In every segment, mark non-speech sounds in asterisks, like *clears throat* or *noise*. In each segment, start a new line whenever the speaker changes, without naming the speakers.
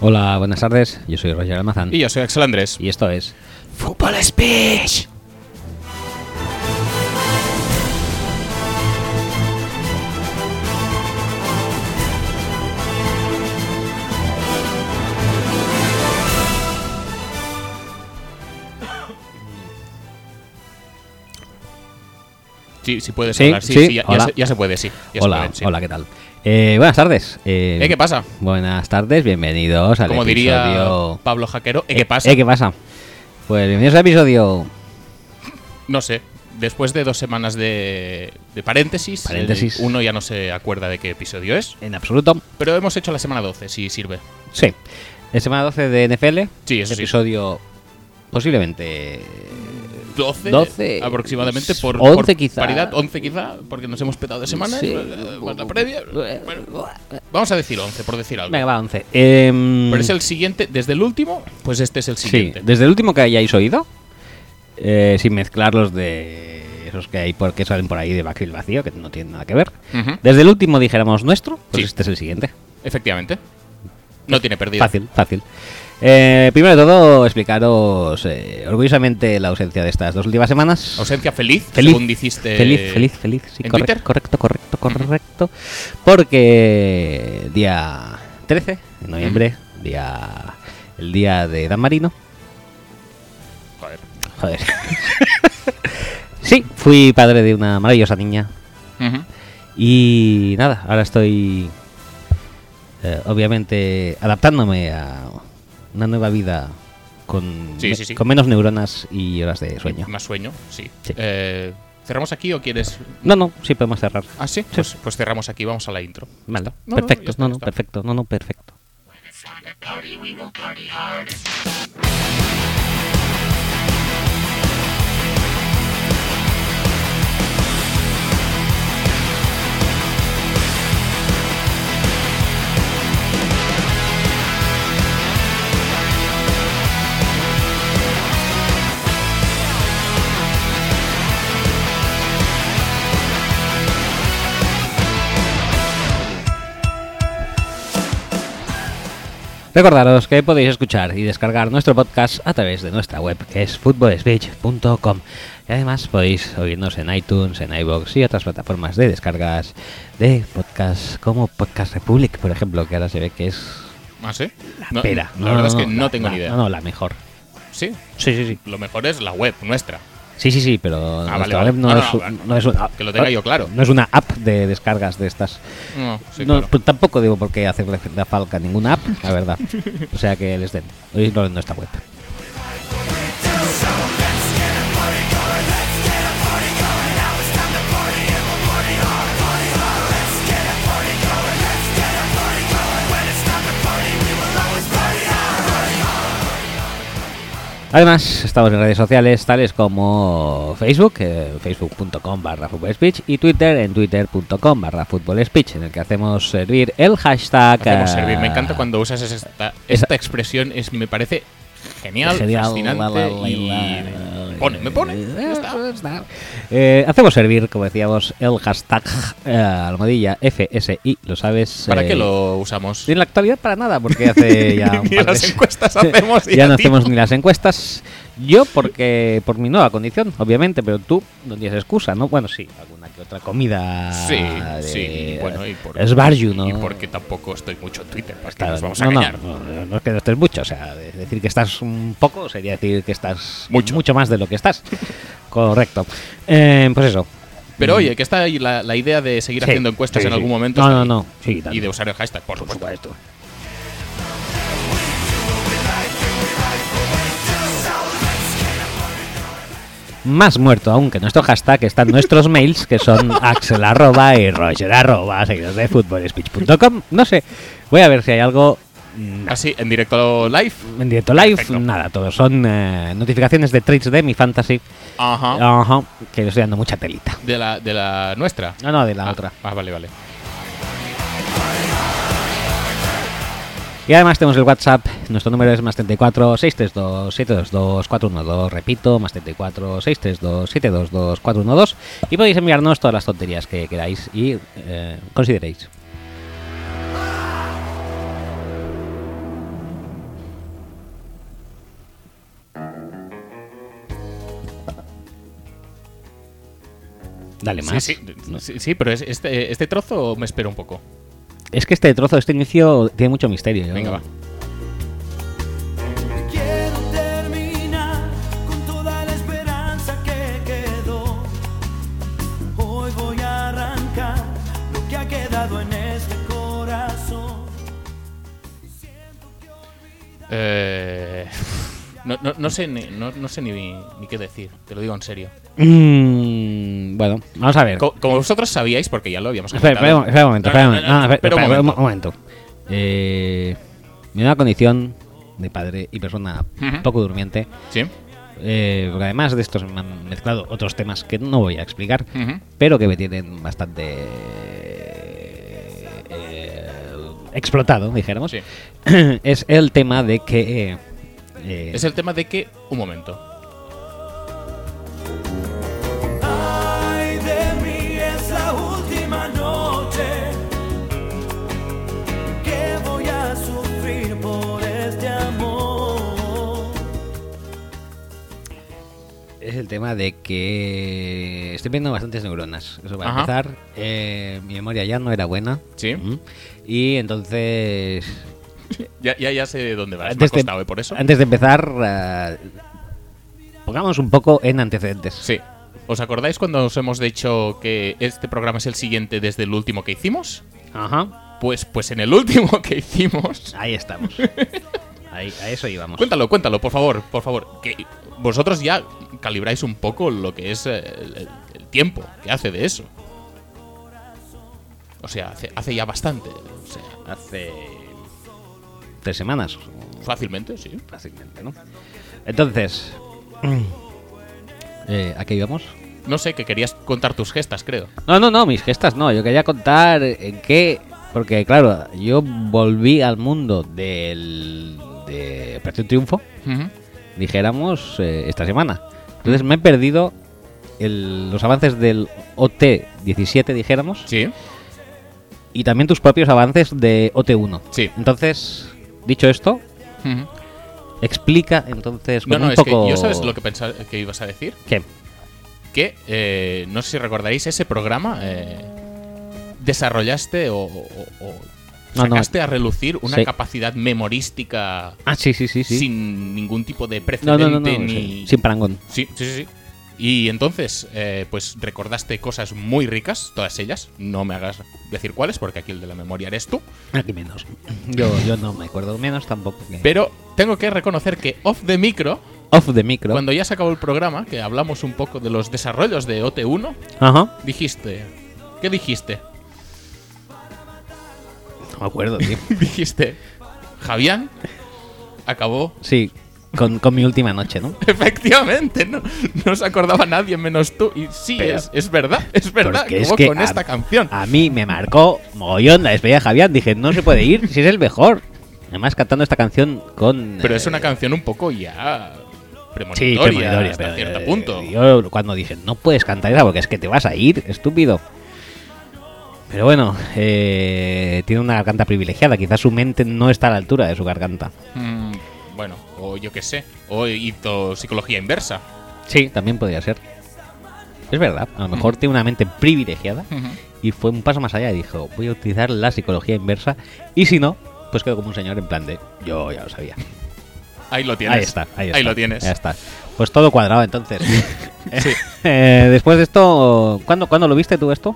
Hola, buenas tardes. Yo soy Roger Almazán.
Y yo soy Axel Andrés.
Y esto es.
Fútbol Speech. Sí, sí puedes
Sí,
hablar, sí,
sí,
sí, ya, ya
hola.
se, ya se puede, sí. ya se
Hola,
puede, sí.
hola, ¿qué tal? Eh, buenas tardes. Eh,
Eh, ¿Qué pasa?
Buenas tardes, bienvenidos al
Como diría
episodio.
Pablo Jaquero, ¿eh, ¿qué pasa?
Eh, ¿Qué pasa? Pues bienvenidos al episodio.
No sé. Después de dos semanas de, de paréntesis,
Paréntesis.
eh, uno ya no se acuerda de qué episodio es.
En absoluto.
Pero hemos hecho la semana 12, si sirve.
Sí. La semana 12 de NFL.
Sí, eso sí.
Episodio. Posiblemente.
12,
12,
aproximadamente por,
11
por
quizá.
paridad, 11 quizá, porque nos hemos petado de semana.
Sí.
eh, más la previa. Bueno, vamos a decir 11, por decir algo.
Venga, va, 11. Em,
Pero es el siguiente, desde el último, pues este es el
Sí,
siguiente.
desde el último que hayáis oído, eh, sin mezclar los de esos que hay porque salen por ahí de vacío y vacío, que no tienen nada que ver.
Ujú,
Desde el último dijéramos nuestro, pues
¿Mm? Sí.
este es el siguiente.
Efectivamente. No tiene pérdida.
Fácil, fácil. Eh, primero de todo, explicaros eh, orgullosamente la ausencia de estas dos últimas semanas.
Ausencia feliz,
Feliz,
según dijiste.
feliz, feliz, feliz, sí,
¿en
correcto,
Twitter?
correcto, correcto, correcto. Porque el día 13 de noviembre, día, el día de Dan Marino,
Joder. *laughs*
Joder. sí, fui padre de una maravillosa niña.
Ujú.
Y nada, ahora estoy eh, obviamente adaptándome a una nueva vida con,
Sí, sí, sí.
con menos neuronas y horas de sueño.
Más sueño, sí.
Sí.
Eh, ¿Cerramos aquí o quieres.?
No, no, sí podemos cerrar.
Ah, sí. Pues, pues cerramos aquí, vamos a la intro.
Vale,
No, no, ya
perfecto,
está,
no,
ya
no,
está.
perfecto, no, no, perfecto. Recordaros que podéis escuchar y descargar nuestro podcast a través de nuestra web, que es footballspeech.com. Y además podéis oírnos en iTunes, en iBox y otras plataformas de descargas de podcast como Podcast Republic, por ejemplo, que ahora se ve que es
Ah, sí. La
pera.
La verdad es que no,
la-
tengo
la-
ni idea.
No, no, la mejor.
Sí,
Sí, sí, sí.
lo mejor es la web nuestra.
Sí, sí, sí, pero nuestra
Ah, vale, vale.
web no,
No, no,
es,
vale.
no es una-
Que lo tenga yo claro.
No es una app de descargas de estas.
No, sí,
No,
claro.
pues tampoco digo por qué hacerle da falca ninguna app, la verdad. o sea que les den. Oídlo en nuestra web. Además, estamos en redes sociales tales como Facebook, eh, facebook.com barra Fútbol speech y Twitter en twitter.com barra Fútbol speech, en el que hacemos servir el hashtag.
Hacemos
eh,
servir. Me encanta cuando usas esta, esta expresión, es, me parece genial,
Genial,
fascinante
la, la, la,
y
la.
pone, me pone.
Eh,
ya está.
ya está. Eh, hacemos servir, como decíamos, el hashtag eh, almohadilla FSI, lo sabes.
¿Para
eh,
qué lo usamos?
En la actualidad para nada, porque
*laughs*
hace ya un
Ni
par de- *laughs*
las encuestas hacemos,
ya no
tío.
hacemos ni las encuestas. Yo porque por mi nueva condición, obviamente, pero tú no tienes excusa, ¿no? Bueno, sí, alguna que otra comida.
Sí,
de-
sí, y bueno, y por-
eh, es barrio, ¿no?
Y porque tampoco estoy mucho en Twitter, para que
Claro,
nos vamos a
no, no,
engañar.
no, no, no es que no estés mucho, o sea, de- decir que estás un poco sería decir que estás
Mucho.
más de lo que estás. *laughs* Correcto. Eh, pues eso.
Pero oye, que está ahí la, la idea de seguir
Sí,
haciendo encuestas
sí,
en
sí.
algún momento.
No, no,
y-
no. Sí,
y
tanto.
de usar el hashtag, por supuesto.
Más muerto aún que nuestro hashtag están
*laughs*
nuestros mails que son axel arroba y roger arroba seguidos de footballspeech.com. No sé, voy a ver si hay algo mm,
Así, Ah, en directo live.
en directo live.
Perfecto.
Nada, todos son eh, notificaciones de trades de mi fantasy.
Ajá.
Ajá, que le estoy dando mucha telita.
Ah, De la, de la nuestra.
No, no, de la
Ah,
otra.
Ah, vale, vale.
Y además tenemos el WhatsApp, nuestro número es más 34 632 722 412, repito, más 34 632 722 412 y podéis enviarnos todas las tonterías que queráis y eh, consideréis. Dale más.
Sí, sí,
No.
sí, sí, pero es- este, este trozo me espero un poco.
Es que este trozo, este inicio, tiene mucho misterio. yo-
Venga, va.
Quiero terminar con toda la esperanza que quedó. Hoy voy a arrancar lo que ha quedado en este corazón.
Eh, *laughs* no, no- no sé, ni, no, no sé ni, ni qué decir, te lo digo en serio.
Mm, bueno, vamos a ver.
Co- Como vosotros sabíais, porque ya lo habíamos
Espera, espera
comentado.
un- espera un momento,
No, no,
espera un
no,
momento.
no,
No, espera-
espera un
espera un
momento.
momento. Eh, Mi nueva condición de padre y persona
Ujú.
poco durmiente,
Sí.
eh, porque además de estos me han mezclado otros temas que no voy a explicar,
Ujú.
pero que me tienen bastante eh, explotado, dijéramos,
Sí.
*clears throat* es el tema de que... eh, eh,
Es el tema de que. Un momento.
Ay de mí es la última noche que voy a sufrir por este amor.
Es el tema de que estoy perdiendo bastantes neuronas. Eso para
Ajá.
empezar. Eh, mi memoria ya no era buena.
Sí.
Mm. Y entonces.
Ya, ya, ya sé de dónde vas. Me ha
Antes de,
costado, ¿eh? Por eso.
antes de empezar, eh, pongamos un poco en antecedentes.
Sí. ¿Os acordáis cuando os hemos dicho que este programa es el siguiente desde el último que hicimos?
Ajá.
Pues, pues en el último *laughs* que hicimos.
Ahí
*laughs*
estamos. Ahí- a eso íbamos.
Cuéntalo, cuéntalo, por favor, por favor. Que vosotros ya calibráis un poco lo que es eh, el, el- el tiempo que hace de eso. O sea, hace, hace ya bastante. O sea,
Hace. tres semanas,
fácilmente, sí.
fácilmente, ¿no? Entonces. *clears throat* mm, eh, ¿A qué íbamos?
No sé, que querías contar tus gestas, creo.
No, no, no, mis gestas no. Yo quería contar en qué. Porque, claro, yo volví al mundo del. de Operación Triunfo, dijéramos, eh, esta semana. Entonces me he perdido el- los avances del OT17, dijéramos,
Sí.
y también tus propios avances de OT1.
Sí.
Entonces, dicho esto, explica entonces
No,
con
no,
un
es
poco.
que yo sabes lo que pensaba que ibas a decir.
¿Qué?
Que eh, no sé si recordaréis ese programa. eh, desarrollaste o, o- o
No, no.
sacaste a relucir una
Sí.
capacidad memorística
Ah, sí, sí, sí, sí.
sin ningún tipo de
no,
precedente
no, no, no,
ni.
sí, sin parangón.
Sí, sí, sí, sí. Y entonces, eh, pues recordaste cosas muy ricas, todas ellas. No me hagas decir cuáles, porque aquí el de la memoria eres tú.
Aquí
*laughs*
menos. Yo, yo no me acuerdo menos tampoco. que-
Pero tengo que reconocer que off the micro,
Off the micro.
cuando ya se acabó el programa, que hablamos un poco de los desarrollos de OT1,
Ajá.
dijiste. ¿Qué dijiste?
No me acuerdo, tío.
*laughs* dijiste. Javián acabó.
*laughs*
*laughs*
Sí, con, con mi última noche, ¿no?
Efectivamente, no, no se acordaba nadie menos tú. Y sí,
Pero-
es, es verdad, es verdad,
Porque
acabó con
a-
esta canción.
A mí me marcó mogollón la despedida de Javier. Dije, no se puede ir si es el mejor. Además, cantando esta canción con.
Pero es
eh,
una canción un poco ya premonitoria,
Sí, premonitoria,
hasta
pero,
cierto
eh,
punto.
Yo cuando dije, no puedes cantar esa porque es que te vas a ir, estúpido. Pero bueno, eh, tiene una garganta privilegiada. Quizás su mente no está a la altura de su garganta.
Mm, bueno, o yo qué sé, o hizo psicología inversa.
Sí, también podría ser. Es verdad, a lo mejor tiene una mente privilegiada y fue un paso más allá y dijo, voy a utilizar la psicología inversa y si no, pues quedó como un señor en plan de, yo ya lo sabía.
Ahí lo tienes.
Ahí está, ahí está.
lo tienes.
Ya está. Pues todo cuadrado entonces. *laughs*
Sí.
Eh, después de esto, ¿cuándo, cuándo lo viste tú esto?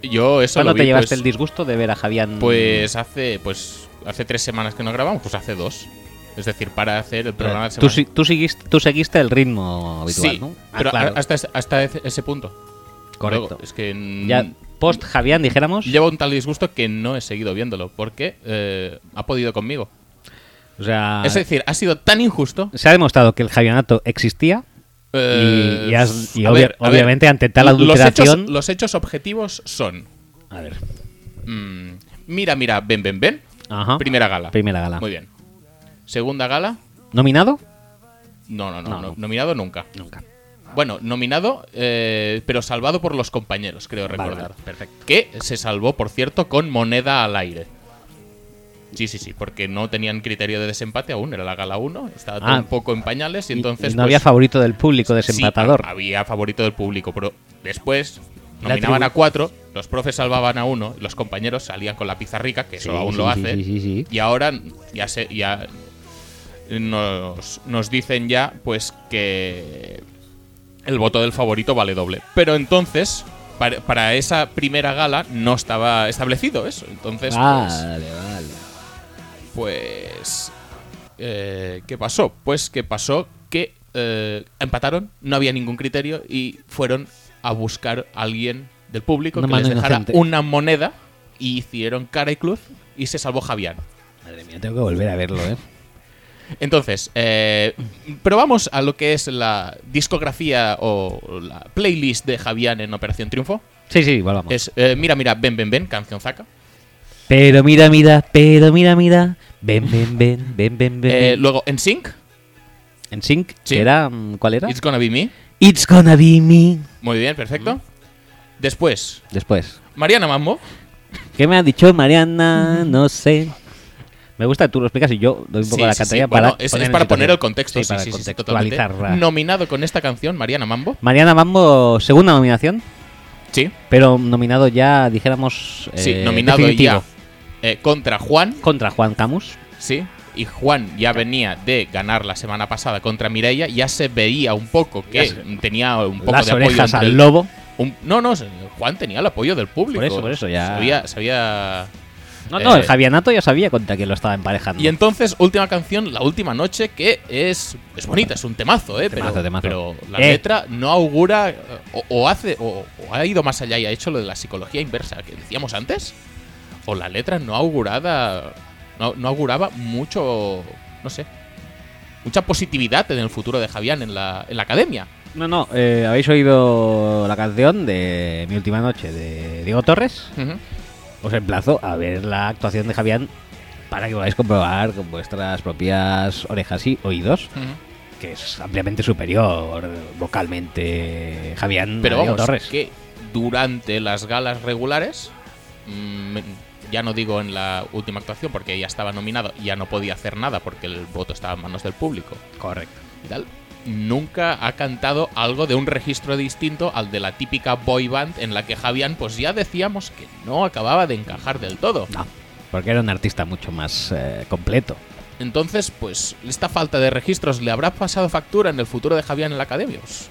Yo eso
¿Cuándo
lo
te
vi,
llevaste
pues,
el disgusto de ver a Javián? Eh,
Pues hace, pues hace tres semanas que no grabamos, pues hace dos. Es decir, para hacer el programa de
tú,
semana.
si- tú, seguiste, tú seguiste el ritmo habitual,
sí,
¿no? Ah,
pero
claro,
a- hasta, ese- hasta ese- ese punto.
correcto.
Luego, es que mm,
ya post Javián, dijéramos.
llevo un tal disgusto que no he seguido viéndolo, porque eh, ha podido conmigo.
O sea,
Es decir, ha sido tan injusto
se ha demostrado que el Javianato existía.
Eh,
Y- y has- y
a
obvia-
ver, a ver.
obviamente, ante tal
Los hechos-
adulteración-
Los hechos, objetivos son.
A ver.
mm, mira, mira, ven, ven, ven.
Ajá.
Primera gala.
Ah. Primera gala.
Muy bien. Segunda gala.
¿Nominado?
No, no, no.
No,
no,
no.
Nominado nunca.
Nunca.
Bueno, nominado, eh, pero salvado por los compañeros, creo
Vale,
recordar.
vale, perfecto.
Que se salvó, por cierto, con moneda al aire. Sí, sí, sí, porque no tenían criterio de desempate aún, era la gala 1, estaba todo
Ah.
un poco en pañales y
Y-
entonces...
y no
pues,
había favorito del público desempatador.
Sí, había favorito del público, pero después Nominaban
tribu-
a cuatro, los profes salvaban a uno, los compañeros salían con la pizarrica, que eso
Sí,
aún
sí,
lo
sí,
hace.
sí, sí, sí.
Y ahora ya se, ya nos, nos dicen ya pues que el voto del favorito vale doble. Pero entonces, para, para esa primera gala no estaba establecido eso. Entonces, pues,
Vale, vale.
pues. eh, ¿Qué pasó? Pues que pasó que eh, empataron, no había ningún criterio y fueron a buscar a alguien del público
Una
que les
mano
dejara
inocente.
una moneda y hicieron cara y cruz y se salvó Javier.
Madre mía, tengo que volver a verlo, ¿eh?
Entonces, eh, pero vamos a lo que es la discografía o la playlist de Javier en Operación Triunfo.
Sí, sí, igual vamos.
Es eh, Mira, mira, ven, ven, ven, canción zaca.
Pero mira, mira, pero mira, mira. Ven, ven, ven, ven, ven, ven.
Eh, luego, En Sync,
¿En Sync?
sí.
¿Era, mm, ¿Cuál era?
It's Gonna Be Me.
It's gonna be me.
Muy bien, perfecto. Después,
Después.
Mariana Mambo.
¿Qué me ha dicho Mariana? No sé. Me gusta, tú lo explicas y yo doy un poco
Sí,
la
sí,
cantarilla
sí.
para.
Bueno, es, es
en
para poner el
situación.
contexto,
Sí,
sí,
para
sí, sí, sí, totalmente.
contextualizar. la-
Nominado con esta canción, Mariana Mambo.
Mariana Mambo, segunda nominación,
Sí,
pero nominado ya, dijéramos.
sí,
eh,
nominado
definitivo.
ya eh, contra Juan,
Contra Juan Camus.
sí. Y Juan ya venía de ganar la semana pasada contra Mireia, ya se veía un poco que
Ya se-
tenía un poco
Las
de apoyo.
orejas
entre
al
el-
lobo.
un- no, no, se- Juan tenía el apoyo del público.
Por eso, por eso, ya-
Sabía, sabía-
No, no,
eh,
el Javianato ya sabía contra quién lo estaba emparejando.
Y entonces, última canción, La Última Noche, que es, es bonita, es un temazo, ¿eh?
Temazo,
pero,
temazo.
pero la
Eh.
letra no augura eh, o, o hace o, o ha ido más allá y ha hecho lo de la psicología inversa que decíamos antes. O la letra no augurada no, no auguraba mucho, no sé, mucha positividad en el futuro de Javián en la, en la academia.
No, no, eh, habéis oído la canción de Mi última noche de Diego Torres.
Ujú.
Os emplazo a ver la actuación de Javián para que podáis comprobar con vuestras propias orejas y oídos
Ujú.
que es ampliamente superior vocalmente Javián
Pero
a Diego
vamos,
Torres.
que durante las galas regulares, mm, ya no digo en la última actuación porque ya estaba nominado, y ya no podía hacer nada porque el voto estaba en manos del público
Correcto.
y tal, nunca ha cantado algo de un registro distinto al de la típica boy band en la que Javián, pues ya decíamos que no acababa de encajar del todo.
No, porque era un artista mucho más eh, completo.
Entonces, pues esta falta de registros le habrá pasado factura en el futuro de Javián en la academia. Pues,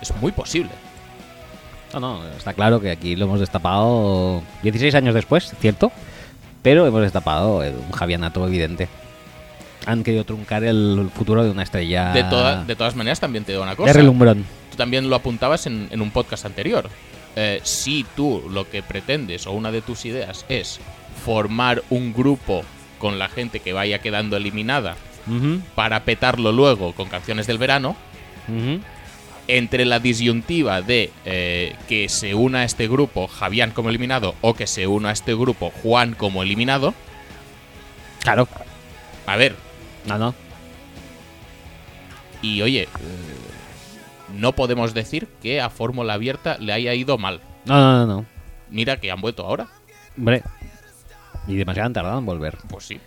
es muy posible.
No, no, está claro que aquí lo hemos destapado 16 años después, cierto, pero hemos destapado eh, un Javianato evidente. Han querido truncar el futuro de una estrella
De, toda- de todas maneras, también te digo una
de
cosa.
relumbrón.
tú también lo apuntabas en, en un podcast anterior. Eh, si tú lo que pretendes o una de tus ideas es formar un grupo con la gente que vaya quedando eliminada
Ujú,
para petarlo luego con canciones del verano,
ujú.
entre la disyuntiva de eh, que se una a este grupo Javián como eliminado o que se una a este grupo Juan como eliminado,
Claro,
a ver,
no, no.
y oye, eh, no podemos decir que a Fórmula Abierta le haya ido mal.
No, no, no, no.
Mira que han vuelto ahora.
Hombre. Y demasiado han tardado en volver.
Pues sí.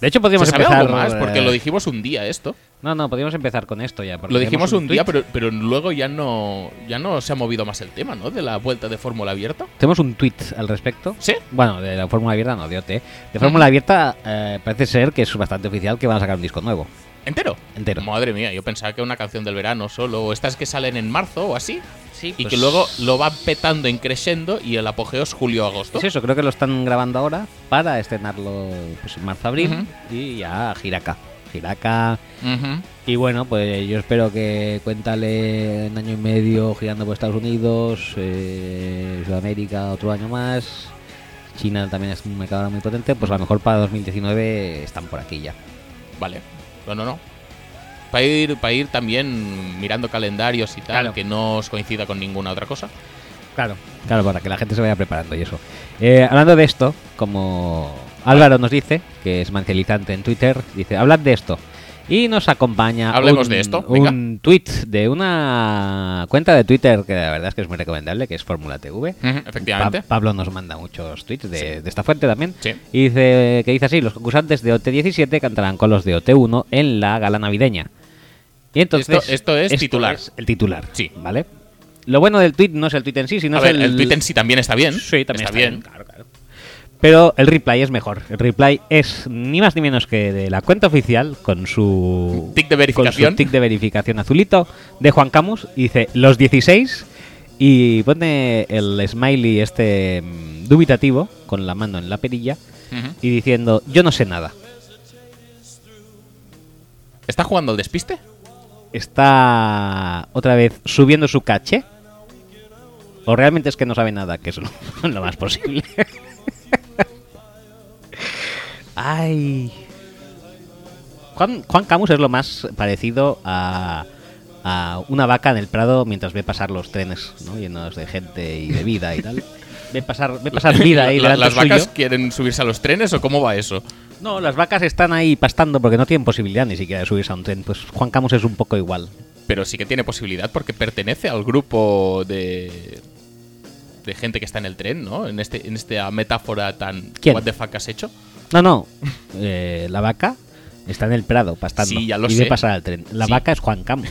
De hecho, podríamos
¿Se sabe
empezar.
algo más? Porque
eh,
lo dijimos un día esto.
No, no, podríamos empezar con esto ya. porque
Lo dijimos
tenemos
un día,
tuit.
pero, pero luego ya no, ya no se ha movido más el tema, ¿no? De la vuelta de fórmula abierta.
Tenemos un tweet al respecto.
Sí.
Bueno, de la fórmula abierta no, de OT. De fórmula abierta eh, parece ser que es bastante oficial que van a sacar un disco nuevo.
¿Entero?
Entero.
Madre mía, yo pensaba que una canción del verano solo, o estas que salen en marzo o así,
Sí, pues
y que luego lo van petando en crescendo y el apogeo es julio-agosto.
Es eso, creo que lo están grabando ahora para estrenarlo pues, en marzo-abril
Ujú.
y ya Jiraka. Jiraka. Y bueno, pues yo espero que cuéntale un año y medio girando por Estados Unidos, eh, Sudamérica otro año más. China también es un mercado ahora muy potente, pues a lo mejor para 2019 están por aquí ya.
Vale. No, no, no. Para ir, para ir también mirando calendarios y tal,
Claro.
que no os coincida con ninguna otra cosa.
Claro. Claro, para que la gente se vaya preparando y eso. Eh, hablando de esto, como Álvaro nos dice, que es mancelizante en Twitter, dice, hablad de esto. Y nos acompaña
Hablemos
un,
de esto, venga.
un tweet de una cuenta de Twitter que la verdad es que es muy recomendable, que es Fórmula TV.
Ujú, efectivamente.
Pa- Pablo nos manda muchos tweets de, de esta fuente también.
Sí.
Y dice, que dice así, los concursantes de OT17 cantarán con los de OT1 en la gala navideña. Y entonces...
Esto- esto es titular.
el titular.
Sí.
¿Vale? Lo bueno del tweet no es el tweet en sí, sino
A
es
ver,
el...
el... tweet en sí también está bien.
Sí, también está, bien. claro, claro. Pero el replay es mejor. El replay es ni más ni menos que de la cuenta oficial con su
Tic de
Con
verificación.
su tic de verificación azulito de Juan Camus. Y dice los 16 y pone el smiley este mm, dubitativo con la mano en la perilla
Ujú.
y diciendo yo no sé nada.
¿Está jugando al despiste?
Está otra vez subiendo su caché. O realmente es que no sabe nada, que es lo, *laughs* lo más posible. *laughs* Ay. Juan, Juan Camus es lo más parecido a, a una vaca en el prado mientras ve pasar los trenes, ¿no? Llenos de gente y de vida y tal. Ve pasar, ve pasar vida ahí
*laughs* La-
delante
¿Las
suyo.
vacas quieren subirse a los trenes o cómo va eso?
No, las vacas están ahí pastando porque no tienen posibilidad ni siquiera de subirse a un tren. Pues Juan Camus es un poco igual.
Pero sí que tiene posibilidad porque pertenece al grupo de de gente que está en el tren, ¿no? En este en esta metáfora tan
¿Quién?
what the fuck has hecho. *laughs*
No, no. Eh, la vaca está en el prado pastando.
Sí, ya lo
y
sé.
ve pasar al tren. La
Sí.
vaca es Juan Camus.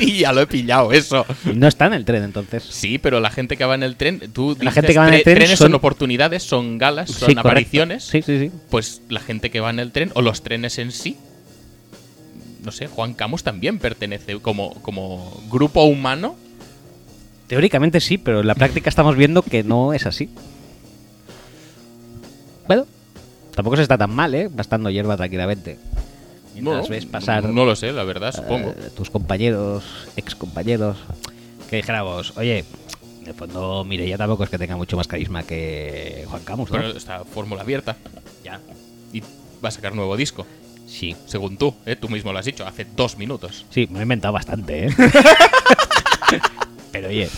Y ya lo he pillado eso.
Y no está en el tren
*laughs*
entonces.
Sí, pero la gente que va en el tren, tú
La
dices,
gente que va en el
"Tre-
tren
trenes
son-
son... oportunidades, son galas, son
correcto.
apariciones.
Sí, sí, sí.
Pues la gente que va en el tren o los trenes en sí. No sé, Juan Camus también pertenece como, como grupo humano.
Teóricamente sí, pero en la práctica estamos viendo que no es así. Bueno, tampoco se está tan mal, ¿eh? Bastando hierba tranquilamente. Mientras
No,
ves pasar
No lo sé, la verdad, supongo.
eh, tus compañeros, excompañeros, que dijéramos, oye, en el fondo, mire, ya tampoco es que tenga mucho más carisma que Juan Camus, ¿no?
Pero está fórmula abierta
ya.
y va a sacar nuevo disco.
Sí.
Según tú, ¿eh? tú mismo lo has dicho, hace dos minutos.
Sí, me lo he inventado
*laughs*
bastante, ¿eh? Pero oye,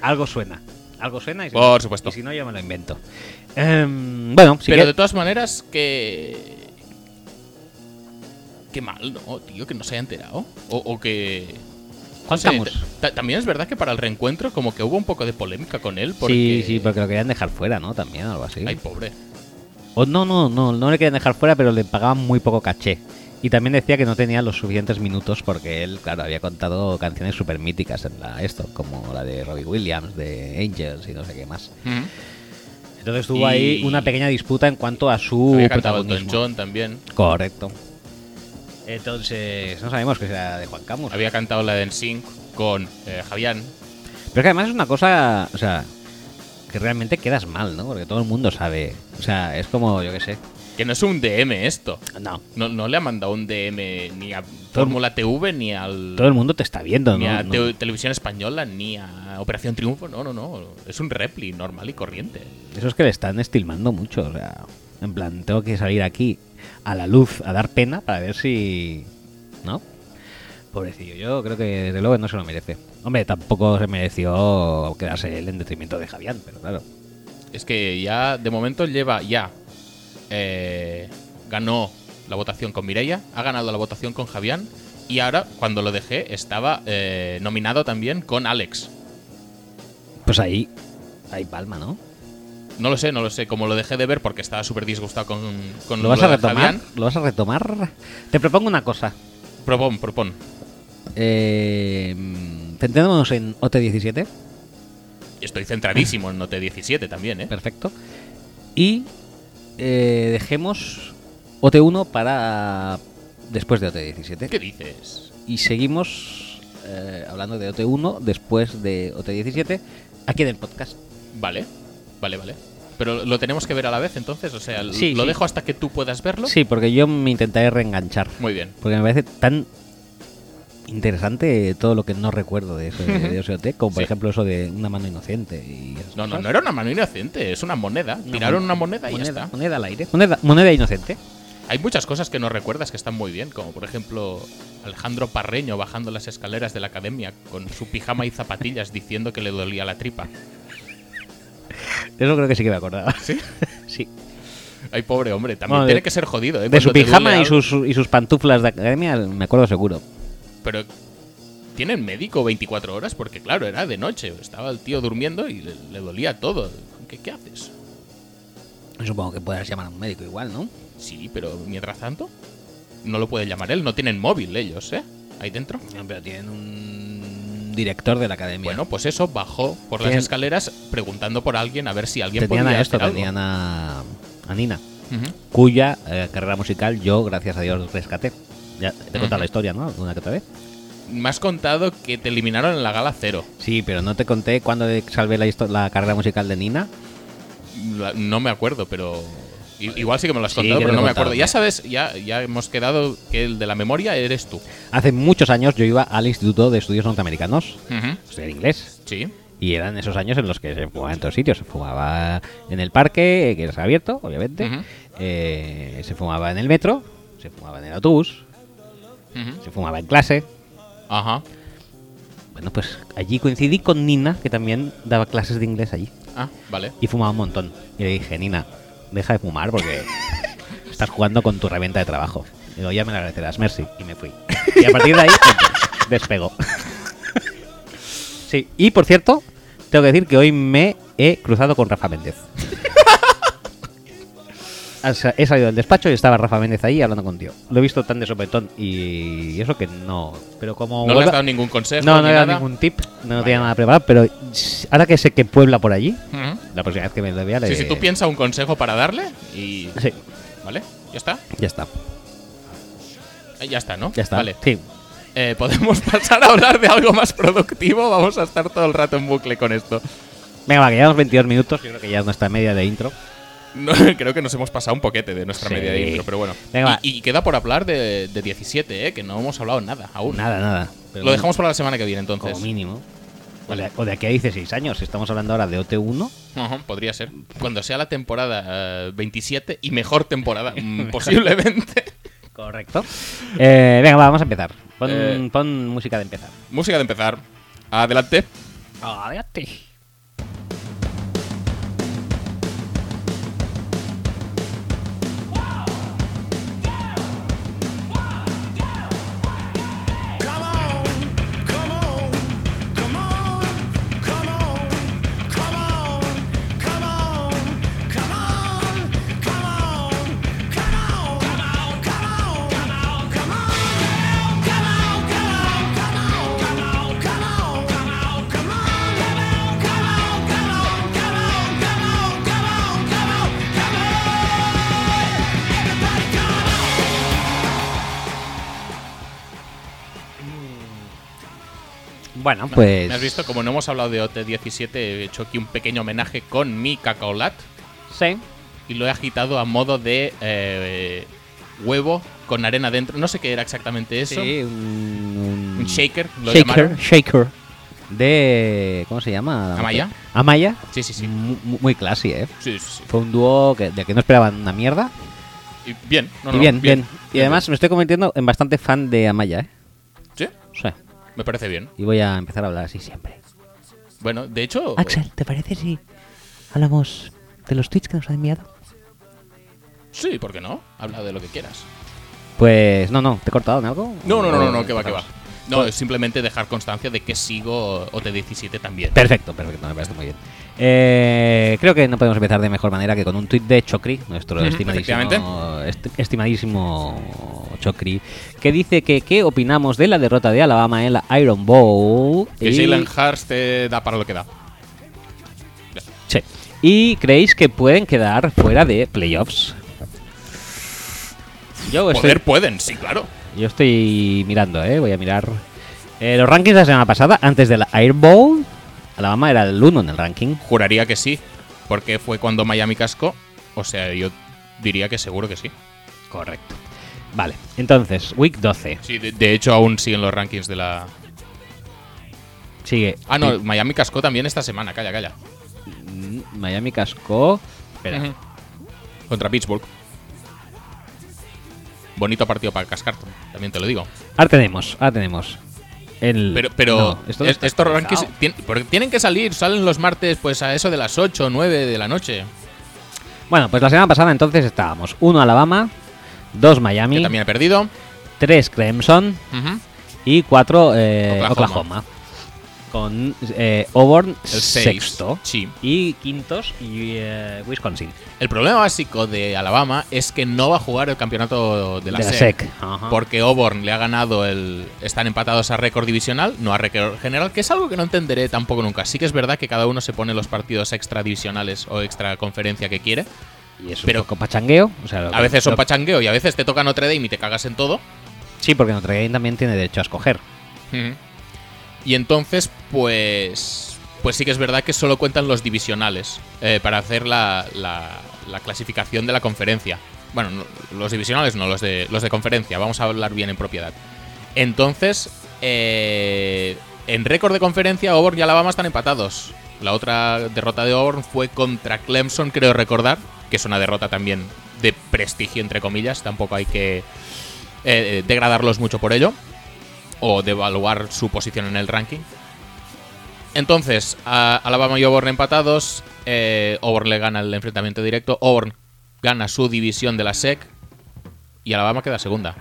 algo suena. Algo suena y si,
Por supuesto.
y si no, yo me lo invento. Em, bueno, si
Pero
que-
de todas maneras, que. Qué mal, ¿no, tío? Que no se haya enterado. O, o que.
Juan
no sé,
Camus.
ta- también es verdad que para el reencuentro, como que hubo un poco de polémica con él. Porque...
Sí, sí, porque lo querían dejar fuera, ¿no? También, algo así.
Ay, pobre.
O no, no, no, no le querían dejar fuera, pero le pagaban muy poco caché. Y también decía que no tenía los suficientes minutos porque él, claro, había contado canciones súper míticas en la esto, como la de Robbie Williams, de Angels y no sé qué más.
Ujú.
Entonces tuvo
Y-
ahí una pequeña disputa en cuanto a su
Había cantado Elton
protagonismo.
John también.
Correcto. Entonces, no sabemos que sea de Juan Camus.
Había cantado la de NSYNC con eh, Javián.
Pero es que además es una cosa, o sea, que realmente quedas mal, ¿no? Porque todo el mundo sabe. O sea, es como, yo qué sé.
Que no es un DM esto.
No.
No, no le ha mandado un DM ni a Fórmula TV ni al.
Todo el mundo te está viendo,
ni
¿no?
a
No.
Teo- Televisión Española, ni a Operación Triunfo, no, no, no. Es un repli normal y corriente.
Eso es que le están estilmando mucho. O sea, en plan, tengo que salir aquí a la luz a dar pena para ver si. ¿No? Pobrecillo, yo creo que desde luego no se lo merece. Hombre, tampoco se mereció quedarse él en detrimento de Javián, pero claro.
Es que ya, de momento, lleva ya. eh, ganó la votación con Mireia, ha ganado la votación con Javián. Y ahora, cuando lo dejé, estaba eh, nominado también con Alex.
Pues ahí. Ahí palma, ¿no?
No lo sé, no lo sé. Como lo dejé de ver porque estaba súper disgustado con, con
¿Lo vas a
de
retomar?
Javián.
¿Lo vas a retomar? Te propongo una cosa.
Propon, propon.
Eh, mm, centrémonos en OT17,
Estoy centradísimo en Note 17 también, ¿eh?
perfecto. Y eh, dejemos OT1 para después de OT17.
¿Eh, ¿Qué dices?
Y seguimos eh, hablando de OT1 después de OT17 aquí en el podcast.
Vale, vale, vale. Pero lo tenemos que ver a la vez entonces, o sea, l-
Sí,
lo
sí.
dejo hasta que tú puedas verlo.
Sí, porque yo me intentaré reenganchar.
Muy bien.
Porque me parece tan interesante todo lo que no recuerdo de, ese,
Ujú. *laughs*
de ese OT, como por
Sí.
ejemplo eso de una mano inocente. Y esas
No, no,
cosas.
no era una mano inocente, es una moneda. Tiraron una moneda y
moneda,
ya está.
Moneda al aire. Moneda, moneda inocente.
Hay muchas cosas que no recuerdas que están muy bien, como por ejemplo Alejandro Parreño bajando las escaleras de la academia con su pijama y zapatillas diciendo que le dolía la tripa.
Eso creo que sí que me acordaba.
¿Sí?
*laughs* Sí.
Ay, pobre hombre, también
Bueno,
tiene
de-
que ser jodido, ¿eh?
De
Cuando
su
te
pijama
duele
y
algo.
sus, y sus pantuflas de academia, me acuerdo seguro.
Pero tienen médico 24 horas porque claro, era de noche, estaba el tío durmiendo y le, le dolía todo. ¿Qué, ¿Qué haces?
Supongo que podrás llamar a un médico igual, ¿no?
Sí, pero mientras tanto, no lo puede llamar él, no tienen móvil ellos, ¿eh? Ahí dentro.
Pero tienen un director de la academia.
Bueno, pues eso, bajó por
Tenían-
las escaleras preguntando por alguien a ver si alguien
tenían
podía
a esto,
hacer algo.
tenían a, a Nina,
Ujú.
cuya eh, carrera musical yo, gracias a Dios, rescaté. Ya te he contado
Ujú.
la historia, ¿no? Una que otra vez.
Me has contado que te eliminaron en la gala cero.
Sí, pero no te conté cuando salvé la, histo- la carrera musical de Nina.
La- No me acuerdo, pero. i- Igual sí que me lo has
Sí,
contado,
que
pero
lo
no
he
me
contado.
acuerdo. Ya sabes, ya, ya hemos quedado que el de la memoria eres tú.
Hace muchos años yo iba al Instituto de Estudios Norteamericanos,
Ujú.
estudiar inglés.
Sí.
Y eran esos años en los que se fumaba en todos sitios. Se fumaba en el parque, eh, que es abierto, obviamente.
Ujú.
Eh, se fumaba en el metro, se fumaba en el autobús,
Ujú.
se fumaba en clase.
Ajá.
Bueno, pues allí coincidí con Nina, que también daba clases de inglés allí.
Ah, vale.
Y fumaba un montón. Y le dije, Nina, deja de fumar porque estás jugando con tu herramienta de trabajo. Y digo, ya me la agradecerás, merci. Y me fui. Y a partir de ahí, *laughs* em, despegó. Sí, y por cierto, tengo que decir que hoy me he cruzado con Rafa Méndez. *laughs* O sea, He salido del despacho y estaba Rafa Méndez ahí hablando contigo. Lo he visto tan de sopetón y eso que no. Pero como.
No le
vuelva-
has dado ningún consejo.
no, no
ni
he dado
nada.
ningún tip, no
Vaya.
tenía nada preparado, pero s- ahora que sé que Puebla por allí,
Ujú.
la próxima vez que me lo vea le...
Sí, si tú piensas un consejo para darle y.
Sí,
¿Vale? ¿Ya está?
ya está,
Eh, Ya está, ¿no?
ya está.
Vale.
Sí.
Eh, Podemos *laughs* pasar a hablar de algo más productivo. Vamos a estar todo el rato en bucle con esto.
Venga, va, que llevamos 22 minutos, yo creo que ya es nuestra media de intro.
No, *laughs* creo que nos hemos pasado un poquete de nuestra
Sí.
media de intro, pero bueno.
Venga, va.
y, y queda por hablar de, de 17, ¿eh? que no hemos hablado nada aún.
Nada, nada. Pero
Lo
bueno,
dejamos para la semana que viene, entonces.
como mínimo. O
Vale.
de, o de aquí a 16 años, si estamos hablando ahora de OT1,
Ajá, podría ser. Cuando sea la temporada eh, 27 y
*laughs*
mejor temporada, mm, posiblemente.
correcto. Eh, venga, va, vamos a empezar. Pon,
Eh.
pon música de empezar.
Música de empezar. Adelante.
Adelante.
Come on, come on, come on, come on, come on, come on, come on, come on, come on, come on, come on, come on, come on, come on, come on, come on, come on, come on, come on, come on, come on, come on, come on, come on, come on, come on, come on, everybody come on.
Bueno, pues...
¿Me has visto? Como no hemos hablado de OT17, he hecho aquí un pequeño homenaje con mi cacaolat
Sí.
y lo he agitado a modo de eh, huevo con arena dentro. No sé qué era exactamente eso.
Sí, un,
Un shaker, lo
shaker,
llamaron.
shaker. De. ¿Cómo se llama?
Amaya.
Amaya.
Sí, sí, sí.
Mu- mu- Muy classy, ¿eh?
Sí, sí, sí.
Fue un dúo que, de que no esperaban una mierda.
Y bien, no,
y
no,
bien, bien, Y además me estoy convirtiendo en bastante fan de Amaya, ¿eh?
Sí,
Sí.
me parece bien.
Y voy a empezar a hablar así siempre.
Bueno, de hecho.
Axel, ¿te parece si hablamos de los tweets que nos han enviado?
Sí, ¿por qué no? Habla de lo que quieras.
Pues no, no, ¿te he cortado en algo?
No, no, no, no, no,
¿O
que va, que va.
empezamos?
No, es simplemente dejar constancia de que sigo OT17 también.
Perfecto, perfecto, me parece muy bien. Eh, creo que no podemos empezar de mejor manera que con un tuit de Chocri, nuestro
Ujú,
estimadísimo, est- estimadísimo Chocri, que dice que qué opinamos de la derrota de Alabama en la Iron Bowl.
Que Jalen Hurst te da para lo que da.
Sí. ¿Y creéis que pueden quedar fuera de playoffs? Yo estoy,
Poder pueden, sí, claro.
yo estoy mirando, ¿eh? voy a mirar. Eh, los rankings de la semana pasada, antes de la Iron Bowl, Alabama era el 1 en el ranking.
Juraría que sí, porque fue cuando Miami cascó. O sea, yo diría que seguro que sí.
Correcto. Vale, entonces, week 12.
Sí, de, de hecho aún siguen los rankings de la...
Sigue.
Ah, no, Miami cascó también esta semana, calla, calla.
Mm, Miami cascó. Espera.
Ujú. Contra Pittsburgh. Bonito partido para cascar, también te lo digo.
Ahora tenemos, ahora tenemos. El...
Pero, pero
No, esto no
es-
está
estos
actualizado.
rankings tien- porque tienen que salir, salen los martes pues a eso de las 8 o 9 de la noche.
Bueno, pues la semana pasada entonces estábamos 1 Alabama, 2
Que
Miami,
también he perdido.
3 Clemson
Ujú.
y 4
Oklahoma.
Oklahoma. con eh, Auburn
El seis,
sexto
sí.
y quintos y eh, Wisconsin
El problema básico de Alabama es que no va a jugar el campeonato de la, E
de la E
SEC.
SEC. Ajá.
Porque Auburn le ha ganado el. Están empatados a récord divisional, no a récord general, que es algo que no entenderé tampoco nunca. Sí que es verdad que cada uno se pone los partidos extra divisionales o extra conferencia que quiere.
y es un
pero-
poco pachangueo. o sea, lo
A
que-
veces son
lo-
pachangueo y a veces te toca Notre Dame y te cagas en todo.
Sí, porque Notre Dame también tiene derecho a escoger.
Ujú. Y entonces, pues. Pues sí que es verdad que solo cuentan los divisionales eh, para hacer la, la- la clasificación de la conferencia. Bueno, no, los divisionales no, los de, los de conferencia. Vamos a hablar bien en propiedad. Entonces, eh, en récord de conferencia, Auburn y Alabama están empatados. La otra derrota de Auburn fue contra Clemson, creo recordar, que es una derrota también de prestigio, entre comillas. Tampoco hay que eh, degradarlos mucho por ello o devaluar su posición en el ranking. Entonces, a- Alabama y Auburn empatados. eh, Auburn le gana el enfrentamiento directo. Auburn gana su división de la SEC. Y Alabama queda segunda.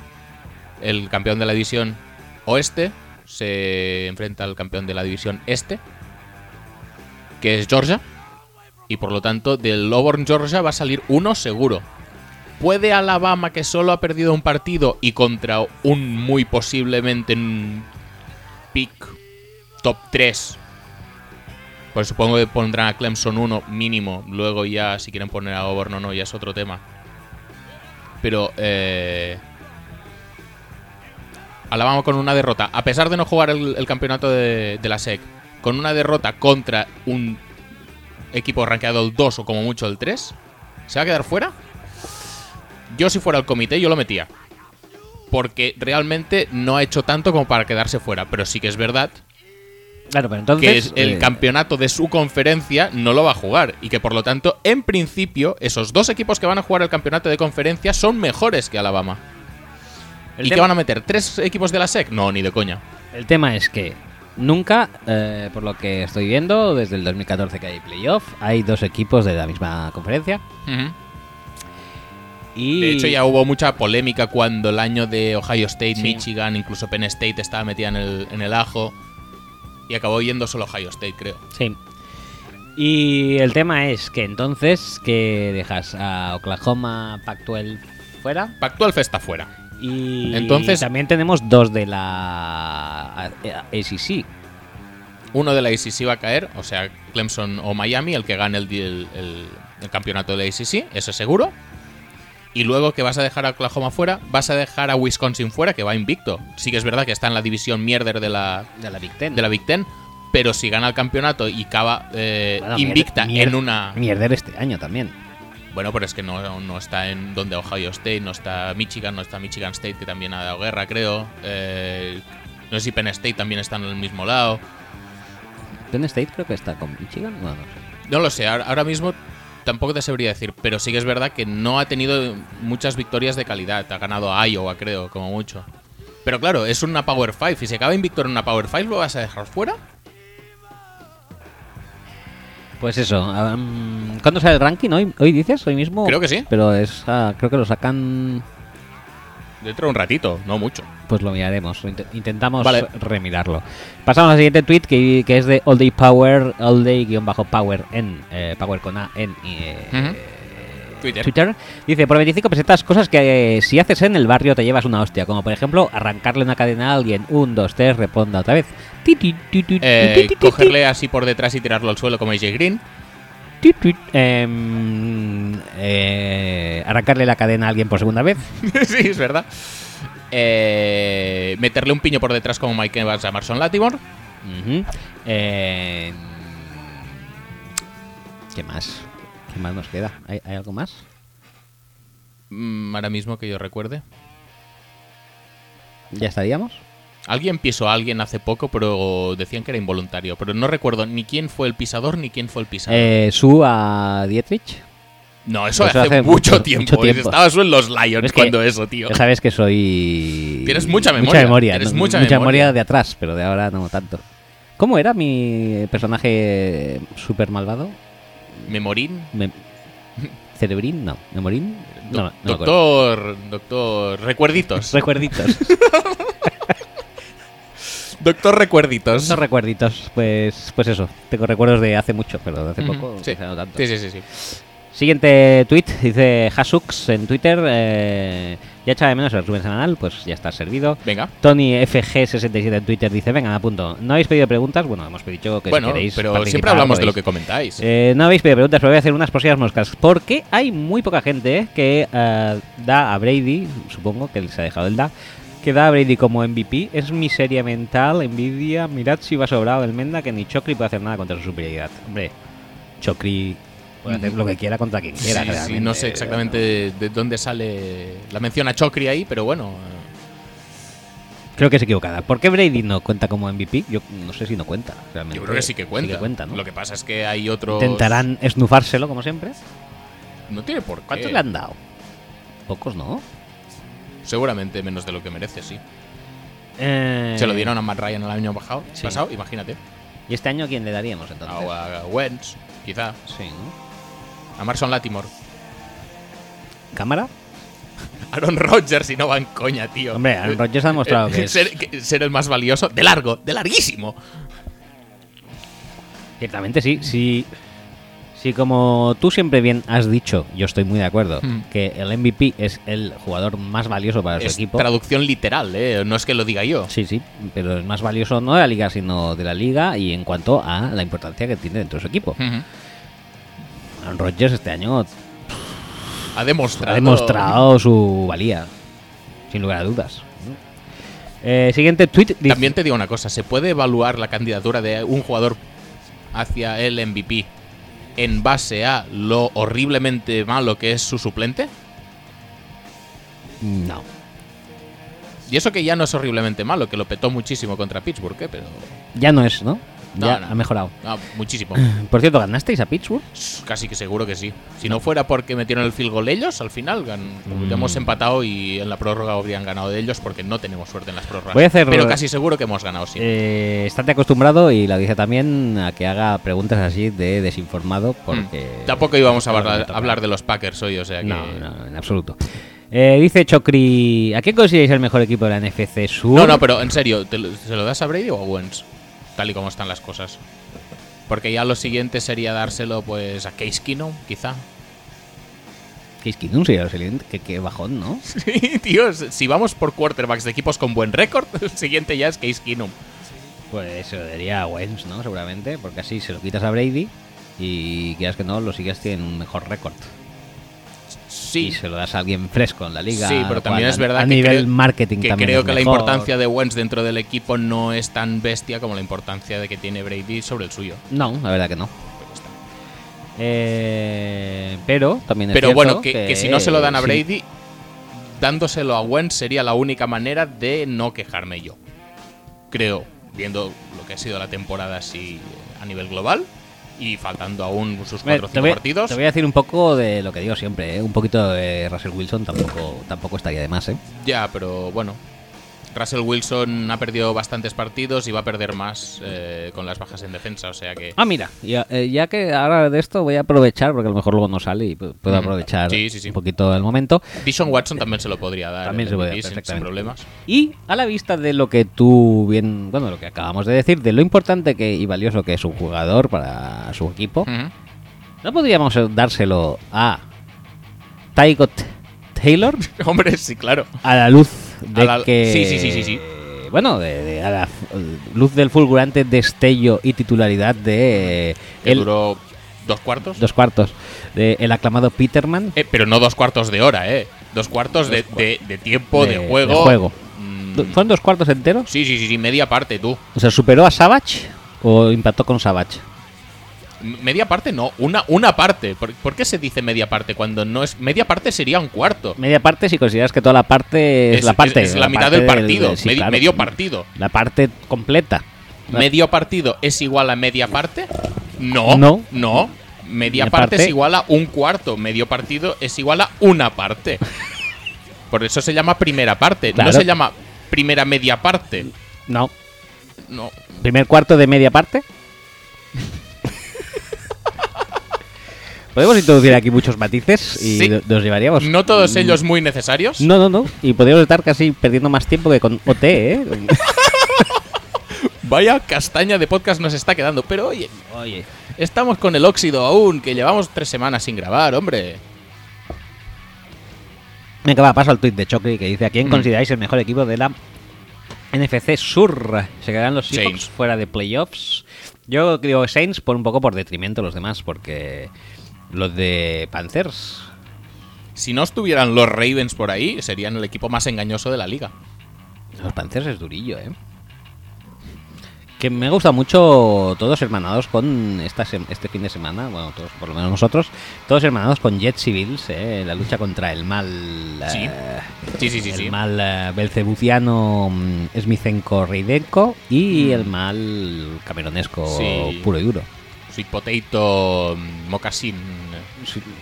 El campeón de la división oeste se enfrenta al campeón de la división este, que es Georgia. Y por lo tanto, del Auburn-Georgia va a salir uno seguro. ¿Puede Alabama, que solo ha perdido un partido y contra un muy posiblemente un pick top 3? Pues supongo que pondrán a Clemson 1 mínimo. Luego ya, si quieren poner a Auburn o no, ya es otro tema. Pero, eh, Alabama con una derrota. A pesar de no jugar el, el campeonato de, de la SEC, con una derrota contra un equipo rankeado el 2 o como mucho el 3, ¿se va a quedar fuera? Yo si fuera el comité, yo lo metía. Porque realmente no ha hecho tanto como para quedarse fuera. Pero sí que es verdad
Claro, pero entonces.
que es el
eh,
campeonato de su conferencia no lo va a jugar. Y que por lo tanto, en principio, esos dos equipos que van a jugar el campeonato de conferencia son mejores que Alabama.
el
¿Y
tema-
qué van a meter? ¿Tres equipos de la SEC? No, ni de coña.
El tema es que nunca, eh, por lo que estoy viendo, desde el 2014 que hay playoff, hay dos equipos de la misma conferencia. Y
De hecho, ya hubo mucha polémica cuando el año de Ohio State,
Sí.
Michigan, incluso Penn State estaba metida en el, en el ajo. Y acabó yendo solo Ohio State, creo.
Sí. Y el tema es que entonces que dejas a Oklahoma Pac-12 fuera
Pactual Festa fuera.
y
Entonces-
también tenemos dos de la eh, ACC.
Uno de la ACC va a caer, o sea, Clemson o Miami, el que gane el, el- el- el campeonato de la ACC, eso es seguro. Y luego que vas a dejar a Oklahoma fuera, vas a dejar a Wisconsin fuera, que va invicto. Sí que es verdad que está en la división mierder de la,
De la Big Ten.
de la Big Ten, pero si gana el campeonato y acaba eh,
Bueno, mier-
invicta
mier-
en una...
Mierder este año también.
Bueno, pero es que no, no está en donde Ohio State, no está Michigan, no está Michigan State, que también ha dado guerra, creo. Eh, no sé si Penn State también está en el mismo lado.
Penn State creo que está con Michigan. No, no sé.
No lo sé, ahora, ahora mismo tampoco te sabría decir, pero sí que es verdad que no ha tenido muchas victorias de calidad. Ha ganado a Iowa, creo, como mucho. Pero claro, es una Power 5. Y si acaba invicto en una Power 5, ¿lo vas a dejar fuera?
Pues eso. ah, mm, ¿Cuándo sale el ranking? ¿Hoy, hoy dices? ¿Hoy mismo?
Creo que sí.
Pero es, ah, creo que lo sacan.
Dentro de un ratito, no mucho.
Pues lo miraremos. lo int- intentamos
Vale.
remirarlo. Pasamos al siguiente tweet que, que es de All Day Power. All Day-Power en. eh, power con A en. eh,
Ujú. Eh, Twitter.
Twitter. Dice, por 25 pesetas, cosas que eh, si haces en el barrio te llevas una hostia. Como por ejemplo, arrancarle una cadena a alguien. Un, dos, tres, responda otra vez. Ti, ti, ti, ti, ti,
Eh,
ti, ti, ti.
cogerle así por detrás y tirarlo al suelo como AJ Green. *laughs*
Tuit, tuit. Em, eh, arrancarle la cadena a alguien por segunda vez.
sí, es verdad. Eh, meterle un piño por detrás como Mike Evans a Marson Latimore.
Ujú. Em, ¿Qué más? ¿Qué más nos queda? ¿Hay, hay algo más?
Mm, ahora mismo que yo recuerde.
¿Ya estaríamos?
Alguien pisó a alguien hace poco, pero decían que era involuntario. Pero no recuerdo ni quién fue el pisador ni quién fue el pisado.
Eh, Su a Dietrich.
no, eso,
eso
hace,
hace
mucho,
mucho-
tiempo.
mucho tiempo.
Estabas tú en los Lions
Es que-
cuando eso, tío.
Ya sabes que soy.
Tienes mucha memoria, tienes
¿no?
mucha
mucha
memoria.
memoria de atrás, pero de ahora no tanto. ¿Cómo era mi personaje super malvado?
Memorín.
Me- ¿Cerebrín? No. ¿Memorín? No, no me acuerdo.
*laughs* doctor. Doctor. Recuerditos.
Recuerditos.
Doctor Recuerditos.
Esos recuerditos, pues, pues eso. Tengo recuerdos de hace mucho, pero de hace
Ujú,
poco
sí.
quizá no tanto.
Sí, sí, sí, sí.
Siguiente tweet dice Hasux en Twitter. eh, ya echaba de menos el resumen semanal, pues ya está servido.
Venga.
Tony FG67 en Twitter dice, venga, me apunto. ¿No habéis pedido preguntas? Bueno, hemos pedido que si
bueno,
queréis
pero
participar,
siempre hablamos de lo que
podéis.
comentáis.
Eh, no habéis pedido preguntas, pero voy a hacer unas por si las moscas. Porque hay muy poca gente que eh, da a Brady, supongo que les ha dejado el da, que da a Brady como MVP. Es miseria mental, envidia. Mirad si va sobrado el Menda, que ni Chocri puede hacer nada contra su superioridad. Hombre, Chocri puede hacer lo que quiera contra quien
Sí,
quiera.
sí,
realmente.
no sé exactamente de, de dónde sale la mención a Chocri ahí, pero bueno. eh,
Creo que es equivocada. ¿Por qué Brady no cuenta como MVP? Yo no sé si no cuenta. Realmente.
Yo creo que sí que cuenta.
¿no?
Lo que pasa es que hay otros.
Intentarán esnufárselo, como siempre.
No tiene por qué.
¿Cuántos le han dado? Pocos, ¿no?
Seguramente menos de lo que merece, sí.
Eh,
Se lo dieron a Matt Ryan el año bajado,
Sí.
pasado, imagínate.
¿Y este año a quién le daríamos entonces?
O a Wentz, quizá.
Sí, ¿no?
A Marson Latimore. *laughs*
¿Cámara?
Aaron Rodgers y no van coña, tío.
Hombre, Aaron
eh,
Rodgers ha demostrado que es-
ser, que- ser el más valioso. De largo, de larguísimo.
Ciertamente sí. Si, si como tú siempre bien has dicho, yo estoy muy de acuerdo,
Hmm.
que el MVP es el jugador más valioso para su
Es
equipo.
traducción literal, ¿eh? No es que lo diga yo.
Sí, sí, pero el más valioso no de la liga, sino de la liga y en cuanto a la importancia que tiene dentro de su equipo.
Ujú. Hmm.
Aaron Rodgers este año
Ha demostrado.
ha demostrado su valía, sin lugar a dudas. Eh, siguiente tweet dice,
También te digo una cosa, ¿se puede evaluar la candidatura de un jugador hacia el MVP en base a lo horriblemente malo que es su suplente?
No,
Y eso que ya no es horriblemente malo, que lo petó muchísimo contra Pittsburgh, ¿eh? pero
ya no es, ¿no?
No,
ya
no.
ha mejorado.
ah,
*laughs*
muchísimo.
Por cierto, ¿ganasteis a Pittsburgh?
Casi que seguro que sí. Si no fuera porque metieron el field goal ellos, al final gan-
Mm.
hemos empatado y en la prórroga habrían ganado de ellos porque no tenemos suerte en las prórrogas.
Voy a hacer-
Pero casi seguro que hemos ganado, sí.
Eh, estate acostumbrado, y la dice también, a que haga preguntas así de desinformado, porque...
Mm. Tampoco íbamos a
porque me
hablar,
eh, toca.
hablar de los Packers hoy, o sea que...
No, no, en absoluto. Eh, dice Chocri, ¿a quién consideráis el mejor equipo de la NFC Sur?
No, no, pero en serio, ¿te lo- ¿se lo das a Brady o a Wentz? Tal y como están las cosas. Porque ya lo siguiente sería dárselo pues a Case Keenum, quizá.
Que es Kidun, sí, excelente, que, que bajón, ¿no?
*laughs* Sí, tío, si vamos por quarterbacks de equipos con buen récord, *laughs* el siguiente ya es Case Keenum.
Pues se lo daría a Wentz, ¿no? Seguramente, porque así se lo quitas a Brady y quieras que no, los sigues tienen un mejor récord. Y
Sí,
se lo das a alguien fresco en la liga.
sí, pero
lo cual
también es
a-
verdad
a
que
nivel
creo-
marketing
que
también
creo
es
que la
mejor.
importancia de Wentz dentro del equipo no es tan bestia como la importancia de que tiene Brady sobre el suyo.
No, la verdad que no.
Pero ya está.
Eh, pero también es
Pero
cierto
bueno, que, que si no se lo dan a
sí,
Brady, dándoselo a Wentz sería la única manera de no quejarme yo. Creo, viendo lo que ha sido la temporada así eh, a nivel global y faltando aún sus
Hombre,
cuatro o
te,
cinco
voy,
partidos.
te voy a decir un poco de lo que digo siempre, ¿eh? un poquito de Russell Wilson tampoco, tampoco estaría de más, ¿eh?
Ya, pero bueno. Russell Wilson ha perdido bastantes partidos y va a perder más eh, con las bajas en defensa, o sea que...
Ah, mira, ya, eh, ya que ahora de esto voy a aprovechar, porque a lo mejor luego no sale y pu- puedo
Ujú.
aprovechar
Sí, sí, sí.
un poquito el momento.
Dishon Watson también se lo podría dar.
Ah. También
el
se puede
MVP
dar,
sin- sin
perfectamente.
problemas.
Y a la vista de lo que tú bien, bueno, lo que acabamos de decir, de lo importante que y valioso que es un jugador para su equipo,
Ujú. *laughs*
¿no podríamos dárselo a Tygo T- Taylor
Hombre, sí, claro.
a la luz de
A la-
que
sí, sí, sí, sí, sí.
Bueno, de, de- a la f- luz del fulgurante destello y titularidad de
Que
el,
duró dos cuartos.
dos cuartos de el aclamado Peterman.
Eh, pero no dos cuartos de hora, ¿eh? Dos cuartos de, de- de tiempo, de,
de-
juego.
de juego.
Mm,
Do- ¿Fueron dos cuartos enteros?
sí, sí, sí, sí, media parte, tú.
O sea, ¿superó a Savage o impactó con Savage?
M- Media parte no, una, una parte. ¿Por, por qué se dice media parte cuando no es. Media parte sería un cuarto.
Media parte si consideras que toda la parte es, la parte.
es la, mitad
parte
del partido.
sí,
medi-
claro.
Medio partido.
La parte completa. La-
¿Medio partido es igual a media parte? No.
No.
No. Media
Media
parte, es
parte-
igual a un cuarto. Medio partido es igual a una
*laughs*
parte. Por eso se llama primera parte.
Claro.
No se llama primera media parte.
No.
No.
Primer cuarto de media parte. Podemos introducir aquí muchos matices y
Sí.
lo- nos llevaríamos.
No
mm,
todos ellos muy necesarios.
No, no, no. Y podríamos estar casi perdiendo más tiempo que con OT, ¿eh?
Vaya castaña de podcast nos está quedando. Pero oye,
Oye,
estamos con el óxido aún, que llevamos tres semanas sin grabar, hombre.
venga, va, paso al tweet de Chocri que dice: ¿A quién
Mm.
consideráis el mejor equipo de la NFC Sur? ¿Se quedarán los Seahawks
Saints.
fuera de playoffs? Yo digo Saints por un poco por detrimento a los demás, porque los de Panthers.
Si no estuvieran los Ravens por ahí, serían el equipo más engañoso de la liga.
Los Panthers es durillo, ¿eh? Que me gusta mucho todos hermanados con esta sem- este fin de semana, bueno, todos, por lo menos nosotros, todos hermanados con Jets y Bills, ¿eh? la lucha contra el mal.
Sí.
eh,
Sí, sí, sí,
el
sí.
mal eh, belcebuciano mm, Smithenko Reidenko y el mal cameronesco
Mm. Sí.
puro y duro.
Sweet Potato, mm, Mocasín.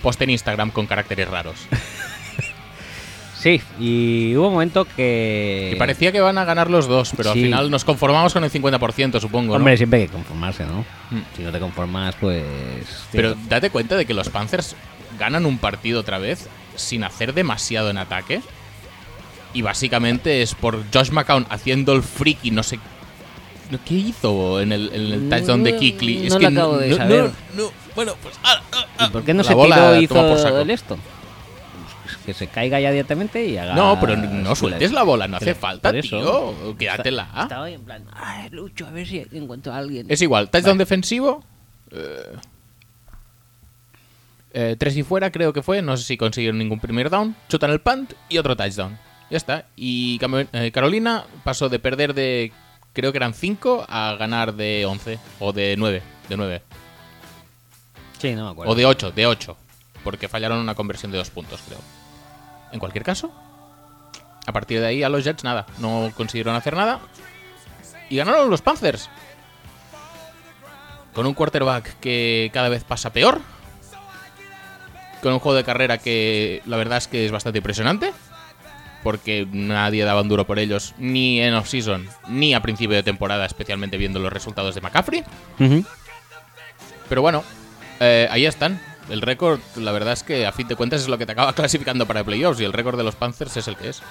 Post en Instagram con caracteres
*laughs*
raros.
Sí, y hubo un momento que.
Que parecía que van a ganar los dos, pero
Sí.
al final nos conformamos con el 50%, supongo. ¿no?
Hombre, siempre hay que conformarse, ¿no?
Mm.
Si no te conformas, pues.
Pero date cuenta de que los Panthers ganan un partido otra vez sin hacer demasiado en ataque. Y básicamente es por Josh McCown haciendo el friki, no sé. no, ¿Qué hizo en el, en el touchdown de Kikli?
No lo acabo de saber.
no, bueno, pues. ah, ah, ah.
¿Y por qué no
La
se
bola
tiró y
toma por saco.
hizo el esto? Pues que se caiga ya directamente y haga.
No, pero no sueltes la bola, no
que
hace
la-
falta,
por eso.
tío. Quédatela.
Estaba ahí en plan,
ah,
ay, Lucho, a ver si encuentro a alguien.
Es igual, touchdown defensivo. eh, eh, tres y fuera, creo que fue. No sé si consiguieron ningún primer down. Chutan el punt y otro touchdown. Ya está. Y Cam- eh, Carolina pasó de perder de. Creo que eran 5 a ganar de 11. O de 9. De 9.
Sí, no me
O
acuerdo.
de 8. De 8. Porque fallaron una conversión de dos puntos, creo. En cualquier caso, a partir de ahí a los Jets nada. No consiguieron hacer nada. Y ganaron los Panthers. Con un quarterback que cada vez pasa peor. Con un juego de carrera que la verdad es que es bastante impresionante. Porque nadie daba un duro por ellos, ni en off-season, ni a principio de temporada, especialmente viendo los resultados de McCaffrey.
Ujú.
Pero bueno, eh, ahí están. El récord, la verdad es que a fin de cuentas es lo que te acaba *laughs* clasificando para playoffs y el récord de los Panthers es el que es.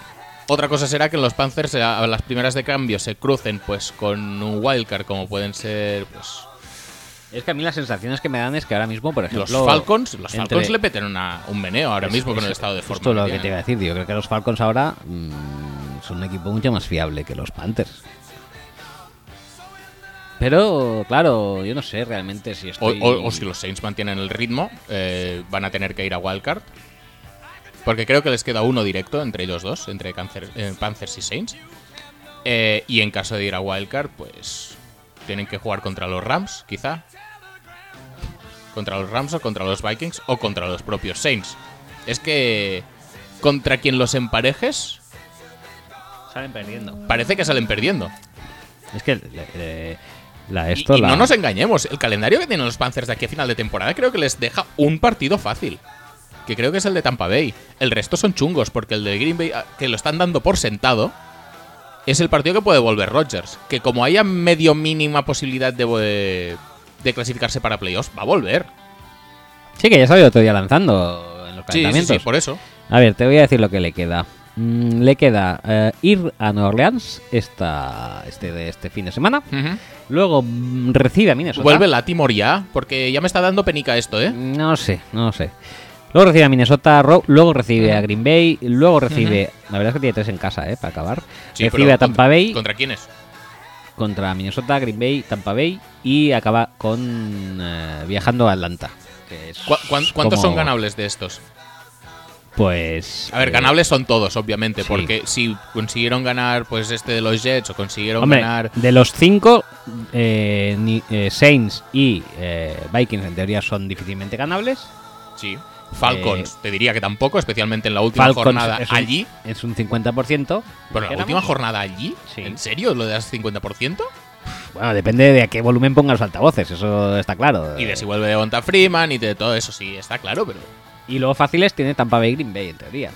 Otra cosa será que en los Panthers eh, a las primeras de cambio se crucen pues con un wildcard como pueden ser pues
Es que a mí las sensaciones que me dan es que ahora mismo, por ejemplo.
los Falcons. Los
entre-
Falcons le meten una- un meneo ahora
Es-
mismo con
es
el estado de forma. ¿eh?
Justo lo que
tienen.
te iba a decir, tío. Creo que los Falcons ahora mm, son un equipo mucho más fiable que los Panthers. Pero, claro, yo no sé realmente si
O,
estoy.
o- o si los Saints mantienen el ritmo, eh, van a tener que ir a Wildcard. Porque creo que les queda uno directo entre ellos dos, entre Cancer- eh, Panthers y Saints. Eh, y en caso de ir a Wildcard, pues tienen que jugar contra los Rams, quizá. Contra los Rams o contra los Vikings o contra los propios Saints. Es que contra quien los emparejes
Salen perdiendo.
parece que salen perdiendo.
Es que. eh, la
Y-
esto
y
la-
no nos engañemos, el calendario que tienen los Panthers de aquí a final de temporada creo que les deja un partido fácil. Que creo que es el de Tampa Bay. El resto son chungos, porque el de Green Bay, ah, que lo están dando por sentado, es el partido que puede volver Rodgers. Que como haya medio mínima posibilidad de, vo- de clasificarse para playoffs, va a volver.
Sí, que ya sabía otro día lanzando en los
Sí, sí,
calentamientos.
sí, por eso.
A ver, te voy a decir lo que le queda. Mm, le queda eh, ir a Nueva Orleans esta, este, de este fin de semana. Luego mm, recibe a Minnesota.
Vuelve Latimore ya, porque ya me está dando penica esto, ¿eh?
No sé, no sé. Luego recibe a Minnesota, ro- luego recibe a Green Bay, luego recibe... La verdad es que tiene tres en casa, ¿eh? Para acabar.
Sí,
recibe
pero
a Tampa
contra-
Bay
¿Contra quiénes?
contra Minnesota, Green Bay, Tampa Bay y acaba con eh, viajando a Atlanta. que es
¿Cu- cuán- ¿Cuántos
como-
son ganables de estos?
Pues...
A ver,
eh,
ganables son todos, obviamente,
Sí.
porque si consiguieron ganar pues este de los Jets o consiguieron
Hombre,
ganar...
de los cinco, eh, ni- eh, Saints y eh, Vikings en teoría son difícilmente ganables.
Sí.
Eh,
Falcons, te diría que tampoco, especialmente en la última
Falcons
jornada
es un,
allí.
Es un 50%.
Bueno, la
dijéramos.
última jornada allí.
Sí.
¿En serio? ¿Lo das 50%?
Bueno, depende de a qué volumen pongan los altavoces, eso está claro.
Y de si vuelve Devonta Freeman y de todo eso, sí, está claro, pero...
Y luego fáciles tiene Tampa Bay y Green Bay en teoría.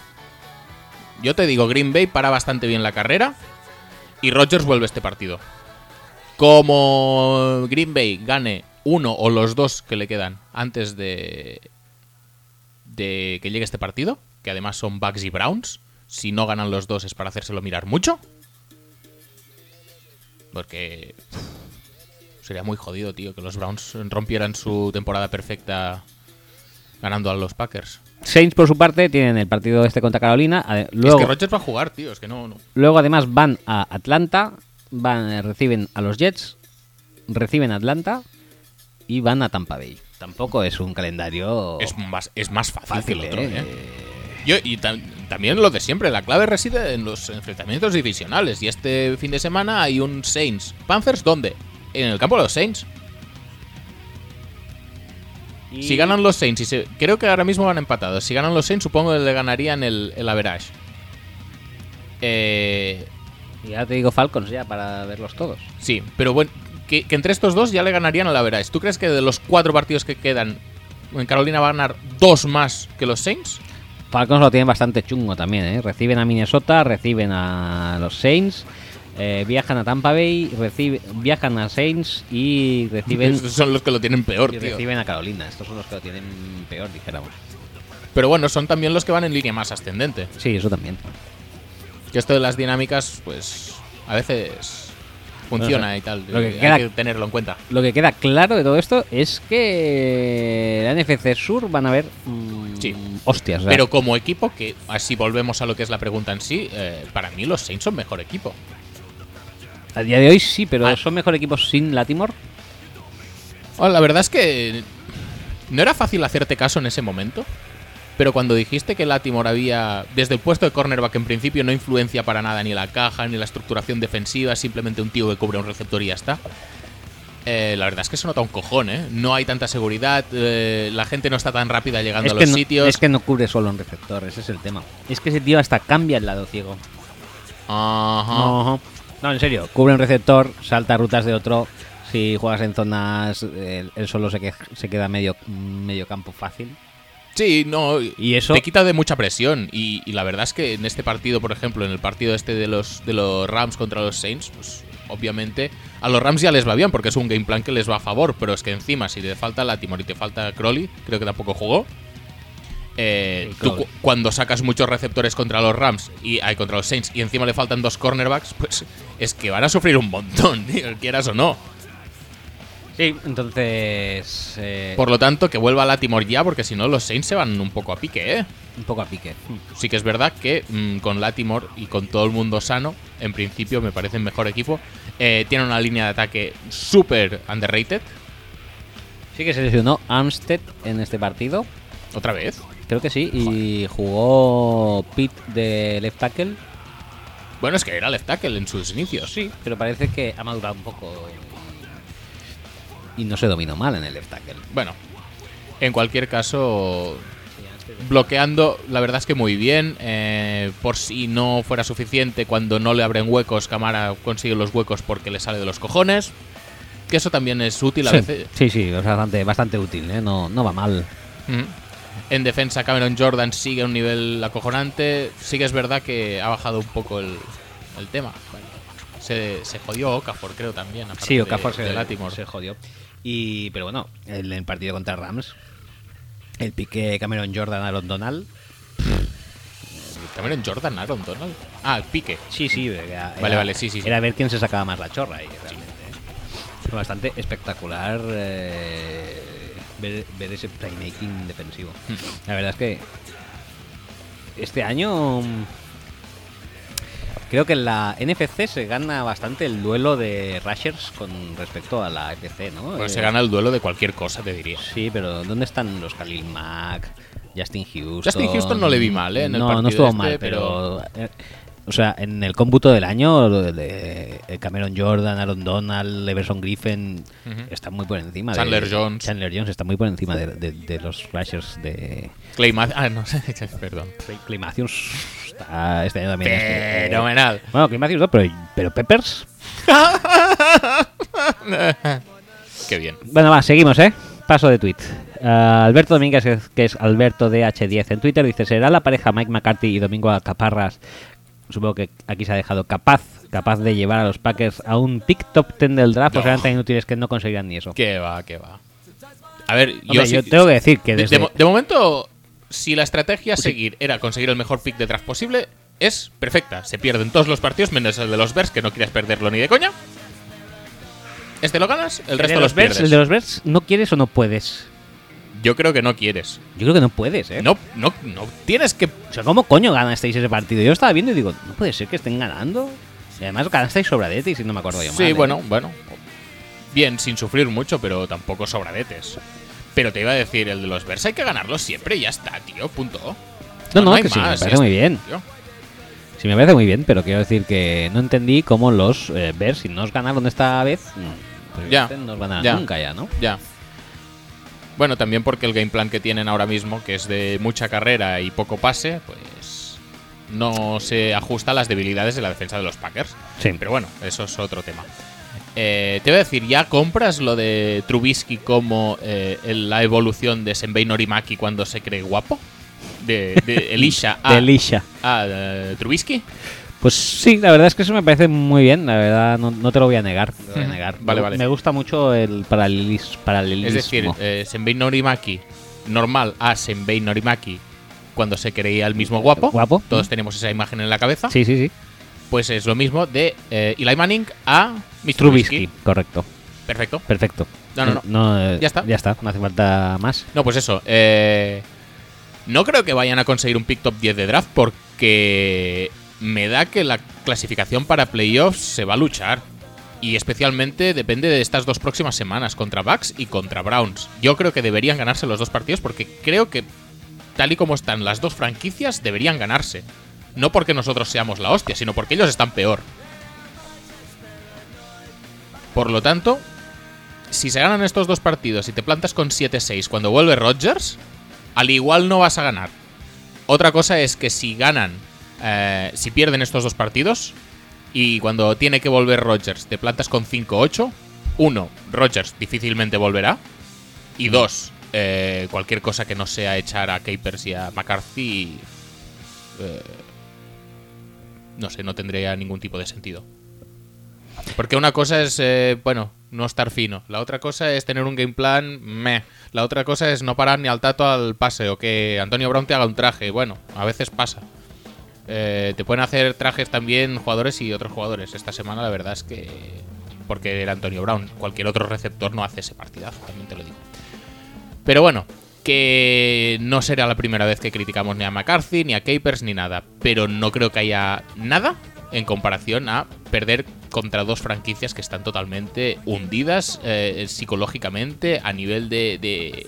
Yo te digo, Green Bay para bastante bien la carrera y Rodgers vuelve este partido. Como Green Bay gane uno o los dos que le quedan antes de, de que llegue este partido, que además son Bucks y Browns, si no ganan los dos es para hacérselo mirar mucho. Porque sería muy jodido, tío, que los Browns rompieran su temporada perfecta ganando a los Packers.
Saints, por su parte, tienen el partido este contra Carolina. Ade- Luego,
Es que Rodgers va a jugar, tío, es que no. no.
luego además, van a Atlanta, van, eh, reciben a los Jets, reciben a Atlanta y van a Tampa Bay. Tampoco es un calendario
Es, más, es más fácil,
fácil,
que el otro,
¿eh?
¿eh? Yo- y tam- también lo de siempre, la clave reside en los enfrentamientos divisionales. Y este fin de semana hay un Saints. ¿Panthers dónde? En el campo de los Saints.
Y-
Si ganan los Saints, y se- creo que ahora mismo van empatados. Si ganan los Saints, supongo que le ganarían el, el average. Eh,
y ya te digo Falcons ya para verlos todos.
sí, pero bueno, que, que entre estos dos ya le ganarían el average. ¿Tú crees que de los cuatro partidos que quedan, en Carolina va a ganar dos más que los Saints?
Falcons lo tienen bastante chungo también, ¿eh? Reciben a Minnesota, reciben a los Saints, eh, viajan a Tampa Bay, recibe- viajan a Saints y reciben,
Estos *laughs* son los que lo tienen peor,
y
tío.
reciben a Carolina. Estos son los que lo tienen peor, dijéramos.
Pero bueno, son también los que van en línea más ascendente.
Sí, eso también.
Que esto de las dinámicas, pues a veces funciona
No sé.
y tal. eh,
Lo que
Hay
queda-
que tenerlo en cuenta.
Lo que queda claro de todo esto es que la NFC Sur van a ver mm,
Sí.
hostias. o sea,
Pero como equipo, que así volvemos a lo que es la pregunta en sí, eh, para mí los Saints son mejor equipo.
a día de hoy sí, pero
Ah.
son mejor equipos sin Latimore.
Bueno, Oh, la verdad es que no era fácil hacerte caso en ese momento. Pero cuando dijiste que Latimore había, desde el puesto de cornerback en principio, no influencia para nada ni la caja, ni la estructuración defensiva, es simplemente un tío que cubre un receptor y ya está. eh, la verdad es que se nota un cojón, ¿eh? No hay tanta seguridad, eh, la gente no está tan rápida llegando
Es
a
que,
los
no,
sitios.
es que no cubre solo un receptor, ese es el tema. Es que ese tío hasta cambia el lado ciego.
Ajá.
No, no, en serio, cubre un receptor, salta rutas de otro. Si juegas en zonas, eh, él, solo se, que- se queda medio, medio campo fácil.
Sí, no.
Y eso-
Te quita de mucha presión. Y, y la verdad es que en este partido, por ejemplo, en el partido este de los, de los Rams contra los Saints, pues obviamente a los Rams ya les va bien porque es un game plan que les va a favor. Pero es que encima, si te falta Latimore y te falta Crowley, creo que tampoco jugó. eh,
Sí,
tú
Crowley.
cu- cuando sacas muchos receptores contra los Rams y ay, contra los Saints y encima le faltan dos cornerbacks, pues es que van a sufrir un montón, *laughs* tío, quieras o no.
Sí, entonces. eh,
Por lo tanto, que vuelva Latimore ya, porque si no, los Saints se van un poco a pique, ¿eh?
Un poco a pique.
Sí que es verdad que mm, con Latimore y con todo el mundo sano, en principio me parecen mejor equipo. Eh, tiene una línea de ataque súper underrated.
Sí que se lesionó Amstead en este partido.
Otra vez.
Creo que sí. Y jugó Pitt de left tackle.
Bueno, es que era left tackle en sus inicios.
Sí, pero parece que ha madurado un poco. Y no se dominó mal en el left tackle.
Bueno, en cualquier caso, bloqueando, la verdad es que muy bien. eh, por si no fuera suficiente, cuando no le abren huecos, Camara consigue los huecos porque le sale de los cojones. Que eso también es útil a
Sí,
veces.
sí, sí, o sea, bastante, bastante útil, ¿eh? no, no va mal.
Ujú. Mm. En defensa, Cameron Jordan sigue a un nivel acojonante. Sí que es verdad que ha bajado un poco el, el tema. Bueno, se, se jodió Okafor, creo también. aparte
Sí,
de-
Okafor
de
se,
Latimore.
se jodió. Y, pero bueno, el, el partido contra Rams, el pique Cameron Jordan a Donald.
Cameron Jordan, Aaron Donald. Ah, el pique.
Sí, sí, era,
Vale,
era-
vale, sí, sí, sí.
Era ver quién se sacaba más la chorra ahí, realmente. ¿eh? Fue bastante espectacular eh, ver, ver ese playmaking defensivo. La verdad es que este año mm, creo que en la NFC se gana bastante el duelo de Rushers con respecto a la FC, ¿no?
Bueno, Pues se
Eh,
gana el duelo de cualquier cosa, te diría.
Sí, pero ¿dónde están los Khalil Mack, Justin Houston?
Justin Houston no le vi mal, ¿eh? en el
no, no
partido
estuvo
este,
mal, pero... eh, o sea, en el cómputo del año, lo de- de- eh, Cameron Jordan, Aaron Donald, Everson Griffin
Ujú.
están muy por encima. de-
Chandler Jones.
Chandler Jones está muy por encima de, de- de los Rushers de
Clay Math- Ah, no sé, *laughs* perdón.
Climacius. Está este año también. es que- eh,
Fenomenal.
bueno, Climacius no, pero, pero Peppers.
Qué bien.
Bueno, va, seguimos, ¿eh? Paso de tweet. Ah, Alberto Domínguez, que es- que es Alberto DH10 en Twitter, dice: ¿Será la pareja Mike McCarthy y Domingo Alcaparras? Supongo que aquí se ha dejado capaz capaz de llevar a los Packers a un pick top 10 del draft, o
No.
serán tan inútiles que no conseguirán ni eso.
Qué va, qué va. A ver,
Hombre,
sí-
yo tengo que decir que
De-
desde.
De, mo- de momento, si la estrategia a seguir era conseguir el mejor pick de draft posible, es perfecta. Se pierden todos los partidos, menos el de los Bears, que no quieres perderlo ni de coña. Este lo ganas, el resto
de
los
los Birds,
pierdes.
el de los Birds, ¿no quieres o no puedes?
Yo creo que no quieres.
Yo creo que no puedes, ¿eh?
No, no, no tienes que.
O sea, ¿cómo coño ganasteis ese partido? Yo estaba viendo y digo, no puede ser que estén ganando. Y además ganasteis sobradete y si no me acuerdo yo mal.
Sí,
¿eh?
bueno, bueno. Bien, sin sufrir mucho, pero tampoco sobradetes. Pero te iba a decir, el de los Bears hay que ganarlo siempre y ya está, tío, punto.
No, no,
hay
que sí, me
más, ya
parece muy
está,
bien.
tío.
Sí, me parece muy bien, pero quiero decir que no entendí cómo los eh, Bears, si no os ganaron esta vez, mm, pues
Ya,
no os ganarán
ya.
nunca ya, ¿no?
Ya. Bueno, también porque el game plan que tienen ahora mismo, que es de mucha carrera y poco pase, pues no se ajusta a las debilidades de la defensa de los Packers.
Sí.
Pero bueno, eso es otro tema. Eh, te voy a decir, ¿ya compras lo de Trubisky como eh, el- la evolución de Senbei Norimaki cuando se cree guapo? De,
*laughs*
de Elisha a,
De Lisha.
a, eh, Trubisky.
Pues sí, la verdad es que eso me parece muy bien, la verdad no, no te lo voy a negar. te lo voy a
Ujú.
negar.
Vale,
Me-
vale.
Me gusta mucho el paralelis- paralelismo.
Es decir, eh, Senbei Norimaki normal a Senbei Norimaki cuando se creía el mismo guapo.
Guapo.
Todos tenemos esa imagen en la cabeza.
sí, sí, sí.
Pues es lo mismo de eh, Eli Manning a
Trubisky,
Mr. Trubisky.
correcto.
Perfecto.
Perfecto.
No, no, no.
Eh, eh,
Ya está.
Ya está, no hace falta más.
No, pues eso. eh, no creo que vayan a conseguir un pick top 10 de draft porque me da que la clasificación para playoffs se va a luchar. Y especialmente depende de estas dos próximas semanas, contra Bucks y contra Browns. Yo creo que deberían ganarse los dos partidos porque creo que, tal y como están las dos franquicias, deberían ganarse. No porque nosotros seamos la hostia, sino porque ellos están peor. Por lo tanto, si se ganan estos dos partidos y te plantas con 7-6 cuando vuelve Rodgers, al igual no vas a ganar. Otra cosa es que si ganan, eh, si pierden estos dos partidos y cuando tiene que volver Rodgers te plantas con 5-8, uno, Rodgers difícilmente volverá y dos, eh, cualquier cosa que no sea echar a Capers y a McCarthy, eh, no sé, no tendría ningún tipo de sentido. Porque una cosa es, eh, bueno, no estar fino. La otra cosa es tener un game plan meh. La otra cosa es no parar ni al tato al pase o que Antonio Brown te haga un traje. Bueno, a veces pasa. Eh, te pueden hacer trajes también jugadores y otros jugadores. Esta semana la verdad es que... Porque era Antonio Brown. Cualquier otro receptor no hace ese partidazo, también te lo digo. Pero bueno, que no será la primera vez que criticamos ni a McCarthy, ni a Capers, ni nada. Pero no creo que haya nada en comparación a perder contra dos franquicias que están totalmente hundidas eh, psicológicamente, a nivel de, de-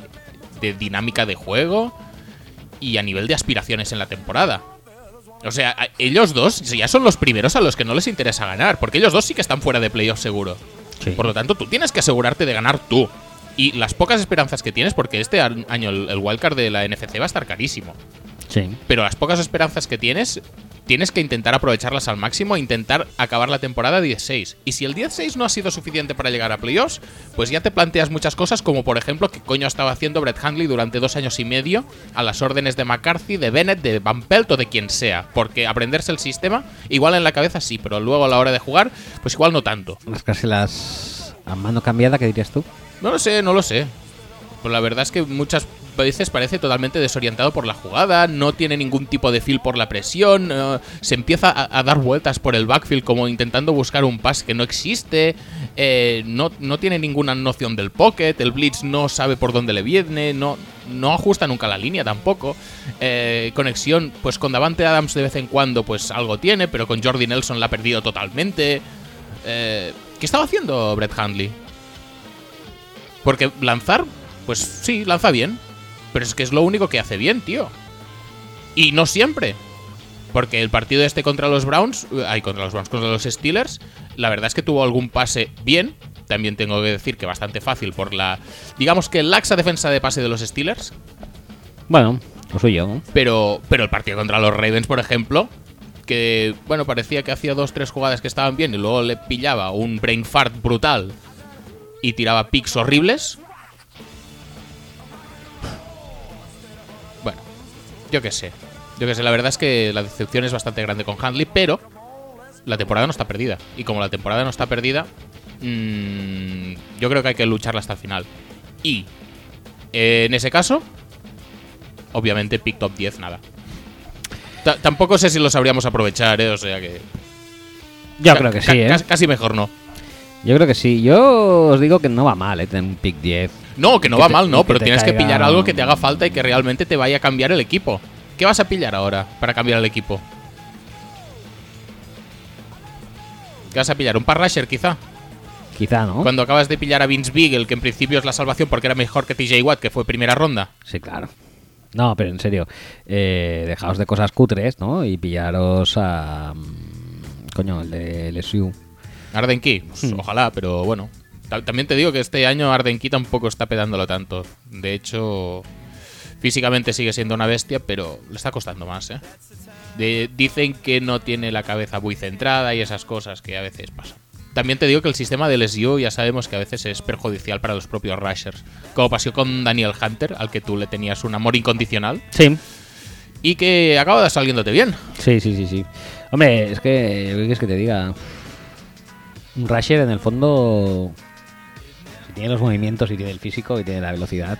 de dinámica de juego y a nivel de aspiraciones en la temporada. O sea, a- ellos dos ya son los primeros a los que no les interesa ganar, porque ellos dos sí que están fuera de playoff seguro.
Sí.
Por lo tanto, tú tienes que asegurarte de ganar tú. Y las pocas esperanzas que tienes, porque este ar- año el, el wildcard de la NFC va a estar carísimo.
Sí.
Pero las pocas esperanzas que tienes, tienes que intentar aprovecharlas al máximo e intentar acabar la temporada 16. Y si el 16 no ha sido suficiente para llegar a playoffs, pues ya te planteas muchas cosas, como por ejemplo, qué coño estaba haciendo Brett Handley durante dos años y medio a las órdenes de McCarthy, de Bennett, de Van Pelt o de quien sea. Porque aprenderse el sistema, igual en la cabeza sí, pero luego a la hora de jugar, pues igual no tanto.
las a mano cambiada, ¿qué dirías tú?
No lo sé, no lo sé. Pues la verdad es que muchas veces parece totalmente desorientado por la jugada, no tiene ningún tipo de feel por la presión, eh, se empieza a, a dar vueltas por el backfield como intentando buscar un pass que no existe, eh, no, no tiene ninguna noción del pocket, el blitz no sabe por dónde le viene, no, no ajusta nunca la línea tampoco, eh, conexión, pues con Davante Adams de vez en cuando pues algo tiene, pero con Jordi Nelson la ha perdido totalmente. Eh, ¿Qué estaba haciendo Brett Handley? Porque lanzar, pues sí, lanza bien. Pero es que es lo único que hace bien, tío. Y no siempre. Porque el partido este contra los Browns, eh, ay, contra los Browns, contra los Steelers, la verdad es que tuvo algún pase bien. También tengo que decir que bastante fácil por la, digamos que laxa defensa de pase de los Steelers.
Bueno, lo suyo. ¿no?
Pero, pero el partido contra los Ravens, por ejemplo, que bueno, parecía que hacía dos, tres jugadas que estaban bien y luego le pillaba un brain fart brutal y tiraba picks horribles. Bueno, yo qué sé. Yo qué sé, la verdad es que la decepción es bastante grande con Handley, pero la temporada no está perdida. Y como la temporada no está perdida, mm, yo creo que hay que lucharla hasta el final. Y eh, en ese caso, obviamente pick top 10 nada. Ta- tampoco sé si lo sabríamos aprovechar, ¿eh? O sea que...
Yo
ca-
creo que
ca-
sí, ¿eh?
cas- Casi mejor no.
Yo creo que sí. Yo os digo que no va mal, ¿eh? Tener un pick 10.
No, que no
Que
va
te-
mal,
y
no,
que
pero
te
tienes que
caiga-
pillar algo que te haga falta y que realmente te vaya a cambiar el equipo. ¿Qué vas a pillar ahora para cambiar el equipo? ¿Qué vas a pillar? ¿Un parrasher quizá?
Quizá, ¿no?
Cuando acabas de pillar a Vince Beagle, que en principio es la salvación porque era mejor que TJ Watt, que fue primera ronda.
Sí, claro. No, pero en serio, eh, dejaos de cosas cutres, ¿no? Y pillaros a... mm, Coño, el de LSU.
Arden Key, pues,
Hmm.
ojalá, pero bueno. Ta- También te digo que este año Arden Key tampoco está pedándolo tanto. De hecho, físicamente sigue siendo una bestia, pero le está costando más, ¿eh? De- dicen que no tiene la cabeza muy centrada y esas cosas que a veces pasan. También te digo que el sistema del SU ya sabemos que a veces es perjudicial para los propios rushers. Como pasó con Daniel Hunter, al que tú le tenías un amor incondicional,
Sí.
y que acaba saliéndote bien.
Sí, sí, sí, sí. Hombre, es que... ¿Qué quieres que te diga? Un Rasher, en el fondo... Si tiene los movimientos y tiene el físico y tiene la
*clears throat*
velocidad...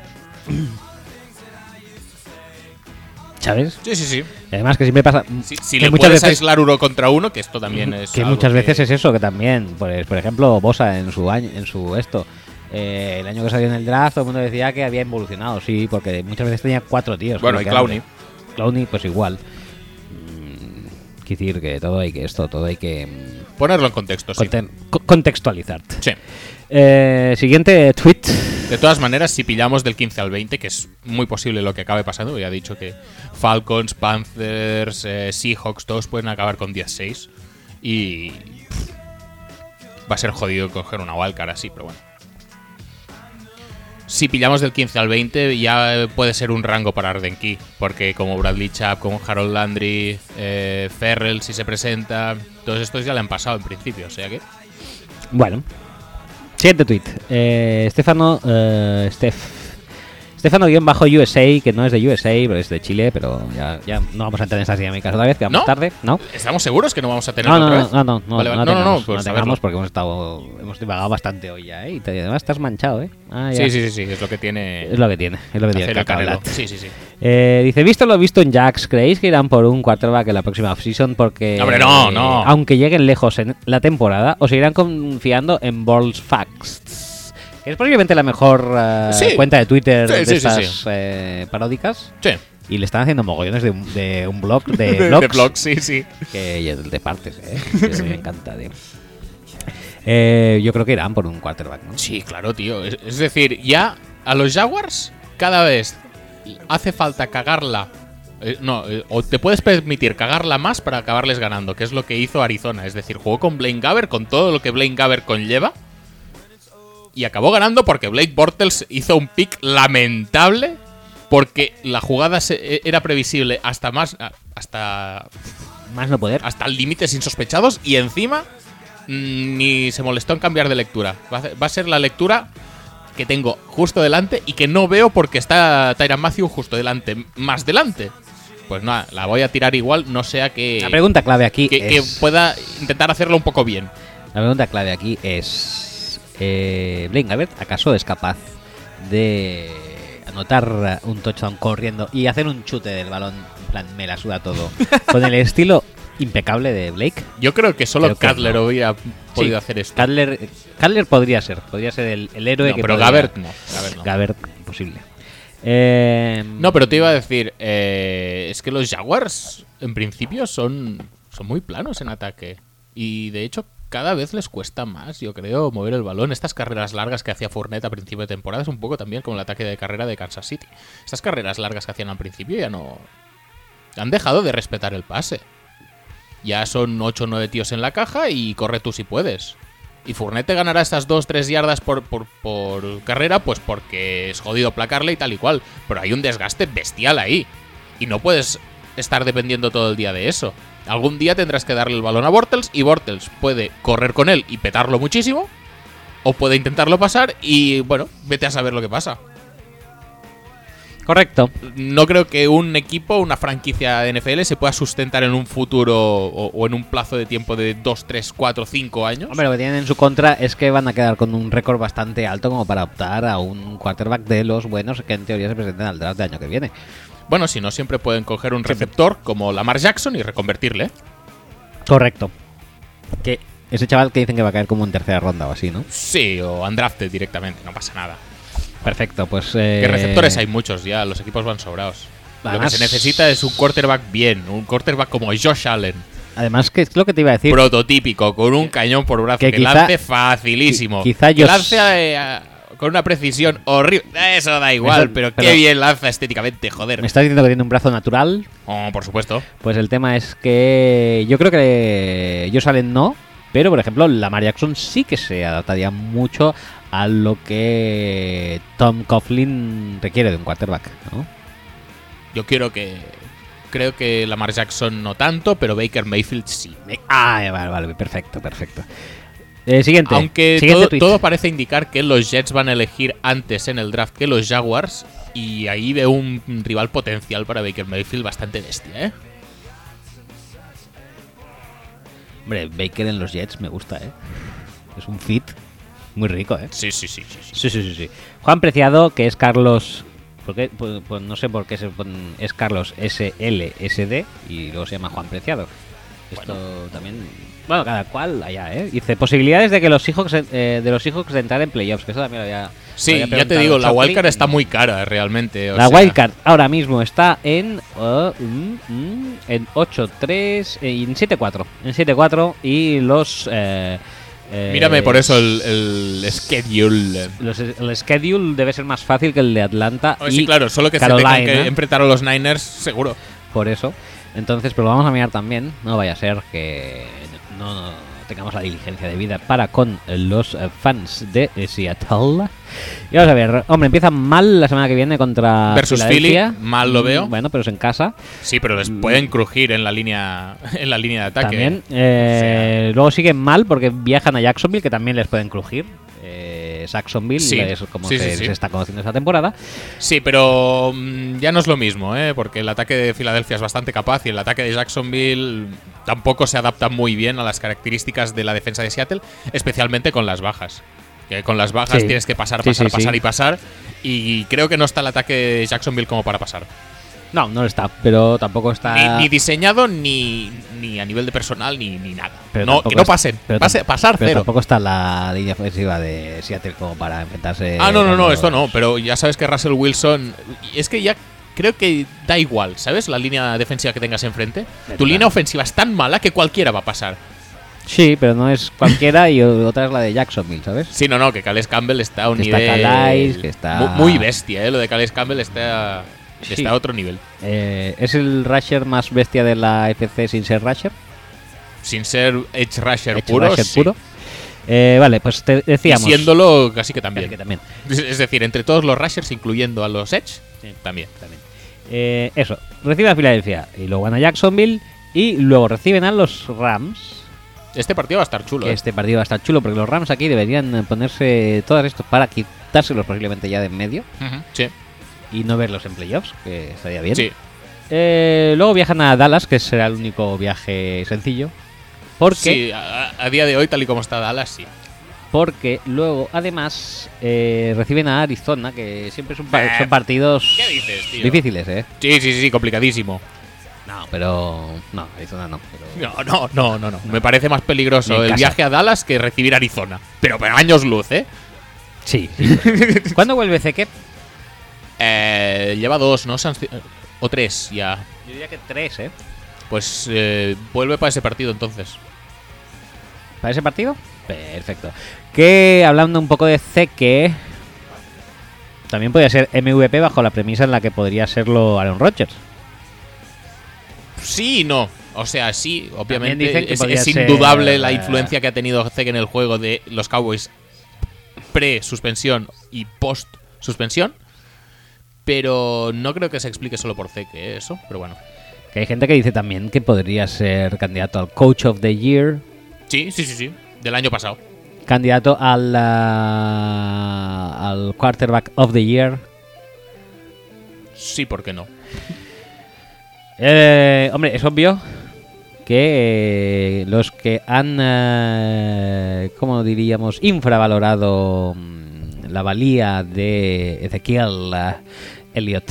¿Sabes?
Sí, sí, sí.
Y además que siempre pasa...
Si, si
que
le
muchas
puedes
veces-
aislar uno contra uno, que esto también es.
que
algo
muchas
que-
veces es eso que también pues, por ejemplo Bosa en su año en su esto eh, el año que salió en el draft todo el mundo decía que había evolucionado sí porque muchas veces tenía cuatro tíos
Bueno,
creo
y
que
Clowney.
antes. Clowney pues igual Mm, quiero decir que todo hay que esto todo hay que mm,
Ponerlo en contexto, sí.
conte- co- contextualizar
Sí.
Eh, siguiente tweet
De todas maneras, si pillamos del 15 al 20, que es muy posible lo que acabe pasando, ya he dicho que Falcons, Panthers, eh, Seahawks, todos pueden acabar con 10-6. Y. pff, va a ser jodido coger una wildcard así, pero bueno. Si pillamos del 15 al 20, ya eh, puede ser un rango para Arden Key, porque como Bradley Chap, como Harold Landry, eh, Ferrell, si se presenta, todos estos ya le han pasado en principio, o sea que.
Bueno. Siguiente tweet. Eh, Estefano. eh, Steph. Stefano-USA, que no es de USA, pero es de Chile, pero ya, ya no vamos a entrar en esas dinámicas otra vez, que vamos
¿No?
tarde, ¿no?
¿Estamos seguros que no vamos a tener
No,
otra
no,
vez?
no, no, no,
Vale,
no,
vale. no, no, no,
tengamos,
pues
no
a
tengamos
verlo.
porque hemos estado, hemos divagado bastante hoy ya, ¿eh? Y te- además estás manchado, ¿eh? Ah, ya.
Sí, sí, sí, sí, es lo que tiene
Es lo que tiene, es lo que tiene
hacer
el
el canelo.
cacaolat.
Sí, sí, sí.
Eh, dice, visto lo visto en Jax, ¿creéis que irán por un quarterback en la próxima offseason? Porque
Hombre, no,
eh,
no.
aunque lleguen lejos en la temporada, o seguirán confiando en Balls Facts. Que es posiblemente la mejor eh,
Sí.
cuenta de Twitter
Sí,
de
sí, sí,
estas
sí.
eh, paródicas.
Sí.
Y le están haciendo mogollones de un, de un blog de,
*laughs* De-
blogs
de blog, sí, sí.
que yo te partes,
*laughs*
eh. Que me encanta, tío. Eh, yo creo que irán por un quarterback, ¿no?
Sí, claro, tío. Es, es decir, ya a los Jaguars cada vez hace falta cagarla. eh, no, eh, o te puedes permitir cagarla más para acabarles ganando, que es lo que hizo Arizona. Es decir, jugó con Blaine Gaber, con todo lo que Blaine Gaber conlleva. Y acabó ganando porque Blake Bortles hizo un pick lamentable. Porque la jugada se- e- era previsible hasta más. a- Hasta
Más no poder.
hasta límites insospechados y encima mm, ni se molestó en cambiar de lectura. Va a, ser- va a ser la lectura que tengo justo delante y que no veo porque está Tyran Matthew justo delante, más delante. Pues nada, la voy a tirar igual, no sea que,
La pregunta clave aquí
que, que
es...
pueda intentar hacerlo un poco bien.
La pregunta clave aquí es: eh, ¿Blaine Gabbert acaso es capaz de anotar un touchdown corriendo y hacer un chute del balón? En plan, me la suda
*laughs*
todo. Con el estilo impecable de Blake.
Yo creo que solo
Creo que
Cutler
no.
hubiera podido
Sí,
hacer esto.
Cutler, Cutler podría ser, podría ser el, el héroe
No,
que
pero
podría-
Gabbert no, Gabbert no.
Gabbert, imposible. Eh,
No, pero te iba a decir, eh, es que los Jaguars en principio son, son muy planos en ataque. Y de hecho cada vez les cuesta más, yo creo, mover el balón. Estas carreras largas que hacía Fournette a principio de temporada es un poco también como el ataque de carrera de Kansas City. Estas carreras largas que hacían al principio ya no... Han dejado de respetar el pase. Ya son 8 o 9 tíos en la caja y corre tú si puedes. Y Fournette te ganará estas 2-3 yardas por, por, por carrera, pues porque es jodido placarle y tal y cual. Pero hay un desgaste bestial ahí. Y no puedes estar dependiendo todo el día de eso. Algún día tendrás que darle el balón a Bortles y Bortles puede correr con él y petarlo muchísimo. O puede intentarlo pasar y, bueno, vete a saber lo que pasa.
Correcto.
No creo que un equipo, una franquicia de NFL se pueda sustentar en un futuro o, o en un plazo de tiempo de 2, 3, 4, 5 años.
Hombre, lo que tienen en su contra es que van a quedar con un récord bastante alto como para optar a un quarterback de los buenos que en teoría se presenten al draft del año que viene.
Bueno, si no, siempre pueden coger un receptor como Lamar Jackson y reconvertirle.
Correcto. Que Ese chaval que dicen que va a caer como en tercera ronda o así, ¿no?
Sí, o undrafted directamente, no pasa nada.
Perfecto, pues. Eh,
Que receptores hay muchos ya, los equipos van sobrados. Lo que
Además-
se necesita es un quarterback bien, un quarterback como Josh Allen,
Además, que es lo que te iba a decir.
prototípico, con un cañón por brazo,
Que
que,
quizá-
lance facilísimo.
qui- quizá
que
Josh-
lance eh, a- con una precisión horrible. Eso da igual,
Eso-
pero,
pero-
qué bien lanza estéticamente, joder.
Me estás diciendo que tiene un brazo natural.
Oh, por supuesto.
Pues el tema es que yo creo que Josh Allen no, pero por ejemplo Lamar Jackson sí que se adaptaría mucho a lo que Tom Coughlin requiere de un quarterback, ¿no?
Yo quiero que. Creo que Lamar Jackson no tanto, pero Baker Mayfield sí.
Ah, eh, vale, vale, perfecto, perfecto. Eh, siguiente.
Aunque
Siguiente
todo,
tuit.
todo parece indicar que los Jets van a elegir antes en el draft que los Jaguars. Y ahí veo un rival potencial para Baker Mayfield bastante bestia, ¿eh?
Hombre, Baker en los Jets me gusta, ¿eh? Es un fit muy rico, ¿eh?
Sí, sí, sí, sí. sí.
Sí, sí, sí, sí. Juan Preciado, que es Carlos. ¿por qué? Pues, pues no sé por qué se pon- es Carlos SLSD y luego se llama Juan Preciado. Esto también. Bueno, cada cual allá, ¿eh? Dice posibilidades de que los hijos de los hijos de entrar en playoffs, que eso también lo había. lo
Sí,
había
ya te
preguntado
digo, la
Chaufli.
wildcard está muy cara realmente. o
La
sea,
wildcard ahora mismo está en eh, mm, mm, en 8-3 eh, y en 7-4, en 7-4 y los eh, eh,
Mírame por eso el, el schedule.
los- el schedule debe ser más fácil que el de Atlanta.
Oye,
y
sí, claro, solo que se
Carolina,
tengan que enfrentar a los Niners, seguro.
por eso. Entonces, pero lo vamos a mirar también. No vaya a ser que no, no tengamos la diligencia de vida para con los eh, fans de eh, Seattle. Y vamos a ver, hombre, empieza mal la semana que viene contra.
Versus Philly,
Filadelfia.
mal lo veo.
Mm, Bueno, pero es en casa.
Sí, pero les pueden crujir en la línea, en la línea de ataque.
Mm. También. Eh, Luego siguen mal porque viajan a Jacksonville, que también les pueden crujir. Eh, Jacksonville
Sí.
es como
Sí,
se,
sí, sí.
se está conociendo esta temporada.
Sí, pero mm, ya no es lo mismo, ¿eh? porque el ataque de Filadelfia es bastante capaz y el ataque de Jacksonville tampoco se adapta muy bien a las características de la defensa de Seattle, especialmente con las bajas. Que con las bajas
Sí.
tienes que pasar,
Sí,
pasar,
sí, sí.
pasar y pasar. Y creo que no está el ataque de Jacksonville como para pasar.
No, no lo está, pero tampoco está.
Ni, ni diseñado, ni, ni a nivel de personal, ni, ni nada.
Pero
no,
tampoco
que no
es-
pasen.
pero
Pase-
tamp-
pasar
Pero
cero.
tampoco está la línea ofensiva de Seattle como para enfrentarse.
Ah, no, no, no,
tanto-
esto no, pero ya sabes que Russell Wilson. Es que ya creo que da igual, ¿sabes? La línea defensiva que tengas enfrente.
Claro.
Tu línea ofensiva es tan mala que cualquiera va a pasar.
Sí, pero no es cualquiera y otra es la de Jacksonville, ¿sabes?
Sí, no, no, que Cales Campbell está a un
Que está
nivel.
Calais, que está-
mu- Muy bestia, ¿eh? Lo de Cales Campbell está.
Sí.
Está a otro nivel.
Eh, ¿Es el rusher más bestia de la FC sin ser rusher?
Sin ser Edge Rusher
Edge
puro.
rusher
sí.
puro. Eh, vale, pues te
Y
decíamos.
siéndolo casi que
Casi que
también.
también.
Es- Es decir, entre todos los Rushers, incluyendo a los Edge, también.
también. Eh, eso, recibe a Filadelfia y luego gana Jacksonville y luego reciben a los Rams.
Este partido va a estar chulo.
que
¿eh?
este partido va a estar chulo porque los Rams aquí deberían eh, ponerse todos estos para quitárselos posiblemente ya de en medio.
Ujú, Sí,
y no verlos en playoffs, que estaría bien.
sí.
Eh, luego viajan a Dallas, que será el único viaje sencillo. Porque,
Sí, a, a- a día de hoy, tal y como está Dallas, sí.
porque luego, además, eh, reciben a Arizona, que siempre son, pa-
Eh,
son partidos
¿qué dices, tío?
difíciles, ¿eh?
Sí, sí, sí, complicadísimo.
No, pero. No, Arizona no. pero-
No, no, no, no, no. Me parece más
Ni en
peligroso el
casa.
viaje a Dallas que recibir a Arizona. Pero, pero años luz, ¿eh?
Sí. *laughs* ¿Cuándo vuelve Zekep?
Eh, lleva dos, ¿no? Sanci- O tres ya.
Yo diría que tres, ¿eh?
Pues eh, vuelve para ese partido entonces.
¿Para ese partido? Perfecto. Que hablando un poco de Zeke, también podría ser MVP bajo la premisa en la que podría serlo Aaron Rodgers.
Sí y no. O sea, sí,
dicen
obviamente
que
es,
podía
es
ser,
indudable la
eh,
influencia que ha tenido Zeke en el juego de los Cowboys pre-suspensión y post-suspensión. Pero no creo que se explique solo por Zeke ¿eh? eso. Pero bueno.
Que hay gente que dice también que podría ser candidato al Coach of the Year,
Sí, sí, sí, sí. Del año pasado.
candidato al, ah, al Quarterback of the Year.
Sí, ¿por qué no?
Eh, hombre, es obvio que eh, los que han, eh, ¿cómo diríamos?, infravalorado mm, la valía de Ezequiel eh, Elliott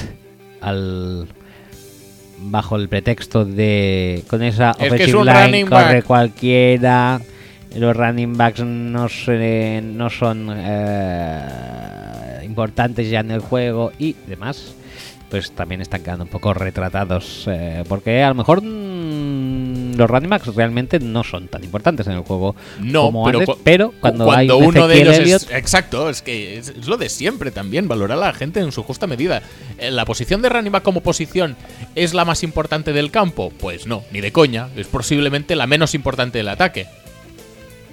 al bajo el pretexto de con esa
que es
offensive
un
line
running
corre
back.
cualquiera los running backs no, se- no son eh, importantes ya en el juego y demás, pues también están quedando un poco retratados. eh, porque a lo mejor mm, los running backs realmente no son tan importantes en el juego
No,
como
pero,
antes,
cu-
pero cuando,
cu-
hay
uno de
Ezequiel
ellos
Elliott,
es. Exacto, es que es, es lo de siempre también, valorar a la gente en su justa medida. Eh, ¿La posición de Ranima como posición es la más importante del campo? Pues no, ni de coña, es posiblemente la menos importante del ataque.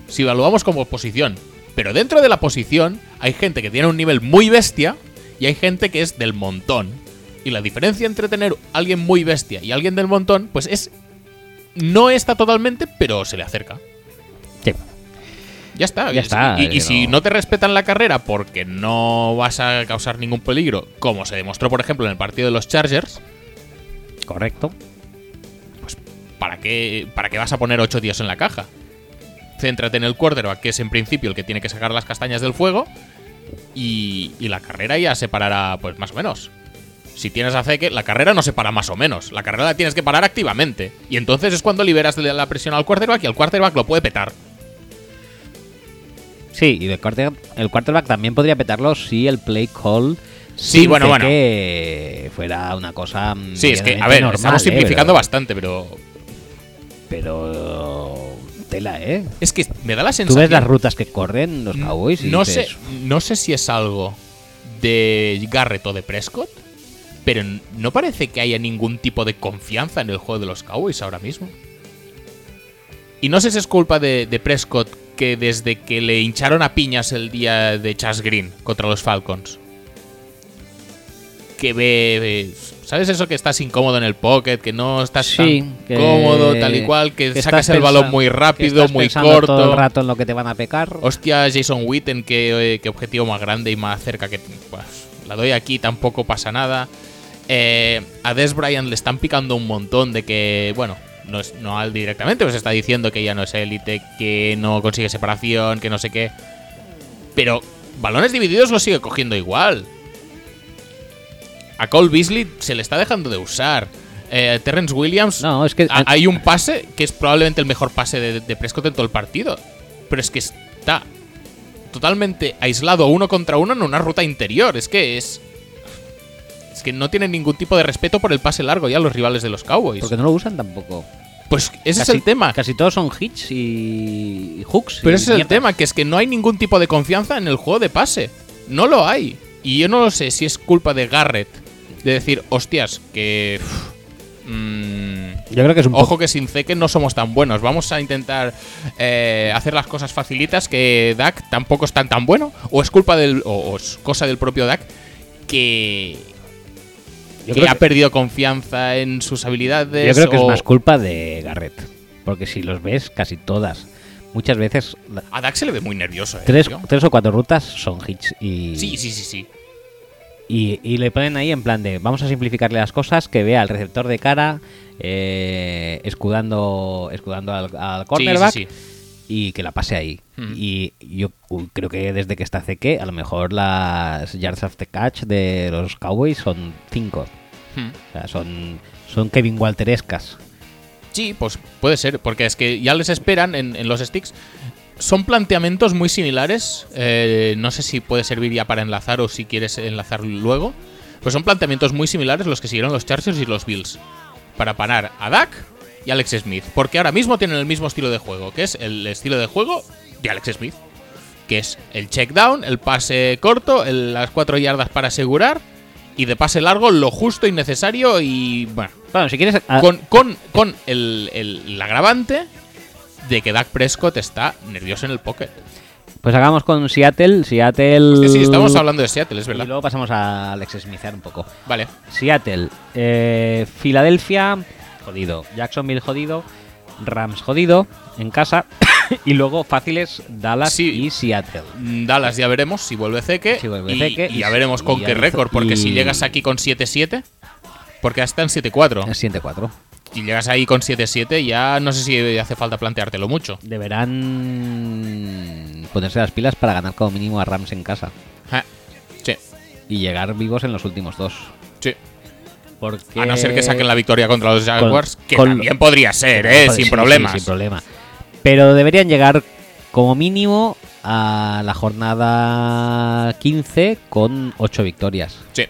Si evaluamos como posición. Pero dentro de la posición hay gente que tiene un nivel muy bestia y hay gente que es del montón. Y la diferencia entre tener alguien muy bestia y alguien del montón, pues es... No está totalmente, pero se le acerca.
sí.
Ya está.
Ya
Y-
está,
Y, y
pero-
si no te respetan la carrera porque no vas a causar ningún peligro, como se demostró, por ejemplo, en el partido de los Chargers,
correcto.
¿para qué, para qué vas a poner ocho tíos en la caja? Céntrate en el quarterback, que es en principio el que tiene que sacar las castañas del fuego, y, y la carrera ya se parará, pues más o menos. Si tienes a Zeke, la carrera no se para más o menos. La carrera la tienes que parar activamente. Y entonces es cuando liberas de la presión al quarterback y el quarterback lo puede petar.
Sí, y el quarterback, el quarterback también podría petarlo si el play call
Sí,
sin
bueno,
fe
bueno.
que fuera una cosa
Sí, es que, a
medianamente
ver,
normal,
estamos
¿eh?
simplificando
pero,
bastante, pero
pero tela, ¿eh?
Es que me da la
Tú
sensación.
ves las rutas que corren los Cowboys y
no
dices,
sé, no sé si es algo de Garrett o de Prescott, pero n- no parece que haya ningún tipo de confianza en el juego de los Cowboys ahora mismo. Y no sé si es culpa de, de Prescott que desde que le hincharon a piñas el día de Chas Green contra los Falcons, que ve, ve- ¿sabes eso que estás incómodo en el pocket, que no estás
sí,
tan
que-
cómodo, tal y cual, que, sacas
estás
el balón
pensa-
muy
que
rápido,
estás
muy
pensando
corto,
todo el rato en lo que te van a pecar.
Hostia, Jason Witten, qué, eh, qué objetivo más grande y más cerca que. pues, la doy aquí, tampoco pasa nada. Eh, a Des Bryant le están picando un montón de que, bueno, no es no al directamente, pues está diciendo que ya no es élite, que no consigue separación, que no sé qué. Pero balones divididos lo sigue cogiendo igual. A Cole Beasley se le está dejando de usar. Eh, Terrence Williams.
No, es que-
ha- Ah, hay un pase que es probablemente el mejor pase de, de Prescott en todo el partido. Pero es que está totalmente aislado uno contra uno en una ruta interior. Es que es. Es que no tienen ningún tipo de respeto por el pase largo ya los rivales de los Cowboys.
Porque no lo usan tampoco.
pues ese es
Casi-
el tema.
Casi todos son hits y, y hooks.
Pero
y
ese es el
mierdas.
tema, que es que no hay ningún tipo de confianza en el juego de pase. No lo hay. Y yo no lo sé si es culpa de Garrett. De decir, hostias, que... uf, mm,
Yo creo que es un poco
ojo que sin Zeke no somos tan buenos. Vamos a intentar eh, hacer las cosas facilitas que Dak tampoco es tan tan bueno. O es culpa del... O, o es cosa del propio Dak que...
Yo
que
creo
ha
que-
perdido confianza en sus habilidades.
Yo creo que es
o-
más culpa de Garrett. Porque si los ves, casi todas. Muchas veces, la-
A Dak se le ve muy nervioso. eh,
tres,
tío.
tres o cuatro rutas son hits. Y,
Sí, sí, sí, sí.
Y, y le ponen ahí en plan de: vamos a simplificarle las cosas, que vea al receptor de cara, eh, escudando, escudando al, al
Sí, sí,
cornerback
sí.
y que la pase ahí.
Hmm.
Y yo cu- creo que desde que está CK, a lo mejor las yards after catch de los Cowboys son cinco.
Hmm.
O sea, son, son Kevin Walterescas.
Sí, pues puede ser, porque es que ya les esperan en, en los sticks. Son planteamientos muy similares. eh, no sé si puede servir ya para enlazar o si quieres enlazar luego. Pues son planteamientos muy similares los que siguieron los Chargers y los Bills. Para parar a Dak y Alex Smith. Porque ahora mismo tienen el mismo estilo de juego, que es el estilo de juego de Alex Smith. Que es el check down, el pase corto, el- las cuatro yardas para asegurar. Y de pase largo, lo justo y necesario. Y bueno,
Bueno, si quieres. a-
con, con- con el, el- el agravante de que Dak Prescott está nervioso en el pocket.
Pues hagamos con Seattle. Seattle.
Sí, sí, estamos hablando de Seattle, es
Y
verdad.
luego pasamos a Alex Smithar un poco.
Vale.
Seattle, eh, Filadelfia, jodido. Jacksonville, jodido. Rams, jodido. En casa. *coughs* y luego fáciles Dallas
Sí.
y Seattle.
Mm, Dallas ya veremos si vuelve Zeke.
Si vuelve
y,
Zeke,
y ya
y-
veremos
y
con
ya
qué
hizo-
récord, porque si
y-
llegas aquí con 7-7, porque hasta en 7-4.
El siguiente cuatro.
Si llegas ahí con 7-7, ya no sé si hace falta planteártelo mucho.
Deberán ponerse las pilas para ganar como mínimo a Rams en casa.
Ja. Sí,
Y llegar vivos en los últimos dos.
sí.
Porque...
A no ser que saquen la victoria contra los Jaguars, que
con-
también podría ser,
Joder,
¿eh? sin
sí,
problemas.
sí, sin problema. Pero deberían llegar como mínimo a la jornada 15 con 8 victorias.
Sí.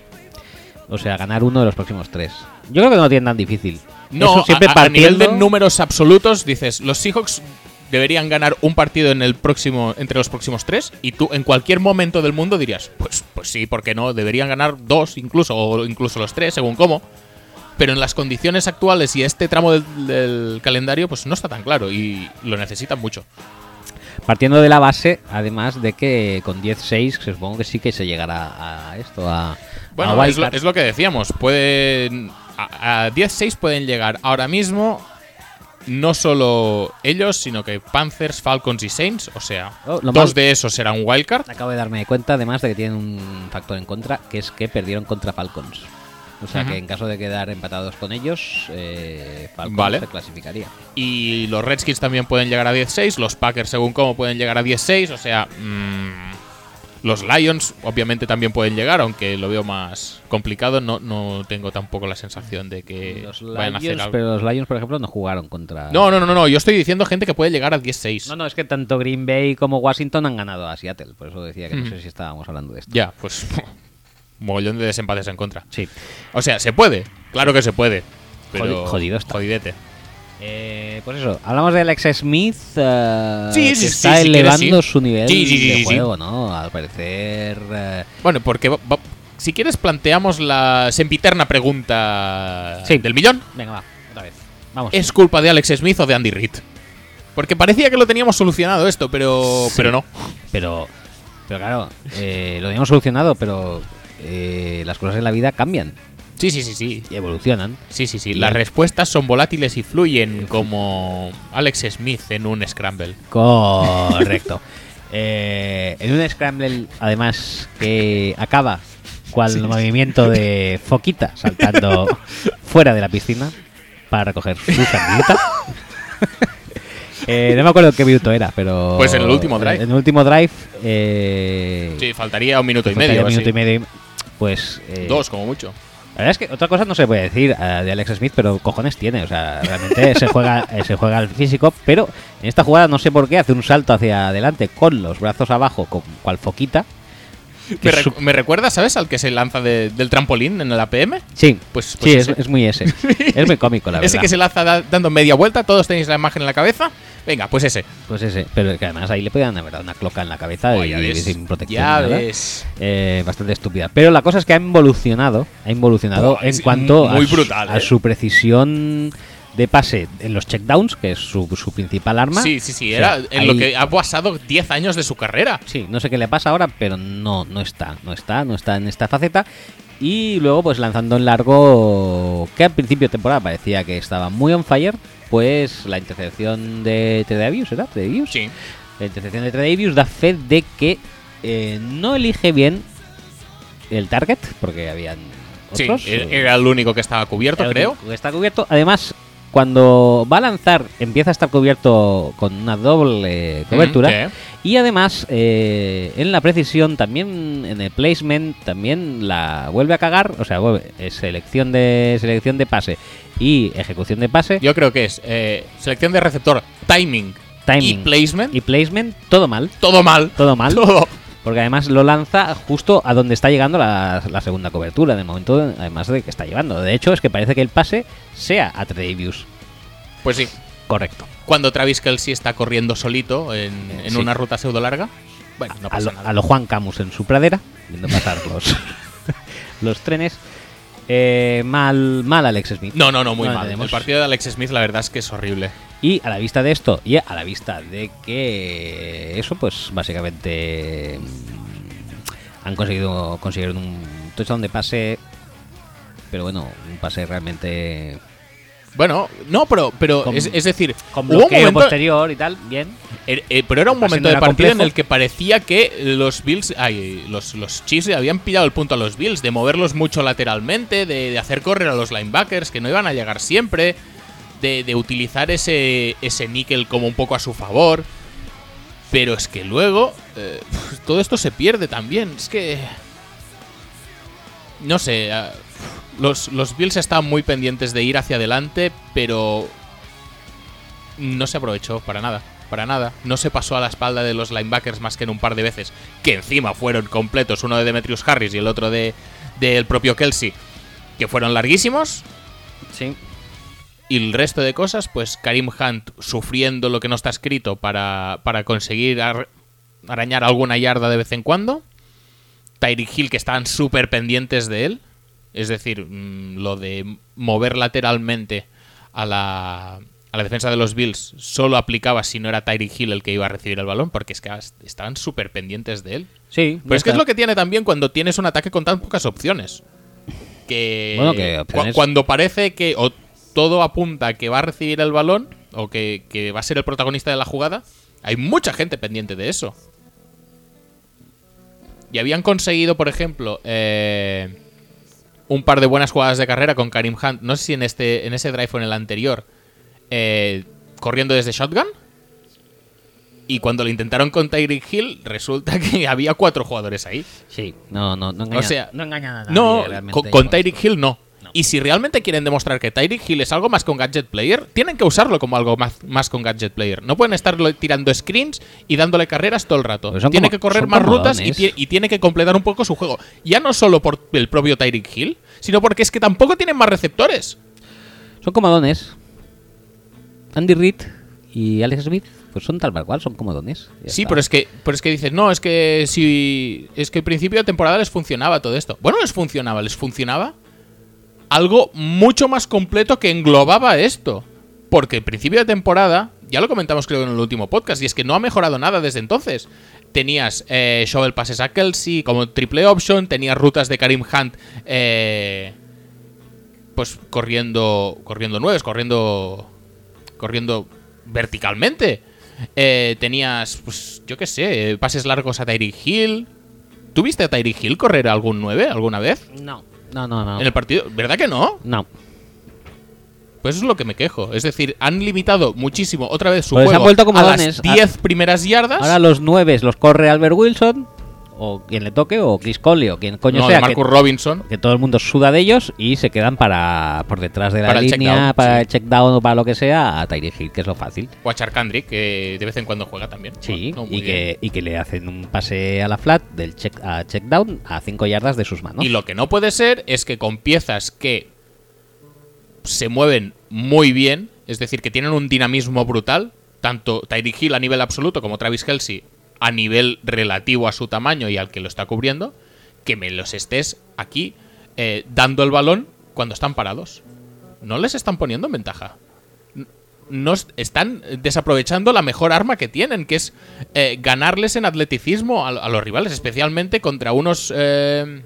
O sea, ganar uno de los próximos tres. Yo creo que no lo tienen tan difícil.
No,
Eso siempre
a, a- a
partiendo,
nivel de números absolutos, dices, los Seahawks deberían ganar un partido en el próximo, entre los próximos tres, y tú en cualquier momento del mundo dirías, pues, pues sí, ¿por qué no? Deberían ganar dos incluso, o incluso los tres, según cómo. Pero en las condiciones actuales y este tramo del, del calendario, pues no está tan claro y lo necesitan mucho.
partiendo de la base, además de que con 10-6, que supongo que sí que se llegará a esto, a.
Bueno,
a
es lo,
wildcard.
es lo que decíamos. Pueden. A, a 10-6 pueden llegar ahora mismo. No solo ellos, sino que Panthers, Falcons y Saints. O sea,
Oh, lo
dos
mal-
de esos serán wildcard.
Acabo de darme cuenta, además de que tienen un factor en contra, que es que perdieron contra Falcons. O sea
Ajá.
que en caso de quedar empatados con ellos, eh, Falcons
Vale.
se clasificaría.
Y los Redskins también pueden llegar a 10-6. Los Packers, según cómo, pueden llegar a 10-6. O sea, mm, los Lions, obviamente, también pueden llegar, aunque lo veo más complicado. No, no tengo tampoco la sensación de que
Los
Eh, vayan a hacer
Lions,
algo.
pero los Lions, por ejemplo, no jugaron contra.
No, no, no, no, no. Yo estoy diciendo gente que puede llegar a 10-6.
No, no, es que tanto Green Bay como Washington han ganado a Seattle. Por eso decía que no
Ujú.
sé si estábamos hablando de esto.
Ya, pues. *laughs* mogollón de desempates en contra.
Sí.
O sea, se puede. Claro que se puede. Pero
Jodi- jodido está.
Jodidete.
Eh, pues eso, hablamos de Alex Smith. eh,
Sí,
que
sí, sí,
está
si quieres,
elevando
sí.
su nivel
Sí, sí, sí,
de
sí, sí.
juego, ¿no? Al parecer. eh,
Bueno, porque va- va- si quieres, planteamos la sempiterna pregunta
Sí.
del millón:
Venga, va, otra vez. Vamos.
¿es culpa de Alex Smith o de Andy Reid? Porque parecía que lo teníamos solucionado esto, pero,
Sí.
pero no.
Pero, pero claro, eh, lo habíamos solucionado, pero eh, las cosas en la vida cambian
Sí, sí, sí, sí.
y evolucionan.
Sí, sí, sí.
Bien.
Las respuestas son volátiles y fluyen como Alex Smith en un Scramble. *laughs*
Correcto. Eh, en un scramble, además, que acaba cual movimiento de foquita saltando
*laughs*
fuera de la piscina para recoger su candidata. Eh, no me acuerdo qué minuto era, pero.
Pues en el último drive.
En el último drive. eh,
Sí, faltaría un minuto y
faltaría
medio. así.
minuto y medio. y- Pues. eh,
Dos, como mucho.
La verdad es que otra cosa no se puede decir eh, de Alex Smith, pero cojones tiene. O sea, realmente se
*laughs*
juega eh, se juega al físico, pero en esta jugada no sé por qué hace un salto hacia adelante con los brazos abajo, con cual foquita. que
Me, recu-
su-
me recuerda, ¿sabes? Al que se lanza de- del trampolín en el APM.
Sí,
Pues- pues
sí es,
ese.
es muy
*laughs*
ese. es muy cómico, la verdad.
Ese que se lanza da- dando media vuelta, todos tenéis la imagen en la cabeza. Venga, pues ese.
Pues ese. Pero que además ahí le podían haber dado una cloca en la cabeza
Oh,
y,
ya ves.
sin protección.
Ya
ni nada.
ves.
Eh, bastante estúpida. Pero la cosa es que ha involucionado, ha involucionado
Buah,
en
es
cuanto
muy
a, su-
brutal,
a
eh.
su precisión de pase en los checkdowns, que es su, su principal arma.
Sí, sí, sí.
O sea,
Era en
ahí-
lo que ha pasado 10 años de su carrera.
Sí, no sé qué le pasa ahora, pero no, no está, no está, no está en esta faceta. Y luego, pues lanzando en largo, que al principio de temporada parecía que estaba muy on fire, pues la intercepción de Tredavius, ¿era? Tredavius.
Sí.
La intercepción de Tredavius da fe de que eh, no elige bien el target, porque habían
Sí, e-
otros.
era era el único que estaba cubierto,
Claro,
creo.
que Está cubierto. Además, cuando va a lanzar, empieza a estar cubierto con una doble cobertura.
Mm, sí.
Y además, eh, en la precisión, también en el placement, también la vuelve a cagar. O sea, vuelve- eh, selección de selección de pase y ejecución de pase
Yo creo que es eh, selección de receptor, timing,
Timing.
y placement.
y placement, todo mal.
todo mal. *laughs*
Todo mal.
Todo.
Porque además lo lanza justo a donde está llegando la, la segunda cobertura, de momento, además de que está llevando. De hecho, es que parece que el pase sea a Tredavious.
Pues sí.
Correcto.
Cuando Travis Kelsey está corriendo solito en,
Eh,
en
sí.
una ruta pseudo larga. Bueno, no
a,
pasa
lo,
nada.
a lo Juan Camus en su pradera, viendo pasar los, *laughs* los trenes. Eh, mal, mal Alex Smith.
No, no, no, muy
No
mal.
entendemos.
El partido de Alex Smith, la verdad es que es horrible.
Y a la vista de esto, y a la vista de que eso, pues básicamente mm, han conseguido conseguir un touchdown de pase, pero bueno, un pase realmente
Bueno, no, pero, pero
Con-
es, es decir,
con
hubo un
bloqueo
momento,
posterior y tal, bien.
eh, eh, pero era un
El pase
momento
no
de
era
partido en
complejo.
el que parecía que los Bills, ay, los, los Chiefs le habían pillado el punto a los Bills, de moverlos mucho lateralmente, de, de hacer correr a los linebackers que no iban a llegar siempre, de, de utilizar ese, ese níquel como un poco a su favor. Pero es que luego eh, *laughs* todo esto se pierde también. Es que. No sé. ah, Los, los Bills estaban muy pendientes de ir hacia adelante, pero. No se aprovechó para nada. Para nada. No se pasó a la espalda de los linebackers más que en un par de veces. Que encima fueron completos. Uno de Demetrius Harris y el otro de del propio Kelsey. Que fueron larguísimos.
Sí.
Y el resto de cosas, pues Karim Hunt sufriendo lo que no está escrito para, para conseguir ar- arañar alguna yarda de vez en cuando. Tyreek Hill que estaban súper pendientes de él. Es decir, mm, lo de mover lateralmente a la, a la defensa de los Bills solo aplicaba si no era Tyreek Hill el que iba a recibir el balón, porque es que as- estaban súper pendientes de él.
Sí.
Pero Pues es que es lo que tiene también cuando tienes un ataque con tan pocas opciones. Que,
Bueno, que opciones-
cua- cuando parece que o todo apunta a que va a recibir el balón o que, que va a ser el protagonista de la jugada, hay mucha gente pendiente de eso. Y habían conseguido, por ejemplo, eh, un par de buenas jugadas de carrera con Karim Hunt. No sé si en, este, en ese drive o en el anterior. eh, corriendo desde shotgun. Y cuando lo intentaron con Tyreek Hill, resulta *laughs* que había cuatro jugadores ahí.
Sí. No, no, no engaña.
O sea,
no engaña nada.
No, con, con
Tyrick
Tyreek Hill no. Y si realmente quieren demostrar que Tyreek Hill es algo más con Gadget Player, tienen que usarlo como algo más, más con Gadget Player. No pueden estarlo tirando screens y dándole carreras todo el rato.
Pues son
Tiene
como-
que correr
son
más
como
rutas y,
dones.
tie- y tiene que completar un poco su juego. Ya no solo por el propio Tyreek Hill, sino porque es que tampoco tienen más receptores.
Son comodones. Andy Reid y Alex Smith, pues son tal para cual, son comodones. Ya
Sí,
está.
pero es que pero es que dices, no, es que si es que al principio de temporada les funcionaba todo esto. Bueno, les funcionaba, les funcionaba algo mucho más completo que englobaba esto, porque al principio de temporada, ya lo comentamos creo en el último podcast y es que no ha mejorado nada desde entonces. Tenías eh, shovel passes a Kelsey como triple option, tenías rutas de Karim Hunt eh, pues corriendo corriendo nueves, corriendo corriendo verticalmente. Eh, tenías, pues, yo qué sé, eh, pases largos a Tyreek Hill. ¿Tuviste a Tyreek Hill correr algún 9 alguna vez
No, no, no, no.
en el partido? ¿Verdad que no?
No.
Pues eso es lo que me quejo. Es decir, han limitado muchísimo otra vez su
Pues se
juego
han vuelto como
a
dones.
las 10 primeras yardas.
Ahora los nueves los corre Albert Wilson, o quien le toque, o Chris Colley, o quien coño
no,
sea.
de Marcus
que,
Robinson.
que todo el mundo suda de ellos y se quedan para por detrás de la
Para el
línea,
check down,
para
sí.
el check down o para lo que sea, a Tyreek Hill, que es lo fácil.
O a Charkandrick, que de vez en cuando juega también.
Sí,
No, muy
y,
bien.
que, y que le hacen un pase a la flat del check, a check down a 5 yardas de sus manos.
Y lo que no puede ser es que con piezas que se mueven muy bien, es decir, que tienen un dinamismo brutal, tanto Tyreek Hill a nivel absoluto como Travis Kelsey a nivel relativo a su tamaño y al que lo está cubriendo, que me los estés aquí eh, dando el balón cuando están parados. No les están poniendo en ventaja. N- No es- están desaprovechando la mejor arma que tienen, que es eh, ganarles en atleticismo a, a los rivales, especialmente contra unos eh,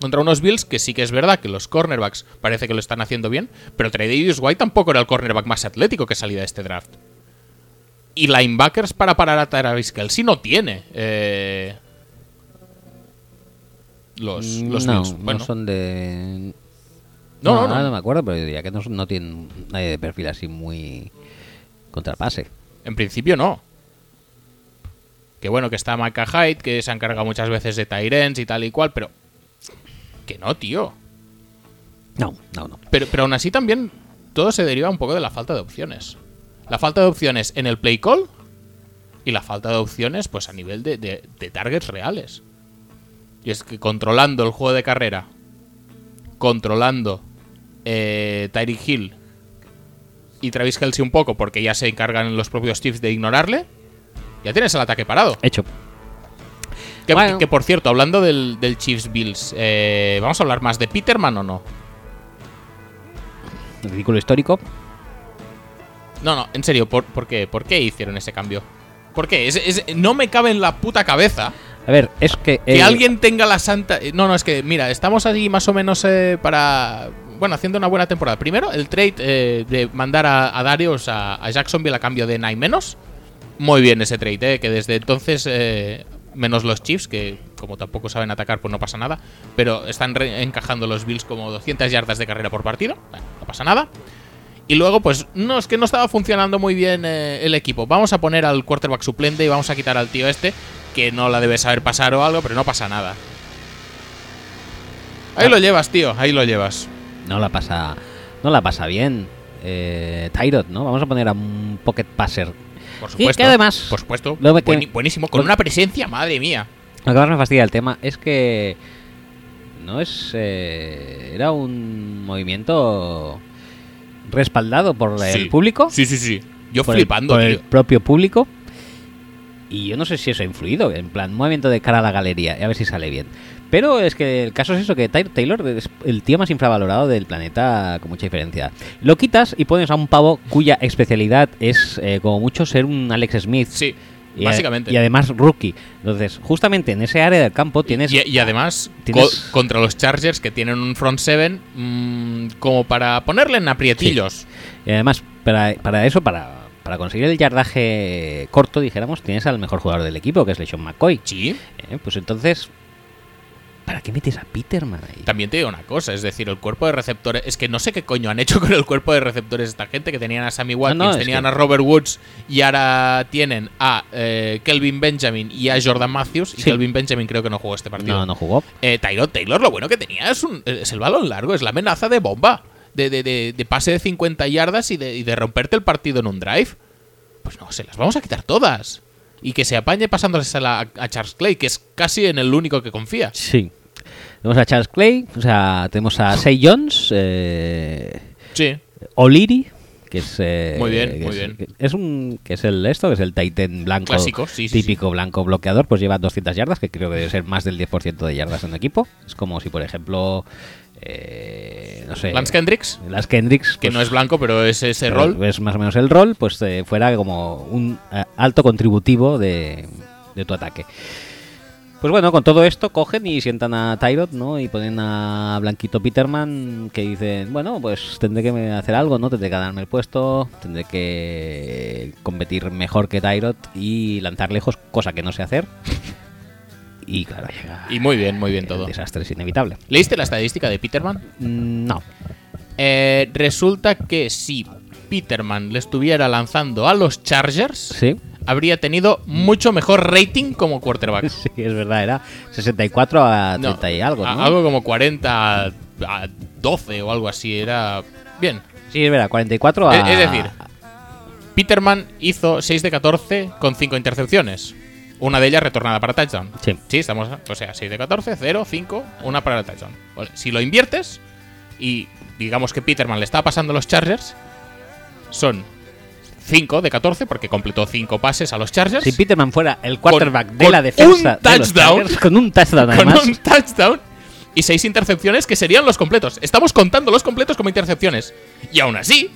contra unos Bills que sí que es verdad que los cornerbacks parece que lo están haciendo bien, pero Tredavious White tampoco era el cornerback más atlético que salía de este draft. Y linebackers para parar a Travis Kelsey no tiene. eh, los, los
Mm, no,
Bills.
no
Bueno,
son de...
No, no,
ahora
no.
me acuerdo, pero yo diría que no, son- no tienen nadie de perfil así muy contrapase.
en principio no. Que bueno, que está Micah Hyde, que se ha encargado muchas veces de Tyrens y tal y cual, pero. Que no, tío.
No, no, no.
Pero, pero aún así también todo se deriva un poco de la falta de opciones. La falta de opciones en el play call y la falta de opciones pues a nivel de, de- de targets reales. Y es que controlando el juego de carrera, controlando eh, Tyreek Hill y Travis Kelsey un poco porque ya se encargan los propios Chiefs de ignorarle, ya tienes el ataque parado.
Hecho.
Que,
Bueno.
que, por cierto, hablando del, del Chiefs Bills, eh, ¿vamos a hablar más de Peterman o no?
Ridículo histórico.
No, no, en serio, ¿por, por qué? ¿Por qué hicieron ese cambio? ¿Por qué? Es- es- no me cabe en la puta cabeza
A ver, es que...
que
el-
alguien tenga la santa... eh, No, no, es que, mira, estamos allí más o menos eh, para... Bueno, haciendo una buena temporada. Primero, el trade eh, de mandar a, a Darius a, a Jacksonville a cambio de Nine menos. Muy bien ese trade, eh, que desde entonces, eh, menos los Chiefs, que como tampoco saben atacar, pues no pasa nada. Pero están re- encajando los Bills como 200 yardas de carrera por partido. Bueno, no pasa nada. Y luego, pues, no, es que no estaba funcionando muy bien eh, el equipo. Vamos a poner al quarterback suplente y vamos a quitar al tío este, que no la debe saber pasar o algo, pero no pasa nada. Ahí lo llevas, tío, ahí lo llevas.
No la pasa, no la pasa bien. Eh, Tyrod, ¿no? Vamos a poner a un pocket passer
Por
Y
supuesto.
que además-
Por supuesto.
Lo que-
bueni- buenísimo. Con
lo-
una presencia, madre mía.
Lo que más me fastidia el tema es que no es eh, era un movimiento respaldado por el
Sí.
público,
Sí, sí, sí. Yo
por, el-
flipando,
por el,
tío.
propio público. Y yo no sé si eso ha influido, en plan, movimiento de cara a la galería, y a ver si sale bien. Pero es que el caso es eso, que Ty- Taylor es el tío más infravalorado del planeta con mucha diferencia. Lo quitas y pones a un pavo cuya especialidad es, eh, como mucho, ser un Alex Smith.
Sí,
Y a-
básicamente.
Y además rookie. Entonces, justamente en ese área del campo tienes...
Y- y además,
tienes-
co- contra los Chargers que tienen un front seven, mm, como para ponerle en aprietillos.
y además, para, para eso, para, para conseguir el yardaje corto, dijéramos, tienes al mejor jugador del equipo, que es LeSean McCoy.
Sí.
Eh, Pues entonces, ¿para qué metes a Peterman ahí?
También te digo una cosa, es decir, el cuerpo de receptores. Es que no sé qué coño han hecho *laughs* con el cuerpo de receptores esta gente que tenían a Sammy Watkins,
no, es
tenían
que-
a Robert Woods y ahora tienen a eh, Kelvin Benjamin y a Jordan Matthews. Y
Sí.
Kelvin Benjamin creo que no jugó este partido.
No, no jugó.
Eh, Tyrod Taylor, lo bueno que tenía es, un- es el balón largo, es la amenaza de bomba, de, de- de- de pase de 50 yardas y de, y de romperte el partido en un drive. Pues no, se las vamos a quitar todas. Y que se apañe pasándoles a, la- a Charles Clay, que es casi en el único que confía.
Sí. Tenemos a Charles Clay, o sea, tenemos a Say Jones, eh,
Sí,
O'Leary, que es eh,
Muy bien,
que
muy
es,
bien.
que es un que es el esto que es el Titan blanco
Clásico, sí, sí,
típico blanco bloqueador pues lleva 200 yardas que creo que debe ser más del 10% de yardas en el equipo es como si por ejemplo eh, no sé
Lance Kendricks,
Lance Kendricks
que
pues,
no es blanco, pero es ese
pero
este rol.
es más o menos el rol pues eh, fuera como un eh, alto contributivo de, de tu ataque pues bueno, con todo esto cogen y sientan a Tyrod, ¿no? Y ponen a Blanquito Peterman que dicen, bueno, pues tendré que hacer algo, ¿no? Tendré que ganarme el puesto, tendré que competir mejor que Tyrod y lanzar lejos, cosa que no sé hacer. Y claro, llega
Y muy bien, muy bien
el
todo.
eh, desastre es inevitable.
¿Leíste la estadística de Peterman?
Mm, No.
Eh, resulta que si Peterman le estuviera lanzando a los Chargers,
*laughs* Sí. *laughs*
habría tenido mucho mejor rating como quarterback.
Sí, es verdad, era 64 a
No,
30 y algo,
a-
¿no?
Algo como 40 a, a 12 o algo así. Era. Bien.
Sí, es verdad, 44 a...
Es- es decir, Peterman hizo 6 de 14 con 5 intercepciones. Una de ellas retornada para touchdown.
Sí.
estamos. O sea, 6 de 14, 0, 5, una para el touchdown. Vale, Si lo inviertes y digamos que Peterman le está pasando a los Chargers, son 5 de 14 porque completó 5 pases a los Chargers.
Si Peterman fuera el quarterback
Con-
de la
con
defensa
un
de los
touchdown.
Chargers, con un touchdown
con
además,
un touchdown y seis intercepciones que serían los completos. Estamos contando los completos como intercepciones. Y aún así,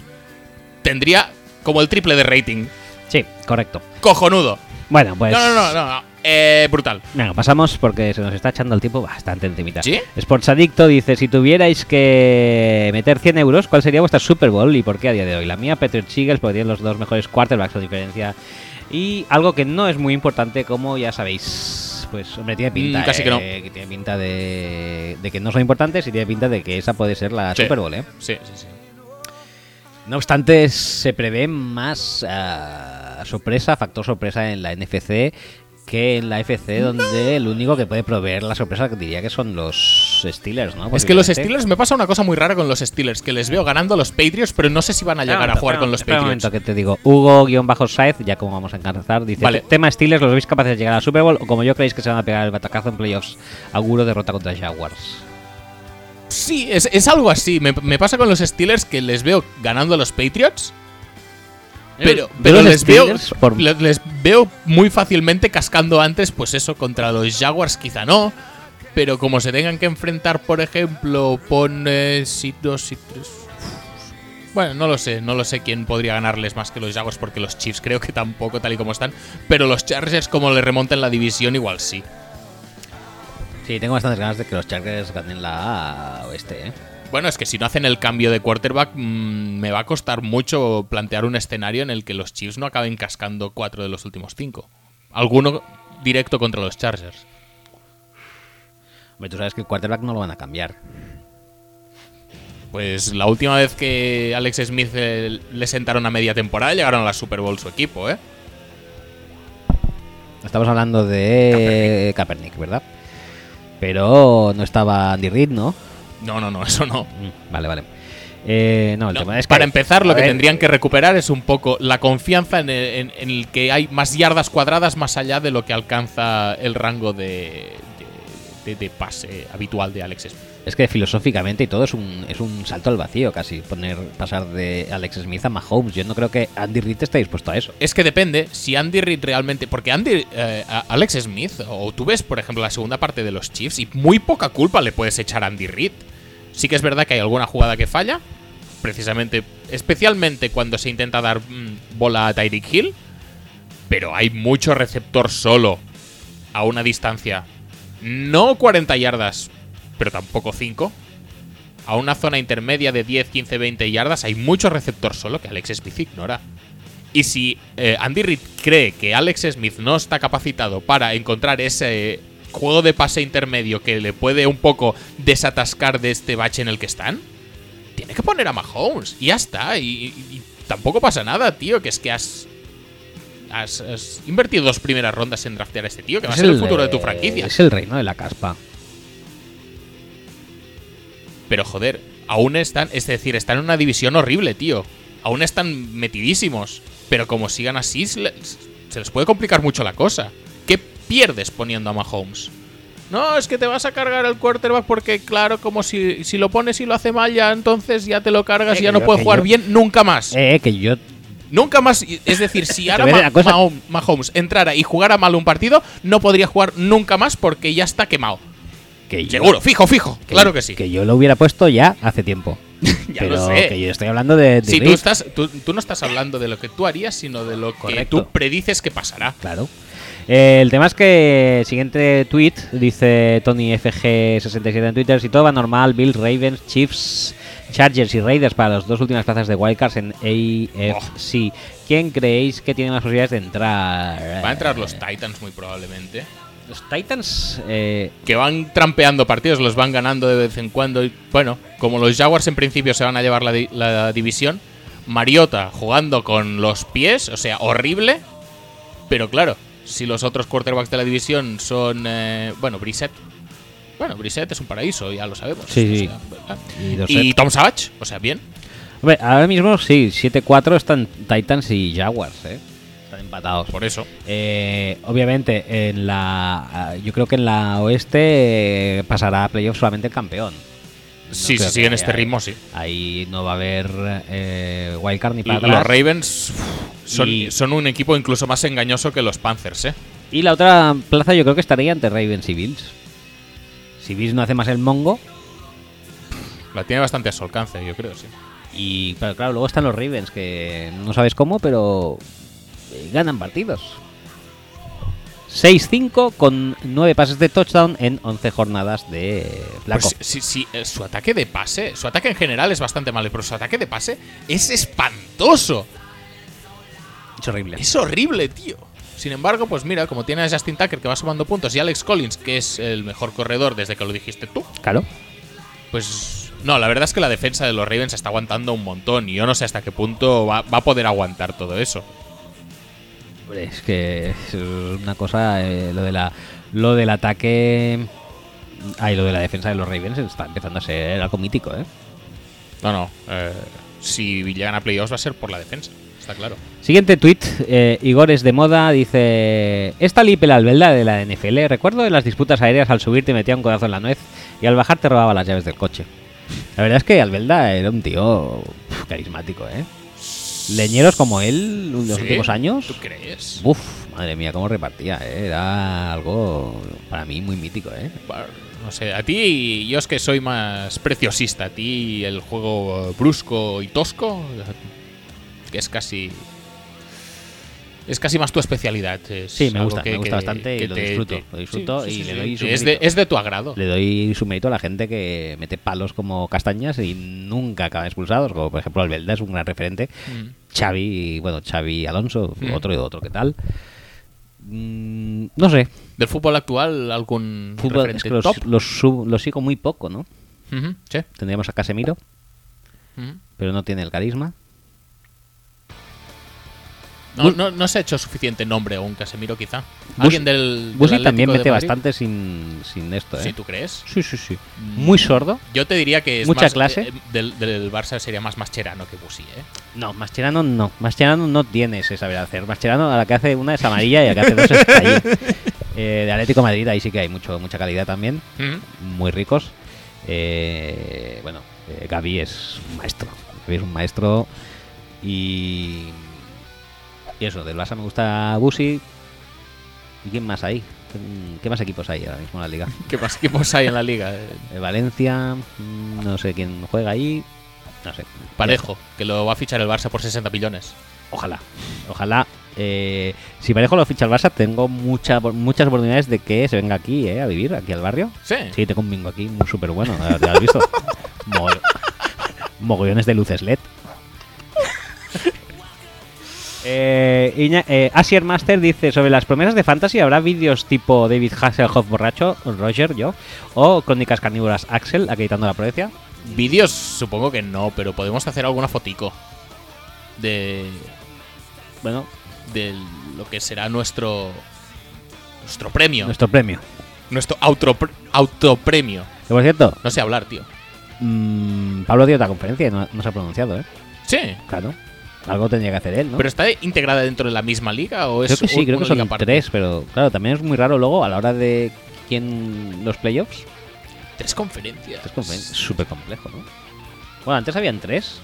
tendría como el triple de rating.
sí, correcto.
Cojonudo.
Bueno, pues
No, no, no, no. no. Eh, brutal.
Venga, pasamos porque se nos está echando el tiempo bastante encimita.
¿Sí?
Sports Adicto dice, si tuvierais que meter 100 euros, ¿cuál sería vuestra Super Bowl y por qué a día de hoy? La mía, Peter Chigels, porque tienen los dos mejores quarterbacks a diferencia. Y algo que no es muy importante, como ya sabéis, pues hombre, tiene pinta,
Mm, casi
eh,
que no.
tiene pinta de, de que no son importantes y tiene pinta de que esa puede ser la
Sí.
Super Bowl, ¿eh?
Sí, sí, sí.
No obstante, se prevé más ah, sorpresa, factor sorpresa en la NFC que en la FC, donde el único que puede proveer la sorpresa diría que son los Steelers, ¿no?
Es que los
Posiblemente.
Steelers me pasa una cosa muy rara con los Steelers, que les veo ganando a los Patriots, pero no sé si van
Espera
a
un
llegar a
momento,
jugar
espera
con
un-
los
espera un
Patriots.
momento que te digo. Hugo-Saez, ya como vamos a alcanzar, dice:
Vale.
Tema Steelers, ¿los veis capaces de llegar al Super Bowl? O como yo creéis que se van a pegar el batacazo en playoffs, auguro derrota contra Jaguars.
Sí, es, es algo así. Me, me pasa con los Steelers que les veo ganando a los Patriots. Pero, pero
¿Eh? los
les, veo,
Steelers por-
le- les veo muy fácilmente cascando antes, pues eso, contra los Jaguars quizá no. Pero como se tengan que enfrentar, por ejemplo, pon eh, si dos, si tres. Bueno, no lo sé, no lo sé quién podría ganarles más que los Jaguars, porque los Chiefs creo que tampoco, tal y como están. Pero los Chargers, como le remontan la división, igual sí.
Sí, tengo bastantes ganas de que los Chargers ganen la oeste, ¿eh?
Bueno, es que si no hacen el cambio de quarterback, mm, me va a costar mucho plantear un escenario en el que los Chiefs no acaben cascando cuatro de los últimos cinco. Alguno directo contra los Chargers.
Hombre, tú sabes que el quarterback no lo van a cambiar.
Pues la última vez que Alex Smith eh, le sentaron a media temporada, llegaron a la Super Bowl su equipo, ¿eh?
Estamos hablando de Kaepernick, ¿verdad? Pero no estaba Andy Reid, ¿no?
No, *laughs* no, no, eso no.
Mm, Vale, vale. Eh, no, el
No,
tema es que-
para empezar, lo
a
que
ver,
tendrían que recuperar es un poco la confianza en el, en- en el que hay más yardas cuadradas más allá de lo que alcanza el rango de, de- de- de pase habitual de Alex Smith.
Es que filosóficamente y todo es un, es un salto al vacío casi, poner pasar de Alex Smith a Mahomes. Yo no creo que Andy Reid esté dispuesto a eso.
Es que depende si Andy Reid realmente. Porque Andy, eh, a- Alex Smith, o tú ves, por ejemplo, la segunda parte de los Chiefs, y muy poca culpa le puedes echar a Andy Reid. Sí que es verdad que hay alguna jugada que falla, precisamente, especialmente cuando se intenta dar mm, bola a Tyreek Hill, pero hay mucho receptor solo a una distancia, no 40 yardas, pero tampoco 5. A una zona intermedia de 10, 15, 20 yardas, hay mucho receptor solo que Alex Smith ignora. Y si eh, Andy Reid cree que Alex Smith no está capacitado para encontrar ese juego de pase intermedio que le puede un poco desatascar de este bache en el que están, tiene que poner a Mahomes. Y ya está. Y, y- y tampoco pasa nada, tío. Que es que has, has, has invertido dos primeras rondas en draftear a este tío, que va a
Es
ser el futuro de tu
eh,
franquicia.
Es el reino de la caspa.
Pero joder, aún están, es decir, están en una división horrible, tío. Aún están metidísimos. Pero como sigan así, se le- se les puede complicar mucho la cosa. ¿Qué pierdes poniendo a Mahomes? No, es que te vas a cargar al quarterback porque, claro, como si, si lo pones y lo hace mal, ya entonces ya te lo cargas
Eh,
y ya
que
no
yo-
puede
que
jugar
yo-
bien nunca más.
Eh, que yo
Nunca más. y- Es
*laughs*
decir, si ahora
voy a
Ma-
decir una cosa.
Mahom- Mahomes entrara y jugara mal un partido, no podría jugar nunca más porque ya está quemado.
que yo-
Seguro, fijo, fijo. claro que sí.
Que yo lo hubiera puesto ya hace tiempo.
*laughs* ya
pero
lo sé.
que yo estoy hablando de, de
Si tú,
Reed,
estás, tú, tú no estás hablando de lo que tú harías, sino de lo que
Correcto.
tú predices que pasará.
Claro. Eh, el tema es que siguiente tweet dice Tony FG67 en Twitter, si todo va normal, Bills, Ravens, Chiefs, Chargers y Raiders para las dos últimas plazas de Wildcards en AFC. ¿Quién creéis que tiene más posibilidades de entrar?
Van a entrar
Eh.
los Titans muy probablemente.
Los Titans eh,
Que van trampeando partidos, los van ganando de vez en cuando. Y, bueno, como los Jaguars en principio se van a llevar la, di- la división, Mariota jugando con los pies, o sea, horrible. Pero claro, si los otros quarterbacks de la división son, eh, bueno, Brissett. Bueno, Brissett es un paraíso, ya lo sabemos.
Sí, sí.
O sea, ¿verdad?
y los
y Tom Savage, o sea, bien.
Hombre, ahora mismo sí, 7-4 están Titans y Jaguars, ¿eh? Están empatados.
Por eso.
Eh, obviamente, en la ah, yo creo que en la oeste eh, pasará a playoff solamente el campeón. No
sí,
creo
si
que
siguen este
haya-
ritmo, sí.
Ahí no va a haber eh, wildcard ni para
L- Los
atrás.
Ravens uf, son,
Y-
son un equipo incluso más engañoso que los Panthers, ¿eh?
Y la otra plaza yo creo que estaría entre Ravens y Bills. Si Bills no hace más el mongo,
La tiene bastante a su alcance, yo creo, sí.
y pero claro, luego están los Ravens, que no sabes cómo, pero eh, ganan partidos. 6-5 con 9 pases de touchdown en 11 jornadas de placo.
Pues sí, sí, eh, su ataque de pase, su ataque en general es bastante malo, pero su ataque de pase es espantoso.
es horrible.
Es horrible, tío. Sin embargo, pues mira, como tiene a Justin Tucker que va sumando puntos y Alex Collins, que es el mejor corredor desde que lo dijiste tú,
Claro.
Pues no, la verdad es que la defensa de los Ravens está aguantando un montón y yo no sé hasta qué punto va, va a poder aguantar todo eso.
Hombre, Es que es una cosa, eh, lo, de la, lo del ataque... Ah, y lo de la defensa de los Ravens está empezando a ser algo mítico, ¿eh?
No, no. eh, si llegan a playoffs va a ser por la defensa, está claro.
Siguiente tweet, eh, Igor es de moda, dice... Esta lipe la albelda de la NFL. Recuerdo de las disputas aéreas al subir te metía un codazo en la nuez y al bajar te robaba las llaves del coche. La verdad es que Albelda era un tío uf, carismático, ¿eh? Leñeros como él en los
Sí,
últimos años.
¿Tú crees?
Uf, madre mía, cómo repartía, ¿eh? Era algo para mí muy mítico, ¿eh?
Bueno, No sé, a ti, yo es que soy más preciosista. A ti el juego eh, brusco y tosco, eh, que es casi... Es casi más tu especialidad. es
Sí, me
algo
gusta, me gusta bastante y lo disfruto, lo disfruto y le doy su
es, de,
mérito.
es de tu agrado.
Le doy su mérito a la gente que mete palos como castañas y nunca acaban expulsados, como por ejemplo Albelda es un gran referente.
Mm.
Xavi, bueno, Xavi Alonso,
Mm.
otro y otro, ¿qué tal? Mm, no sé,
Del fútbol actual, algún
fútbol es
referente
que los,
top.
los sub- los sigo muy poco, ¿no?
Ujú, sí.
Tendríamos a Casemiro,
ujú.
pero no tiene el carisma.
No, no, no se ha hecho suficiente nombre aún, Casemiro, quizá. Alguien del. del
Busi
Atlético
también
de
mete
Madrid?
bastante sin, sin esto, ¿eh?
Sí, ¿tú Mm. crees?
sí, sí, sí. Muy sordo.
Yo te diría que es
Mucha
más-
clase.
eh, del, del Barça sería más Mascherano que Busi, ¿eh?
No, Mascherano no. Mascherano no tiene ese saber hacer. Mascherano a la que hace una es amarilla y a la que hace dos es calle. Eh, de Atlético de Madrid ahí sí que hay mucho mucha calidad también.
Mm.
Muy ricos. Eh, bueno, eh, Gaby es un maestro. Gaby es un maestro. Y, y eso, del Barça me gusta Busi. ¿Y quién más hay? ¿Qué más equipos hay ahora mismo en la liga?
¿Qué más equipos hay en
*laughs*
la liga? Eh,
Eh, Valencia, mm, no sé quién juega ahí. No sé.
Parejo, que lo va a fichar el Barça por 60 millones.
Ojalá, ojalá. eh, si Parejo lo ficha el Barça, tengo mucha, muchas oportunidades de que se venga aquí, eh, a vivir, aquí al barrio.
Sí.
Sí, tengo un bingo aquí súper bueno, ¿te has visto? Mogoll- Mogollones de luces LED. Eh, Iña- eh, Asier Master dice sobre las promesas de fantasy habrá vídeos tipo David Hasselhoff borracho, Roger, yo, o crónicas carnívoras Axel acreditando la provincia.
Vídeos supongo que no, pero podemos hacer alguna fotico de,
Bueno,
de lo que será nuestro nuestro premio,
nuestro premio.
nuestro autopre- autopremio.
Que, por cierto,
No sé hablar, tío.
Mm, Pablo dio otra conferencia y no, no se ha pronunciado, ¿eh?
Sí,
Claro. Algo tendría que hacer él, ¿no?
pero está integrada dentro de la misma liga o es
creo que sí,
un-
creo que
una liga
son
aparte?
tres, pero claro, también es muy raro luego a la hora de quién los playoffs.
Tres conferencias.
Es confe- súper complejo, ¿no? Bueno, antes habían tres.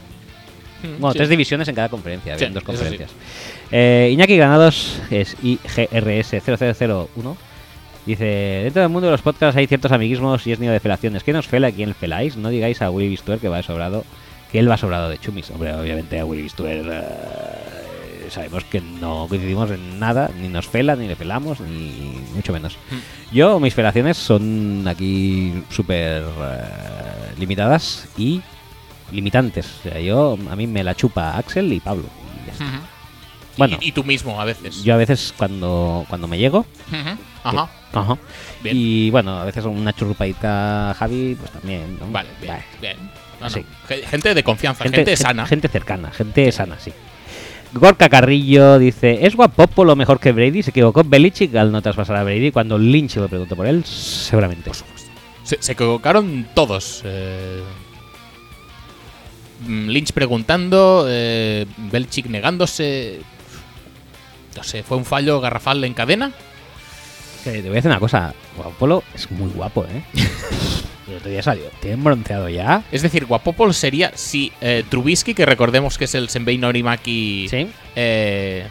Mm,
Bueno,
sí.
tres divisiones en cada conferencia,
Sí,
habían dos
eso sí.
conferencias. Eh, Iñaki Granados, que es IGRS0001, dice: Dentro del mundo de los podcasts hay ciertos amiguismos y es nido de felaciones. ¿Quién os fela y quién feláis? No digáis a Willy Bistuer que va de sobrado, que él va sobrado de chumis. Hombre, obviamente a Willy Bistuer. eh, Sabemos que no coincidimos en nada, ni nos fela, ni le pelamos, ni mucho menos.
Mm.
Yo, mis felaciones son aquí súper eh, limitadas y limitantes. O sea, yo, a mí me la chupa Axel y Pablo. y ya está.
Ujú.
*laughs* Bueno,
Mm. Y, y tú mismo a veces.
yo a veces cuando, cuando me llego.
Ujú. Ajá.
Ajá.
Bien.
Y bueno, a veces una churrupadita a Javi, pues también. ¿no?
Vale, bien. bien. No, no.
Sí.
Ge- Gente de confianza, gente,
gen-
sana.
Gente cercana, gente sana, sí. Gorka Carrillo dice: ¿Es Guapopo lo mejor que Brady? Se equivocó Belichick al no traspasar a Brady. Cuando Lynch lo preguntó por él, seguramente.
Se, se equivocaron todos. eh. Mm, Lynch preguntando, eh, Belichick negándose. No sé, ¿fue un fallo garrafal en cadena?
Que te voy a decir una cosa, Guapolo es muy guapo,
*laughs*
¿eh? El otro día salió. Tienen bronceado ya.
Es decir, Guapopol sería si eh, Trubisky, que recordemos que es el Senbei Norimaki eh,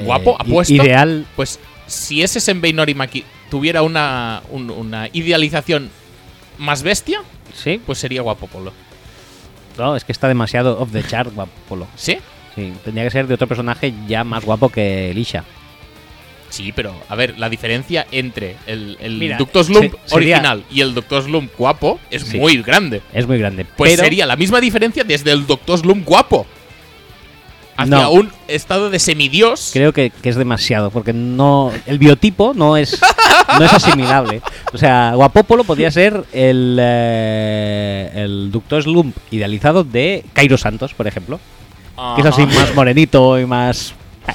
guapo,
Eh, i-
apuesto,
Ideal.
pues si ese Senbei Norimaki tuviera una, un- una idealización más bestia,
Sí.
pues sería Guapopolo.
No, es que está demasiado off the chart, Guapolo.
¿Sí?
Sí, tendría que ser de otro personaje ya más guapo que Elisha.
Sí, pero a ver, la diferencia entre el, el
Mira,
Doctor Slump
se- sería-
original y el Doctor Slump guapo es
Sí.
muy grande.
Es muy grande.
Pues
pero
sería la misma diferencia desde el Doctor Slump guapo hacia
No.
un estado de semidios.
Creo que, que es demasiado, porque no. El biotipo no es. No es asimilable. O sea, Guapopolo podría ser el. eh, el Doctor Slump idealizado de Cairo Santos, por ejemplo.
Ajá.
Que es así más morenito y más. eh,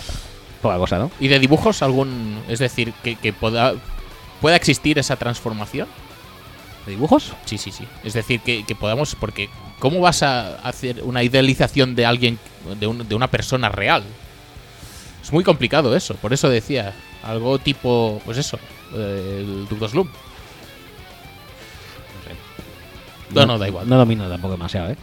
Poca cosa, ¿no?
¿Y de dibujos algún.? Es decir, que, que pueda, pueda existir esa transformación.
¿De dibujos?
Sí, sí, sí. Es decir, que, que podamos. Porque, ¿cómo vas a hacer una idealización de alguien. De, un- de una persona real? Es muy complicado eso. Por eso decía. Algo tipo. Pues eso. eh, el Douglas Loom. No, no, da igual.
No domino tampoco demasiado, ¿eh?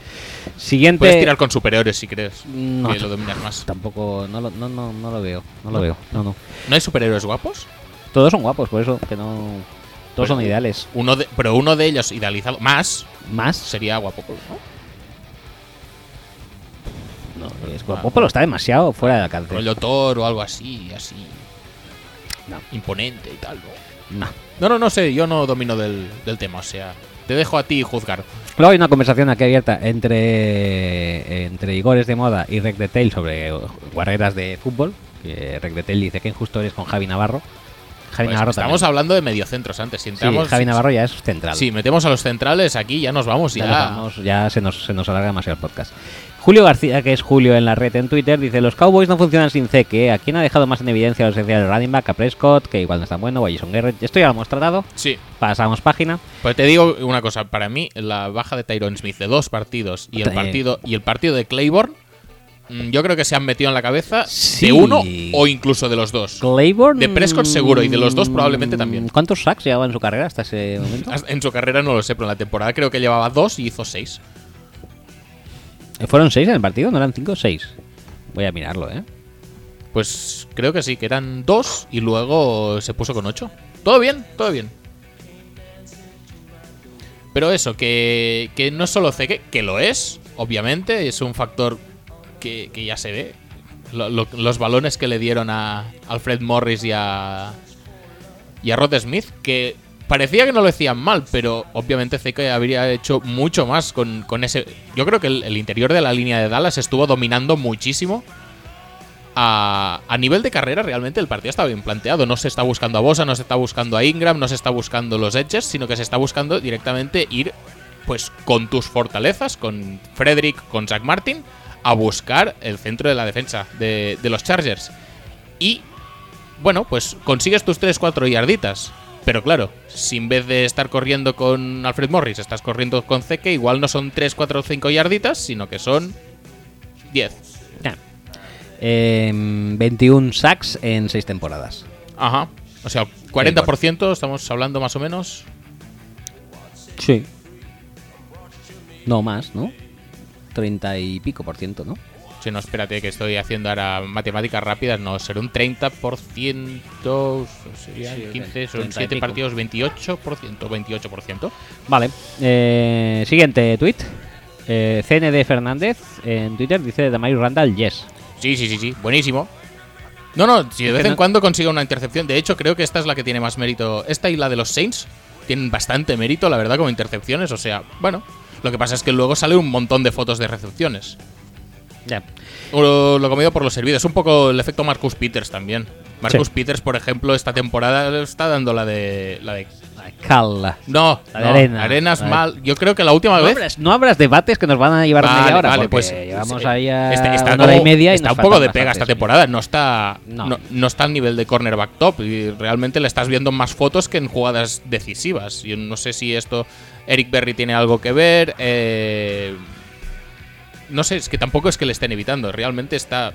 Siguiente.
Puedes tirar con superiores si crees.
No,
que lo dominas más.
tampoco. No lo, no, no, no lo veo. No, lo veo. No, no.
¿No hay superhéroes guapos?
Todos son guapos, por eso que no. Todos son ideales.
Uno de- pero uno de ellos idealizado. Más
Más.
sería guapo. ¿no?
No, es Guapopolo está demasiado fuera de alcance.
Ah, Rollo Thor o algo así, así.
No.
Imponente y tal,
No.
¿no? No, no, no sé, yo no domino del, del tema, o sea, te dejo a ti juzgar.
Luego hay una conversación aquí abierta entre, entre Igores de Moda y Rec de Tail sobre guarreras de fútbol. Que Rec de Tail dice que injusto eres con Javi Navarro. Javi
Pues,
Navarro
estamos
también.
hablando de mediocentros antes, si entramos...
Sí, Javi Navarro ya es central.
si metemos a los centrales aquí, ya nos vamos,
Ya
ya...
nos vamos, ya se nos, se nos alarga demasiado el podcast. Julio García, que es Julio en la red en Twitter, dice: Los Cowboys no funcionan sin Zeke. ¿A quién ha dejado más en evidencia la ausencia del running back? A Prescott, que igual no es tan bueno, o a Jason Garrett. Esto ya lo hemos tratado.
Sí.
Pasamos página.
Pues te digo una cosa, para mí la baja de Tyrone Smith de dos partidos y el
Eh.
partido y el partido de Claiborne, mm, yo creo que se han metido en la cabeza
Sí.
de uno o incluso de los dos.
Claiborne.
De Prescott seguro, y de los dos probablemente también.
¿Cuántos sacks llevaba en su carrera hasta ese momento?
Hasta- En su carrera no lo sé, pero en la temporada creo que llevaba dos y hizo seis.
Eh, ¿Fueron seis en el partido? ¿No eran cinco o seis? Voy a mirarlo, ¿eh?
Pues creo que sí, que eran dos y luego se puso con ocho. Todo bien, todo bien. Pero eso, que, que no es solo Zeke, que lo es, obviamente, es un factor que, que ya se ve. Lo- lo- los balones que le dieron a Alfred Morris y a, y a Rod Smith, que parecía que no lo hacían mal, pero obviamente Zeke habría hecho mucho más con, con ese... Yo creo que el, el interior de la línea de Dallas estuvo dominando muchísimo. A, a nivel de carrera, realmente el partido está bien planteado. No se está buscando a Bosa, no se está buscando a Ingram, no se está buscando los edges, sino que se está buscando directamente ir pues con tus fortalezas, con Frederick, con Zach Martin, a buscar el centro de la defensa de, de los Chargers. Y bueno, pues consigues tus 3-4 yarditas. Pero claro, si en vez de estar corriendo con Alfred Morris, estás corriendo con Zeke, igual no son 3, 4 o 5 yarditas, sino que son 10.
Nah. Em, 21 sacks en seis temporadas.
Ajá. O sea, 40% estamos hablando más o menos.
Sí. No más, ¿no? 30 y pico por ciento, ¿no?
Si no, espérate que estoy haciendo ahora matemáticas rápidas, no, será un 30%,
Sí,
serían
treinta-
15, son
treinta y
7
pico.
partidos, 28%, 28%.
Vale. eh, siguiente tweet. Eh, CND Fernández en Twitter dice Damaris Randall, yes.
Sí, sí, sí, sí, buenísimo. No, no, si de vez
que
en
no-
cuando consigue una intercepción. De hecho, creo que esta es la que tiene más mérito. Esta y la de los Saints tienen bastante mérito, la verdad, como intercepciones. O sea, bueno, lo que pasa es que luego sale un montón de fotos de recepciones.
Ya.
Lo, lo comido por los servidos. Un poco el efecto Marcus Peters también. Marcus
Sí.
Peters, por ejemplo, esta temporada está dando la de. La de
Cala.
no,
La de
no,
arena.
Arenas
La de-
mal. Yo creo que la última
No
vez.
abras, no abras debates que nos van a llevar
Vale,
media hora.
vale,
porque
pues,
llevamos
sí.
ahí a
Está- está
una hora y
como-
media. y
está
nos
un poco
faltan
de pega esta
bastantes.
temporada. No está,
No.
no. no está al nivel de cornerback top. Y realmente le estás viendo en más fotos que en jugadas decisivas. Yo no sé si esto. Eric Berry tiene algo que ver. eh, no sé, es que tampoco es que le estén evitando. Realmente está.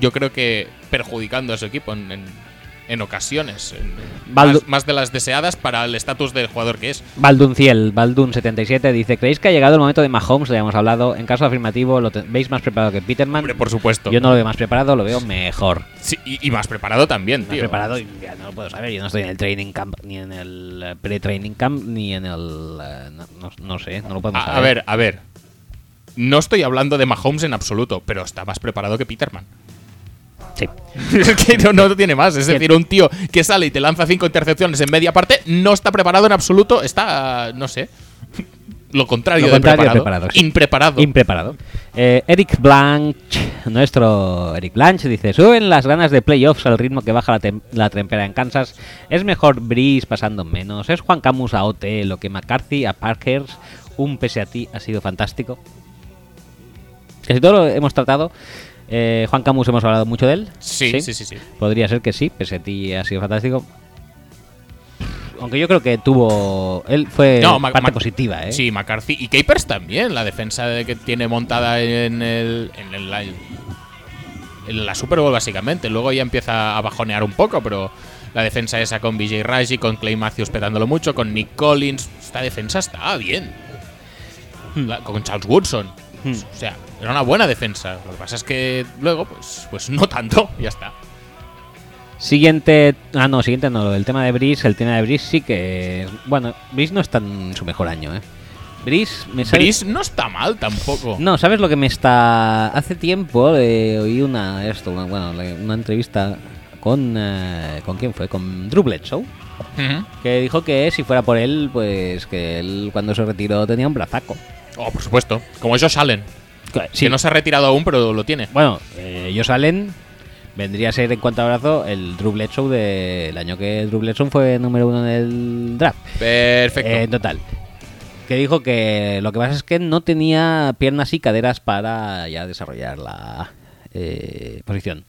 Yo creo que perjudicando a su equipo en, en- en ocasiones. en- en-
Baldu-
más, más de las deseadas para el estatus del jugador que es.
Baldunciel, Baldun77 dice: ¿Creéis que ha llegado el momento de Mahomes? Le hemos hablado. En caso afirmativo, ¿lo te- veis más preparado que Peterman?
Hombre, por supuesto.
Yo no lo veo más preparado, lo veo mejor.
Sí, y, y más preparado también,
Más
tío.
preparado y ya no lo puedo saber. Yo no estoy en el training camp, ni en el eh, pre-training camp, ni en el. eh, No, no- no sé, no lo podemos
A, a
saber.
ver, a ver. No estoy hablando de Mahomes en absoluto, pero está más preparado que Peterman. *laughs*
Sí.
Es que no, no tiene más. Es decir, un tío que sale y te lanza cinco intercepciones en media parte no está preparado en absoluto. Está, no sé. *laughs* Lo contrario,
Lo contrario
de
de
preparado.
preparado, sí.
Impreparado.
Impreparado. Eh, Eric Blanch, nuestro Eric Blanch, dice: Suben las ganas de playoffs al ritmo que baja la, tem- la trempera en Kansas. Es mejor Breeze pasando menos. Es Juan Camus a OT, lo que McCarthy a Parkers. Un pese a ti ha sido fantástico. Casi todo lo hemos tratado. Eh, Juan Camus hemos hablado mucho de él.
sí, sí, sí, sí.
Podría ser que sí, pese a ti ha sido fantástico. Aunque yo creo que tuvo. Él fue
Ma-
parte
Ma-
positiva, ¿eh?
Sí, McCarthy. Y Capers también. La defensa de- que tiene montada en, el, en, el- la- en la Super Bowl, básicamente. Luego ya empieza a bajonear un poco, pero la defensa esa con BJ Raji, con Clay Matthews petándolo mucho, con Nick Collins. Esta defensa está bien.
Hmm.
La- con Charles Woodson. O sea, era una buena defensa. Lo que pasa es que luego, pues, pues no tanto. *laughs* Ya está.
Siguiente. Ah, no, siguiente no. El tema de Brice, el tema de Brice sí que. es- Bueno, Brice no está en su mejor año, ¿eh? Brice me sale-
Brice no está mal tampoco.
No, ¿sabes lo que me está.? Hace tiempo eh, oí una. Esto, una, bueno, la- una entrevista con. eh, ¿Con quién fue? Con Drew Bledsoe.
Ujú.
Que dijo que si fuera por él, pues que él cuando se retiró tenía un brazaco.
Oh, por supuesto. Como Josh Allen.
Que-
Que no se ha retirado aún, pero lo tiene.
Bueno, eh, ellos salen. Vendría a ser en cuanto a brazo el Drew Bledsoe del año que Drew Bledsoe fue número uno en el draft.
Perfecto.
Eh, en Eh, total. que dijo que lo que pasa es que no tenía piernas y caderas para ya desarrollar la eh, posición.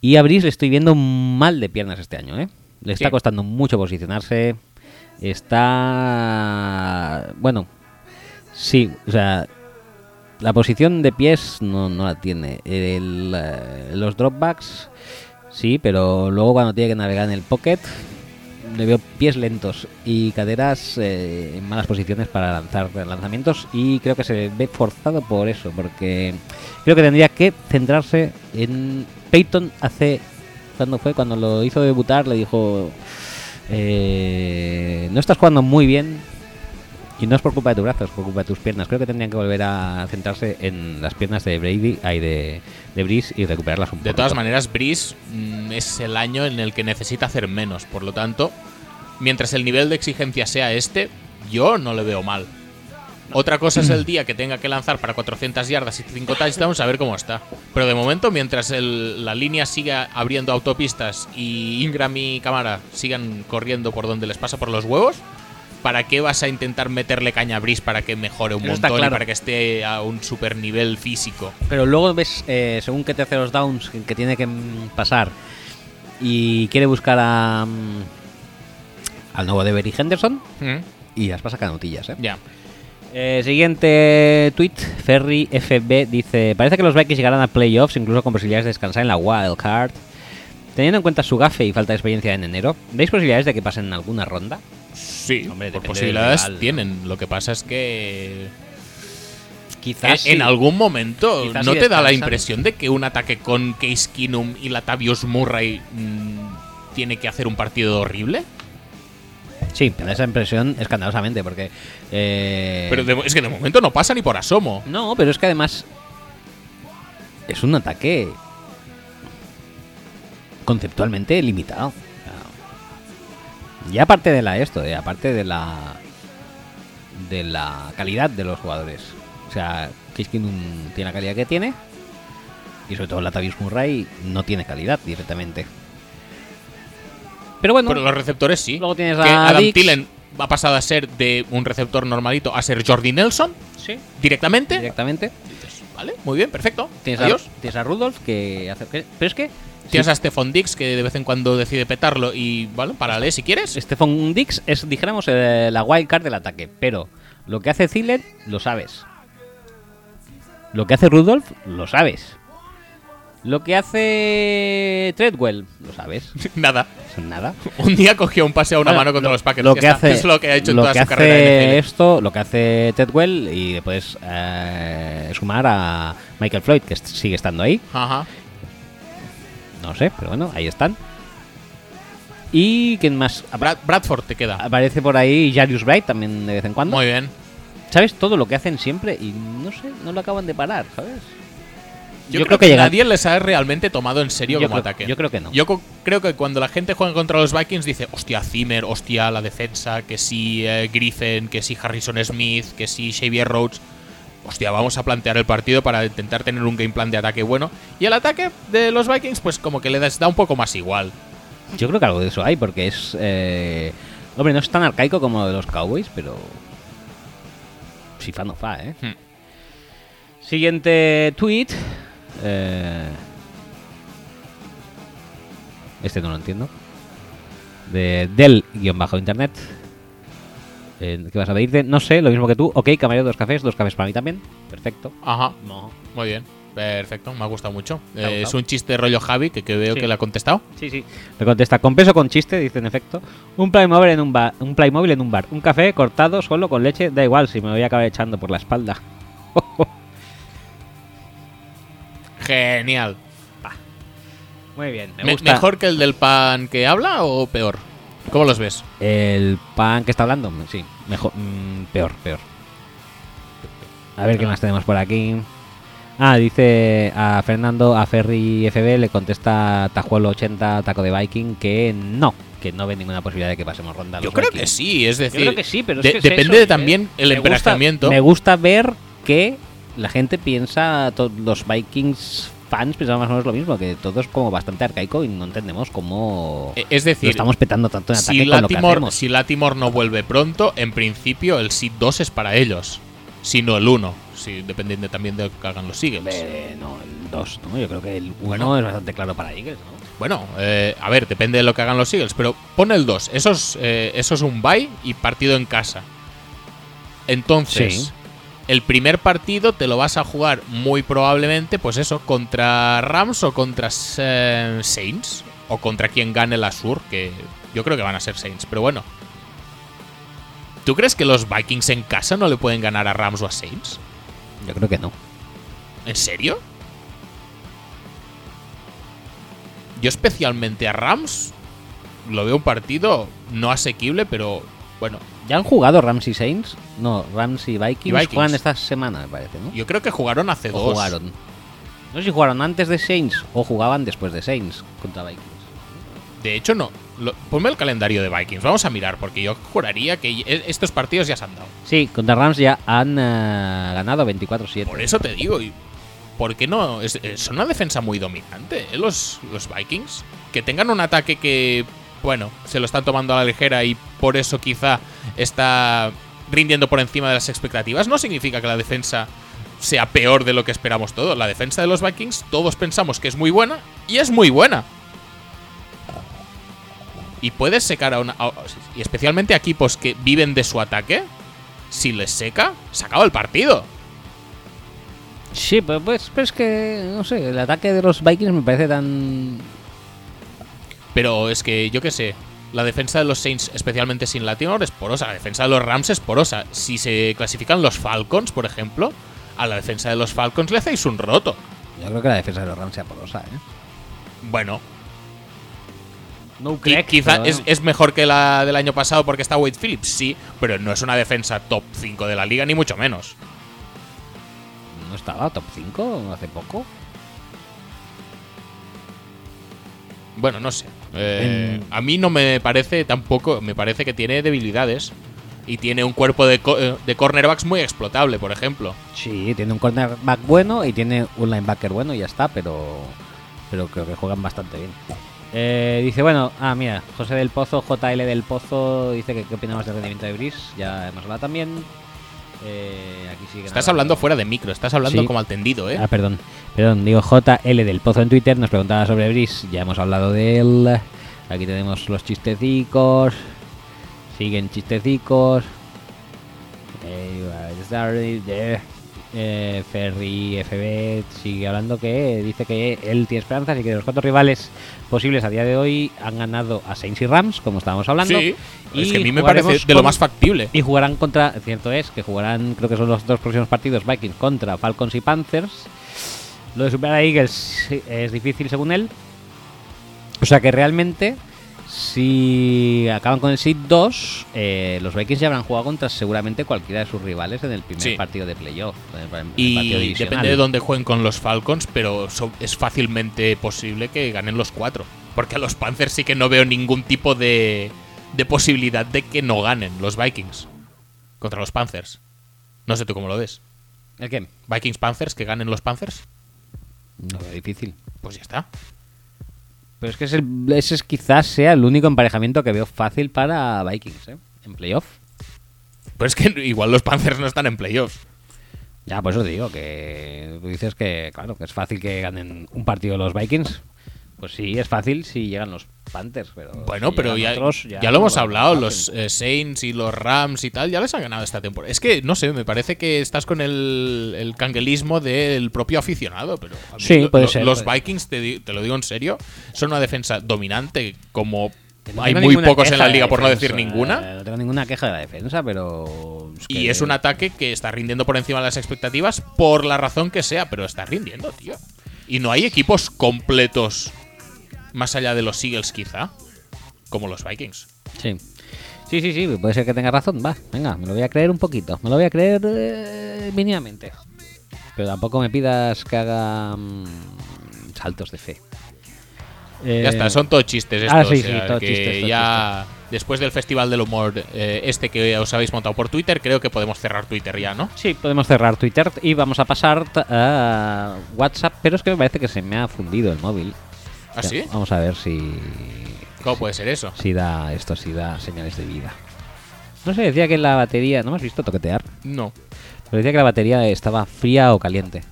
Y a Brice le estoy viendo mal de piernas este año, ¿eh? Le está
Sí.
costando mucho posicionarse. Está. Bueno, sí, o sea. La posición de pies no, no la tiene. El, eh, los dropbacks, sí, pero luego cuando tiene que navegar en el pocket, le veo pies lentos y caderas eh, en malas posiciones para lanzar lanzamientos y creo que se ve forzado por eso, porque creo que tendría que centrarse en... Peyton hace... ¿Cuándo fue? Cuando lo hizo debutar le dijo... eh, no estás jugando muy bien y no es por culpa de tus brazos, es por culpa de tus piernas. Creo que tendrían que volver a centrarse en las piernas de Brady, ay, de, de Breeze y recuperarlas un poco.
De todas maneras, Breeze mm, es el año en el que necesita hacer menos. Por lo tanto, mientras el nivel de exigencia sea este, yo no le veo mal. Otra cosa es el día que tenga que lanzar para 400 yardas y 5 touchdowns, a ver cómo está. Pero de momento, mientras el- la línea siga abriendo autopistas y Ingram y Camara sigan corriendo por donde les pasa por los huevos, ¿para qué vas a intentar meterle caña a Breeze para que mejore un
Eso está
montón y
claro.
para que esté a un super nivel físico?
Pero luego ves, eh, según qué terceros downs que, que tiene que mm, pasar y quiere buscar a, mm, al nuevo Devery Henderson
¿Mm?
y las pasa canutillas, ¿eh?
Ya.
Eh, siguiente tweet, Ferry FB dice, parece que los Vikings llegarán a playoffs incluso con posibilidades de descansar en la wild card. Teniendo en cuenta su gafe y falta de experiencia en enero, ¿veis posibilidades de que pasen en alguna ronda?
Sí,
Hombre,
por
depende
posibilidades
del rival, ¿no?
tienen. Lo que pasa es que
Quizás
en, en algún momento
Quizás
no
sí
te da la
descansan.
impresión de que un ataque con Case Keenum y Latavius Murray mm, tiene que hacer un partido horrible.
Eh. Sí, me da esa impresión escandalosamente porque... eh,
Pero de- es que de momento no pasa ni por asomo.
No, pero es que además es un ataque conceptualmente limitado. Y aparte de la esto, eh, aparte de la de la calidad de los jugadores. O sea, Kiskin tiene la calidad que tiene y sobre todo Latavius Murray no tiene calidad directamente. Pero bueno,
Pero los receptores sí.
Luego tienes
que
a
Adam
Dix.
Tillen ha pasado a ser de un receptor normalito a ser Jordi Nelson
sí,
directamente.
directamente
Dices, Vale, muy bien, perfecto.
tienes a,
Adiós.
tienes a Rudolph que hace que- pero es que
Tienes a Stephon Dix que de vez en cuando decide petarlo y, vale, párale si
*laughs*
quieres.
Stephon Dix es, dijéramos, eh, la wild card del ataque, pero lo que hace Zillet lo sabes. Lo que hace Rudolph lo sabes. Lo que hace Treadwell lo
*laughs*
sabes.
Nada.
Eso es Nada.
Un día cogió un pase a una
Bueno,
mano contra los Packers.
Lo
ya
que
está.
hace
es lo que ha hecho en
lo
toda
que
su
hace
carrera en NFL.
esto, lo que hace Treadwell y le puedes eh, sumar a Michael Floyd que est- sigue estando ahí.
Ajá.
No sé, pero bueno, ahí están. Y quién más
Brad- Bradford te queda.
aparece por ahí Jarius Bright también de vez en cuando.
Muy bien.
¿Sabes? Todo lo que hacen siempre y no sé, no lo acaban de parar, ¿sabes?
Yo, creo, que, nadie les ha realmente tomado en serio
Yo
como
creo-
ataque.
yo creo que no.
Yo co- creo que cuando la gente juega contra los Vikings dice, hostia, Zimmer, hostia, la defensa, que sí eh, Griffin, que sí Harrison Smith, que sí Xavier Rhodes. Hostia, vamos a plantear el partido para intentar tener un game plan de ataque bueno. Y el ataque de los Vikings, pues como que les da un poco más igual.
Yo creo que algo de eso hay porque es... eh, Hombre, no es tan arcaico como lo de los Cowboys, pero... Si fa, no fa, ¿eh?
Hmm.
Siguiente tweet. eh, Este no lo entiendo. De Del-Internet. Eh, ¿Qué vas a pedirte? No sé, lo mismo que tú. Ok, camarero, dos cafés. Dos cafés para mí también. Perfecto.
Ajá.
No.
Muy bien, perfecto, me ha gustado mucho.
¿Te ha
Eh, es
gustado?
un chiste rollo Javi que, que veo
Sí.
que le ha contestado.
Sí, sí. Le contesta, con peso con chiste, dice en efecto. Un Playmobil en un bar, un Playmobil en un bar. Un café cortado solo con leche, da igual si me voy a acabar echando por la espalda. *laughs*
Genial.
Muy bien, me
Me-
gusta.
¿Mejor que el del pan que habla o peor? ¿Cómo los ves?
El pan que está hablando, sí, mejor mm, peor, peor. A ver qué más tenemos por aquí. Ah, dice a Fernando, a Ferry FB, le contesta Tajuelo 80, Taco de Viking, que no, que no ve ninguna posibilidad de que pasemos ronda.
Yo
los
creo
Vikings.
que sí, es decir,
Yo creo que sí, pero es
de-
que es
depende
eso,
de también
¿eh?
el
Me gusta-
emparejamiento.
Me gusta ver que la gente piensa, todos los Vikings fans pensamos más o menos lo mismo, que todo es como bastante arcaico y no entendemos cómo
Eh, Es decir,
lo estamos petando tanto en ataque
si
con lo que
Latimor,
hacemos.
si Latimor no vuelve pronto, en principio el Seed 2 es para ellos, si no el 1, si, dependiendo también de lo que hagan los sigues.
Eh, no, el 2, ¿no? Yo creo que el 1 es bastante claro para Eagles, ¿no?
Bueno, eh, a ver, depende de lo que hagan los Eagles, pero pone el 2. Eso es, eh, eso es un bye y partido en casa. Entonces,
Sí.
el primer partido te lo vas a jugar muy probablemente, pues eso, contra Rams o contra eh, Saints, o contra quien gane la Sur, que yo creo que van a ser Saints, pero bueno. ¿Tú crees que los Vikings en casa no le pueden ganar a Rams o a Saints?
Yo creo que no.
¿En serio? Yo especialmente a Rams lo veo un partido no asequible, pero bueno,
¿Ya han jugado Rams y Saints? No, Rams y Vikings,
Y Vikings.
juegan esta semana, me parece, ¿no?
yo creo que jugaron hace
o
dos.
jugaron. No sé si jugaron antes de Saints o jugaban después de Saints contra Vikings.
De hecho, no. Lo- ponme el calendario de Vikings, vamos a mirar, porque yo juraría que e- estos partidos ya se han dado.
Sí, contra Rams ya han eh, ganado 24-7.
Por eso te digo, y ¿por qué no? Es, es- son una defensa muy dominante, ¿eh? los, los Vikings. Que tengan un ataque que, bueno, se lo están tomando a la ligera y por eso quizá está rindiendo por encima de las expectativas, no significa que la defensa sea peor de lo que esperamos todos. La defensa de los Vikings todos pensamos que es muy buena y es muy buena. Y puedes secar a una... a- y especialmente a equipos que viven de su ataque. Si les seca, se acaba el partido.
Sí, pero pues, pues es que, no sé, el ataque de los Vikings me parece tan...
Pero es que, yo qué sé, la defensa de los Saints, especialmente sin Latimore, es porosa. La defensa de los Rams es porosa. Si se clasifican los Falcons, por ejemplo, a la defensa de los Falcons le hacéis un roto.
Yo creo que la defensa de los Rams sea porosa, ¿eh?
Bueno,
No
qui- quizá es, es mejor que la del año pasado porque está Wade Phillips, sí, pero no es una defensa top 5 de la liga, ni mucho menos.
¿No estaba top 5 hace poco?
Bueno, no sé. Eh, a mí no me parece tampoco. Me parece que tiene debilidades. Y tiene un cuerpo de, co- eh, de cornerbacks muy explotable, por ejemplo.
Sí, tiene un cornerback bueno y tiene un linebacker bueno y ya está, pero, pero creo que juegan bastante bien. Eh, dice, bueno, ah, mira, José del Pozo, JL del Pozo, dice que qué opinamos del rendimiento de Brice, ya hemos hablado también. Eh, aquí sigue
Estás
nada.
hablando fuera de micro, estás hablando
Sí.
como al tendido, ¿eh?
Ah, perdón, perdón, digo JL del Pozo en Twitter, nos preguntaba sobre Brice, ya hemos hablado de él. Aquí tenemos los chistecicos, siguen chistecicos. Eh, sorry, eh, eh, Ferry FB sigue hablando que dice que él tiene esperanzas y que de los cuatro rivales posibles a día de hoy han ganado a Saints y Rams, como estábamos hablando.
Sí,
y
es que a mí me
jugaremos
parece de lo
con-
más factible.
y jugarán contra, cierto es, que jugarán, creo que son los dos próximos partidos, Vikings contra Falcons y Panthers. Lo de superar a Eagles eh, es difícil según él. O sea que realmente, si acaban con el seed 2, eh, los Vikings ya habrán jugado contra seguramente cualquiera de sus rivales en el primer
Sí.
partido de playoff. en el- en el partido
Y
divisional.
depende de dónde jueguen con los Falcons, pero so- es fácilmente posible que ganen los cuatro. Porque a los Panthers sí que no veo ningún tipo de, de posibilidad de que no ganen los Vikings contra los Panthers. No sé tú cómo lo ves.
¿El qué?
Vikings Panthers, que ganen los Panthers,
No, difícil.
pues ya está.
Pero es que es el- ese es quizás sea el único emparejamiento que veo fácil para Vikings, ¿eh? En playoff.
Pero es que *laughs* igual los Panthers no están en playoffs.
Ya, por eso te digo que tú dices que, claro, que es fácil que ganen un partido los Vikings. Pues sí, es fácil si llegan los Panthers, pero.
Bueno,
si
pero
llegan
ya,
otros,
ya
no
lo hemos
va a ser
hablado,
fácil.
los eh, Saints y los Rams y tal, ya les han ganado esta temporada. Es que, no sé, me parece que estás con el, el canguelismo del propio aficionado, pero... a mí
Sí,
lo-
puede
lo-
ser,
Los
puede-
Vikings, te, di- te lo digo en serio, son una defensa dominante como
Que no
hay
tengo
muy
ninguna
pocos en
queja
la
de
liga, por no
defensa,
decir ninguna.
eh, No tengo ninguna queja de la defensa, pero.
Y
que-
es un ataque que está rindiendo por encima de las expectativas, por la razón que sea, pero está rindiendo, tío. Y no hay equipos completos, más allá de los Eagles quizá, como los Vikings.
Sí. Sí, sí, sí, puede ser que tengas razón. Va, venga, me lo voy a creer un poquito. Me lo voy a creer eh, mínimamente. Pero tampoco me pidas que haga mm, saltos de fe.
Ya está, son todos chistes estos.
ah, sí,
o sea,
sí, todo
que
chiste, todo
ya Después del Festival del Humor eh, este que os habéis montado por Twitter, creo que podemos cerrar Twitter ya, ¿no?
Sí, podemos cerrar Twitter y vamos a pasar t- a WhatsApp, pero es que me parece que se me ha fundido el móvil.
¿Ah,
O sea,
sí?
Vamos a ver si,
¿Cómo puede ser eso?
si da esto, si da señales de vida. No sé, decía que la batería, ¿no me has visto toquetear?
No.
Pero decía que la batería estaba fría o caliente.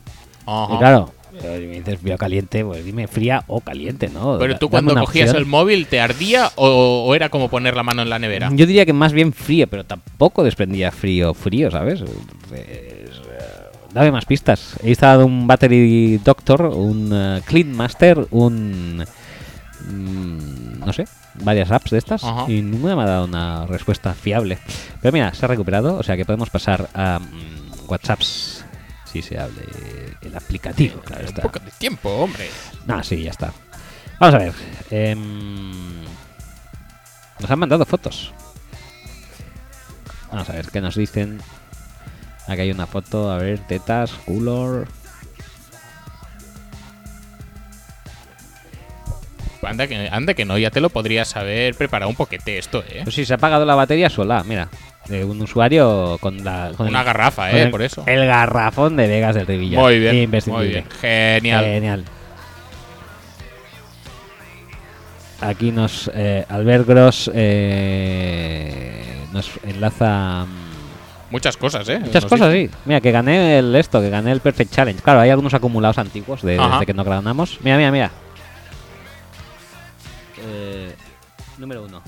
Ajá.
Y claro, pero si me dices fría o caliente, pues dime fría o caliente, ¿no?
Pero
Da-
tú
dame
cuando
una
cogías
opción.
el móvil, ¿te ardía o, o era como poner la mano en la nevera?
Yo diría que más bien frío, pero tampoco desprendía frío, frío, ¿sabes? Entonces, eh, dame más pistas. He instalado un Battery Doctor, un eh, Clean Master, un... mm, no sé, varias apps de estas
Ajá.
y ninguna me ha dado una respuesta fiable. Pero mira, se ha recuperado, o sea que podemos pasar a mm, WhatsApps si se hable el aplicativo. Claro,
Un
está.
poco de tiempo, hombre.
Ah, sí, ya está. Vamos a ver. em, nos han mandado fotos. Vamos a ver qué nos dicen. Aquí hay una foto, a ver, tetas, color.
Anda que, anda que no, ya te lo podrías haber preparado un poquete esto, ¿eh?
Pues sí, se ha apagado la batería sola, mira. De un usuario con la. Con
Una
el-
garrafa,
con
¿eh?
el-
Por eso.
El garrafón de Vegas del Rivilla.
Muy bien, muy
Imprescindible.
bien. Genial.
Genial. Aquí nos eh, Albert Gross eh, nos enlaza mm,
Muchas cosas, ¿eh?
muchas
Nos
cosas,
dice.
sí. Mira, que gané el esto, que gané el Perfect Challenge. Claro, hay algunos acumulados antiguos de,
Ajá.
desde que nos ganamos. Mira, mira, mira. Eh, número uno.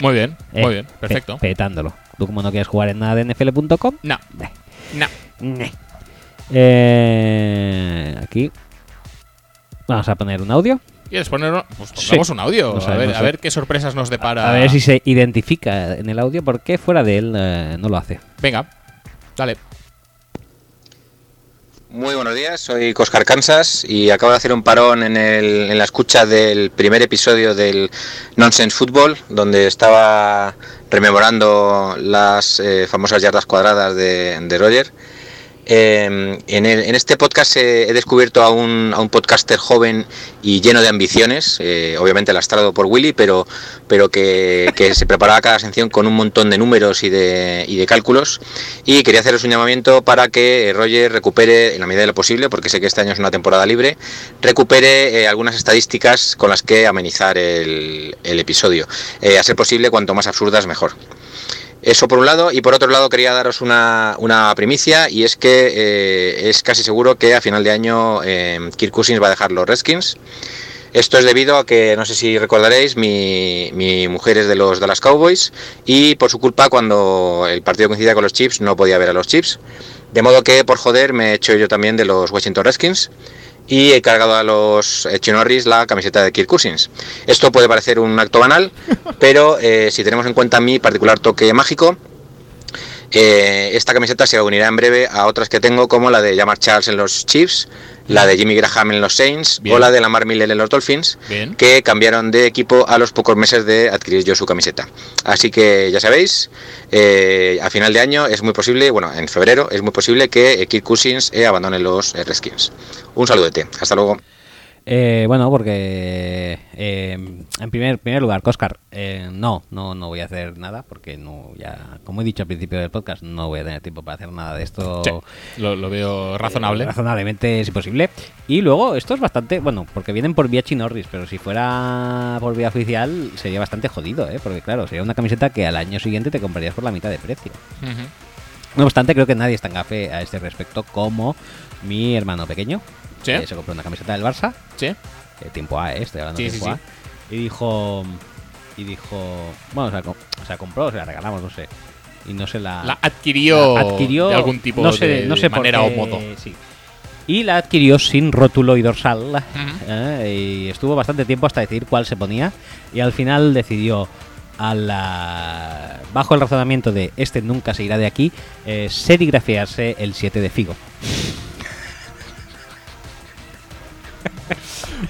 Muy bien,
Eh,
muy bien.
pe-
Perfecto.
petándolo. Tú como no quieres jugar en nada de NFL.com.
No,
Nah.
no.
Nah. Eh, aquí. Vamos a poner un audio.
¿Quieres poner un- Pues pongamos
Sí.
un audio.
No sé,
a, ver,
no
a
sé.
ver qué sorpresas nos depara.
A ver si se identifica en el audio porque fuera de él eh, no lo hace.
Venga, dale.
Muy buenos días, soy Coscar Kansas y acabo de hacer un parón en, el- en la escucha del primer episodio del Nonsense Football, donde estaba rememorando las eh, famosas yardas cuadradas de, de Roger. Eh, en, el- en este podcast eh, he descubierto a un, a un podcaster joven y lleno de ambiciones, eh, obviamente lastrado por Willy, pero, pero que, que se preparaba cada sección con un montón de números y de, y de cálculos. Y quería haceros un llamamiento para que eh, Roger recupere, en la medida de lo posible, porque sé que este año es una temporada libre, recupere eh, algunas estadísticas con las que amenizar el, el episodio. Eh, a ser posible, cuanto más absurdas, mejor. Eso por un lado, y por otro lado quería daros una, una primicia, y es que eh, es casi seguro que a final de año eh, Kirk Cousins va a dejar los Redskins. Esto es debido a que, no sé si recordaréis, mi, mi mujer es de los Dallas Cowboys y por su culpa cuando el partido coincidía con los Chips no podía ver a los Chips. De modo que por joder me he hecho yo también de los Washington Redskins y he cargado a los eh, Chinorris la camiseta de Kirk Cousins. Esto puede parecer un acto banal, pero eh, si tenemos en cuenta mi particular toque mágico, eh, esta camiseta se unirá en breve a otras que tengo, como la de Jamar Charles en los Chiefs, la de Jimmy Graham en los Saints
Bien.
o la de Lamar Miller en los Dolphins,
Bien.
que cambiaron de equipo a los pocos meses de adquirir yo su camiseta. Así que ya sabéis, eh, a final de año es muy posible, bueno, en febrero es muy posible que eh, Kirk Cousins eh, abandone los eh, Redskins. Un saludete, hasta luego.
Eh, bueno, porque eh, en primer, primer lugar, Coscar, eh, no, no, no voy a hacer nada porque no, ya, como he dicho al principio del podcast, no voy a tener tiempo para hacer nada de esto.
Sí, lo, lo veo razonable.
Eh, razonablemente, si posible. Y luego, esto es bastante. Bueno, porque vienen por vía Chinorris, pero si fuera por vía oficial sería bastante jodido, ¿eh? Porque, claro, sería una camiseta que al año siguiente te comprarías por la mitad de precio.
Ujú.
No obstante, creo que nadie es tan gafe a este respecto como mi hermano pequeño.
Sí.
que se compró una camiseta del Barça,
Sí.
eh, tiempo A, eh, estoy hablando
Sí,
de
sí,
tiempo A. Y dijo. Y dijo. Bueno, o sea, com- o sea, compró, se la regalamos, no sé. Y no se la.
La adquirió,
Ah. la adquirió
de algún tipo
no sé,
de,
no
de
sé por
manera
qué,
o modo.
sí. Y la adquirió sin rótulo y dorsal. eh, y estuvo bastante tiempo hasta decidir cuál se ponía. Y al final decidió, a la- bajo el razonamiento de este nunca se irá de aquí, eh, serigrafiarse el 7 de Figo.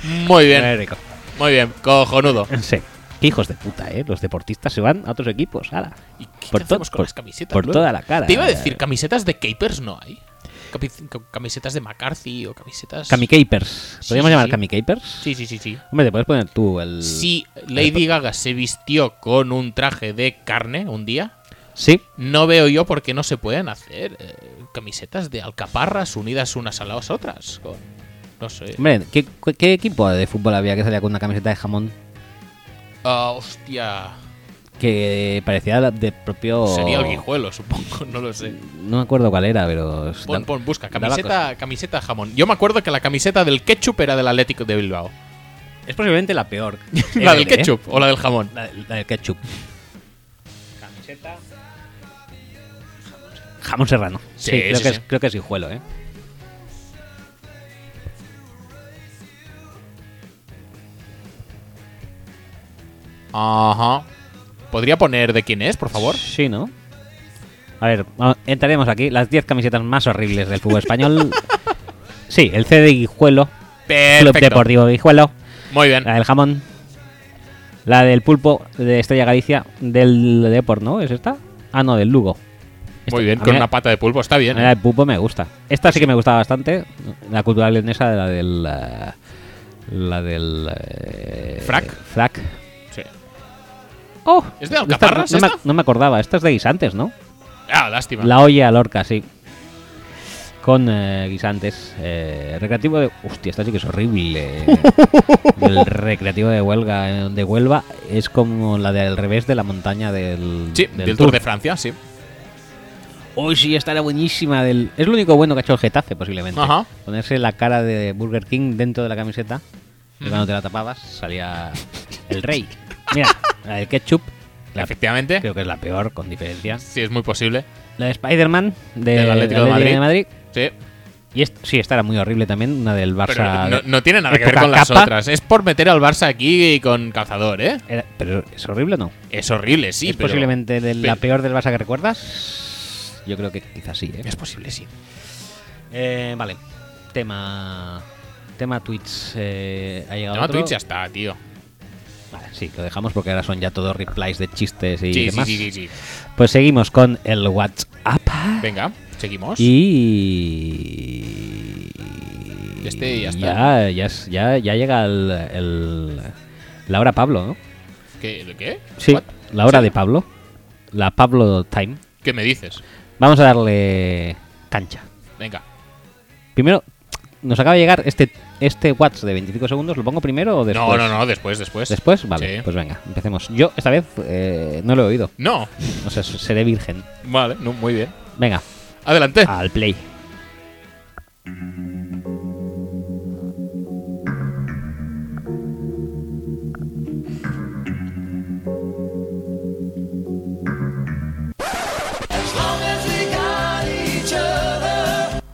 Muy
Muy
bien,
rico.
muy bien. Cojonudo.
Sí. Qué hijos de puta, ¿eh? Los deportistas se van a otros equipos. ala.
¿Y qué
Por
hacemos
to-
con
por-
las camisetas?
por
luego?
toda la cara.
Te iba a decir, camisetas de Capers no hay. capi- ca- camisetas de McCarthy o camisetas.
Kamikapers.
Sí,
¿Podríamos
sí,
llamar
sí.
Kamikapers?
Sí, sí, sí, sí.
Hombre, te puedes poner tú el.
Si Lady Gaga se vistió con un traje de carne un día,
Sí.
no veo yo por qué no se pueden hacer eh, camisetas de alcaparras unidas unas a las otras. con- no sé.
Hombre, ¿qué, cu- qué equipo de fútbol había que salía con una camiseta de jamón
Ah, hostia.
que parecía la- de propio.
Sería el guijuelo, supongo, *laughs* no lo sé.
No me acuerdo cuál era, pero.
Pon, pon, busca,
Pues da la
camiseta, camiseta jamón. Yo me acuerdo que la camiseta del ketchup era del Atlético
*laughs*
de Bilbao.
Es posiblemente la peor.
*laughs*
Eh,
La del ketchup o la del jamón.
La, la del ketchup. Camiseta. Jamón serrano. Sí,
Sí,
creo,
sí,
que
sí.
Es, creo que es hijuelo, ¿eh?
Ajá. ¿Podría poner de quién es, por favor?
Sí, ¿no? A ver, va- entraremos aquí. Las 10 camisetas más horribles del fútbol
*laughs*
español. sí, el CD Guijuelo. Club
Perfecto.
Deportivo Ah, Guijuelo.
Muy bien.
La del jamón. La del pulpo de Estrella Galicia. Del Deport, ¿no? ¿Es esta? Ah, no, del Lugo. Esta-
Muy bien,
a
con
mí-
una pata de pulpo, está bien.
La
¿eh?
del pulpo me gusta. Esta sí que me gusta bastante. La cultura leonesa, la del. eh, La del. eh,
¿Frac?
Frac.
Sí.
¡Oh!
¿Es de
Esta-
alcaparras
no, me,
esta?
no me acordaba. Esta es de guisantes, ¿no?
Ah, lástima.
La olla Lorca, sí. Con eh, guisantes. eh, recreativo de. Hostia, esta sí que es
*laughs*
horrible. El recreativo de Huelga, eh, de Huelva, es como la del revés de la montaña del.
Sí, del, Tour de Francia, sí.
Uy, sí, esta era buenísima. Del... Es lo único bueno que ha hecho el Getafe, posiblemente.
Ajá.
Ponerse la cara de Burger King dentro de la camiseta. Y cuando te la tapabas, salía el rey. Mira, la del ketchup. La,
Efectivamente.
creo que es la peor, con diferencia.
Sí, es muy posible.
La de Spider-Man, de,
Del Atlético de Madrid. Sí.
Y est- sí, esta era muy horrible también, una del Barça.
Pero no, no tiene nada que ver
época
con las
capa.
otras. Es por meter al Barça aquí con calzador, ¿eh?
Era- pero es horrible o no?
Es horrible, sí.
¿Es
pero-
posiblemente de la
pero-
peor del Barça que recuerdas? Yo creo que quizás sí, ¿eh?
Es posible, sí.
Eh, vale. Tema. Tema Twitch. eh, ha llegado
No,
otro.
Twitch ya está, tío.
Vale, sí, lo dejamos porque ahora son ya todos replies de chistes y
Sí, sí,
demás.
sí, sí, sí.
Pues seguimos con el WhatsApp.
Venga, seguimos.
Y.
Este ya está.
Ya, ya, es- ya- ya llega el, el- La hora Pablo, ¿no?
¿Qué? ¿de ¿Qué?
Sí,
What?
la hora
Sí.
de Pablo. La Pablo Time.
¿Qué me dices?
Vamos a darle cancha.
Venga.
Primero, nos acaba de llegar este, este watts de 25 segundos. ¿Lo pongo primero o después?
No, no, no, después, después.
¿Después? Vale,
Sí.
pues venga, empecemos. Yo esta vez eh, no lo he oído.
No.
O sea, seré virgen.
Vale, no, muy bien.
Venga,
Adelante.
al play.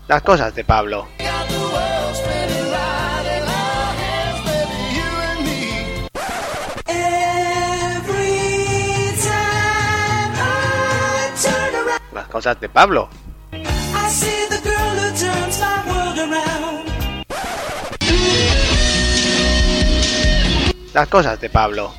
Las cosas de Pablo.
Every time I turn around,
Las cosas de Pablo.
I see the girl who turns my world around.
Las cosas de Pablo.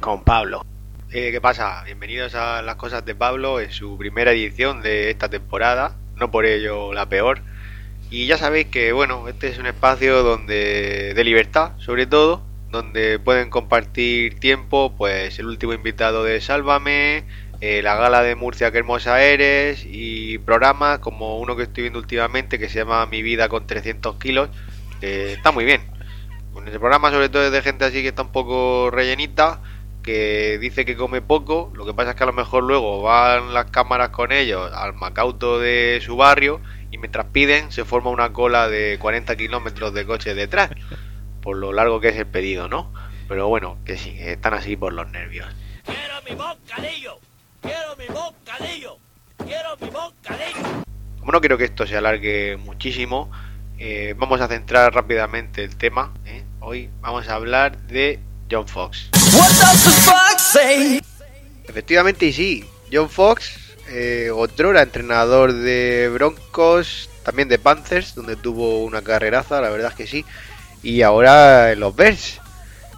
Con Pablo. Eh, ¿Qué pasa? Bienvenidos a Las cosas de Pablo, en su primera edición de esta temporada, no por ello la peor. Y ya sabéis que, bueno, este es un espacio donde de libertad, sobre todo, donde pueden compartir tiempo, pues el último invitado de Sálvame, eh, la gala de Murcia, qué hermosa eres, y programas como uno que estoy viendo últimamente que se llama Mi vida con 300 kilos, que está muy bien. En ese programa sobre todo es de gente así que está un poco rellenita, que dice que come poco, lo que pasa es que a lo mejor luego van las cámaras con ellos al Macauto de su barrio y mientras piden se forma una cola de 40 kilómetros de coche detrás, por lo largo que es el pedido, ¿no? Pero bueno, que sí, que están así por los nervios. Como no quiero que esto se alargue muchísimo, eh, vamos a centrar rápidamente el tema. ¿eh? Hoy vamos a hablar de John Fox.
What does the fuck say?
Efectivamente, y sí, John Fox, eh, otrora entrenador de Broncos, también de Panthers, donde tuvo una carreraza, la verdad es que sí, y ahora en los Bears.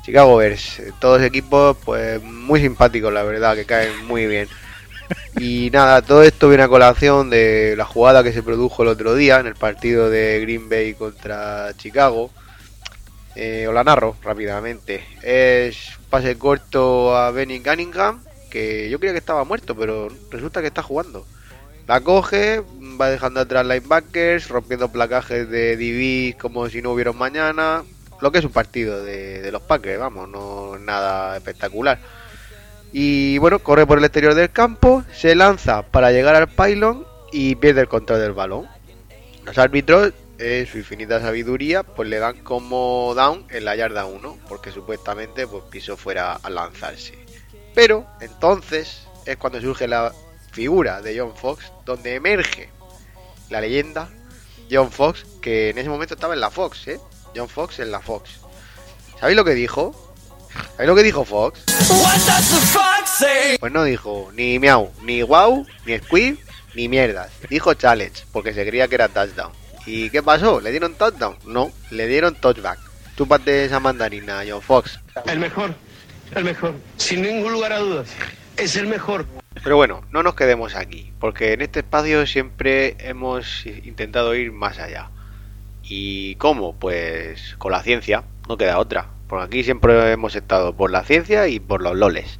Chicago Bears, eh, todos equipos pues muy simpáticos la verdad, que caen muy bien. Y nada, todo esto viene a colación de la jugada que se produjo el otro día en el partido de Green Bay contra Chicago. Eh, os la narro rápidamente. Es un pase corto a Benny Cunningham, que yo creía que estaba muerto, pero resulta que está jugando. La coge, va dejando atrás linebackers, rompiendo placajes de DB como si no hubiera un mañana. Lo que es un partido de, de los Packers, vamos, no nada espectacular. Y bueno, corre por el exterior del campo, se lanza para llegar al pylon y pierde el control del balón. Los árbitros, en su infinita sabiduría, pues le dan como down en la yarda 1, porque supuestamente pues piso fuera a lanzarse. Pero entonces es cuando surge la figura de John Fox, donde emerge la leyenda John Fox, que en ese momento estaba en la Fox, ¿eh? John Fox en la Fox. ¿Sabéis lo que dijo? ¿Sabéis lo que dijo Fox? Pues no dijo ni miau, ni guau, ni squib, ni mierdas. Dijo challenge, porque se creía que era touchdown. ¿Y qué pasó? ¿Le dieron touchdown? No, le dieron touchback. Chúpate esa mandarina, John Fox.
El mejor, el mejor, sin ningún lugar a dudas. Es el mejor.
Pero bueno, no nos quedemos aquí, porque en este espacio siempre hemos intentado ir más allá. ¿Y cómo? Pues con la ciencia, no queda otra. Por aquí siempre hemos estado por la ciencia y por los loles.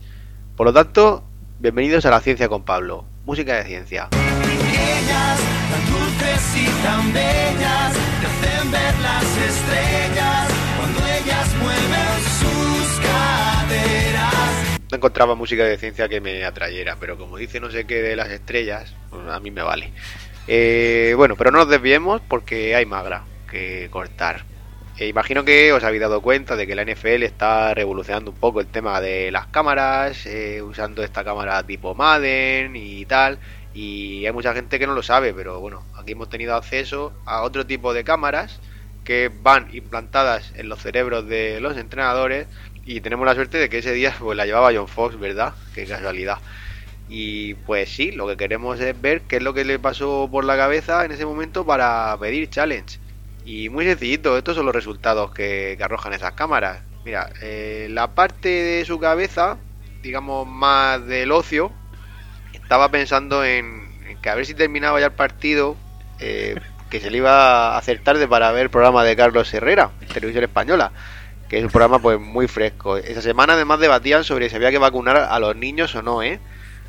Por lo tanto, bienvenidos a la ciencia con Pablo. Música de ciencia.
pequeñas, tan dulces y tan bellas, te hacen ver las estrellas cuando ellas mueven sus caderas.
No encontraba música de ciencia que me atrayera, pero como dice no sé qué de las estrellas, pues a mí me vale. Eh, bueno, pero no nos desviemos porque hay magra que cortar. Eh, imagino que os habéis dado cuenta de que la NFL está revolucionando un poco el tema de las cámaras, eh, usando esta cámara tipo Madden y tal. Y hay mucha gente que no lo sabe, pero bueno, aquí hemos tenido acceso a otro tipo de cámaras que van implantadas en los cerebros de los entrenadores y tenemos la suerte de que ese día pues, la llevaba John Fox, ¿verdad? Qué casualidad. Y pues sí, lo que queremos es ver qué es lo que le pasó por la cabeza en ese momento para pedir challenge. Y muy sencillito, estos son los resultados que, que arrojan esas cámaras. Mira, eh, la parte de su cabeza, digamos más del ocio, estaba pensando en, en que a ver si terminaba ya el partido, eh, que se le iba a hacer tarde para ver el programa de Carlos Herrera, en Televisión Española, que es un programa pues muy fresco. Esa semana además debatían sobre si había que vacunar a los niños o no, ¿eh?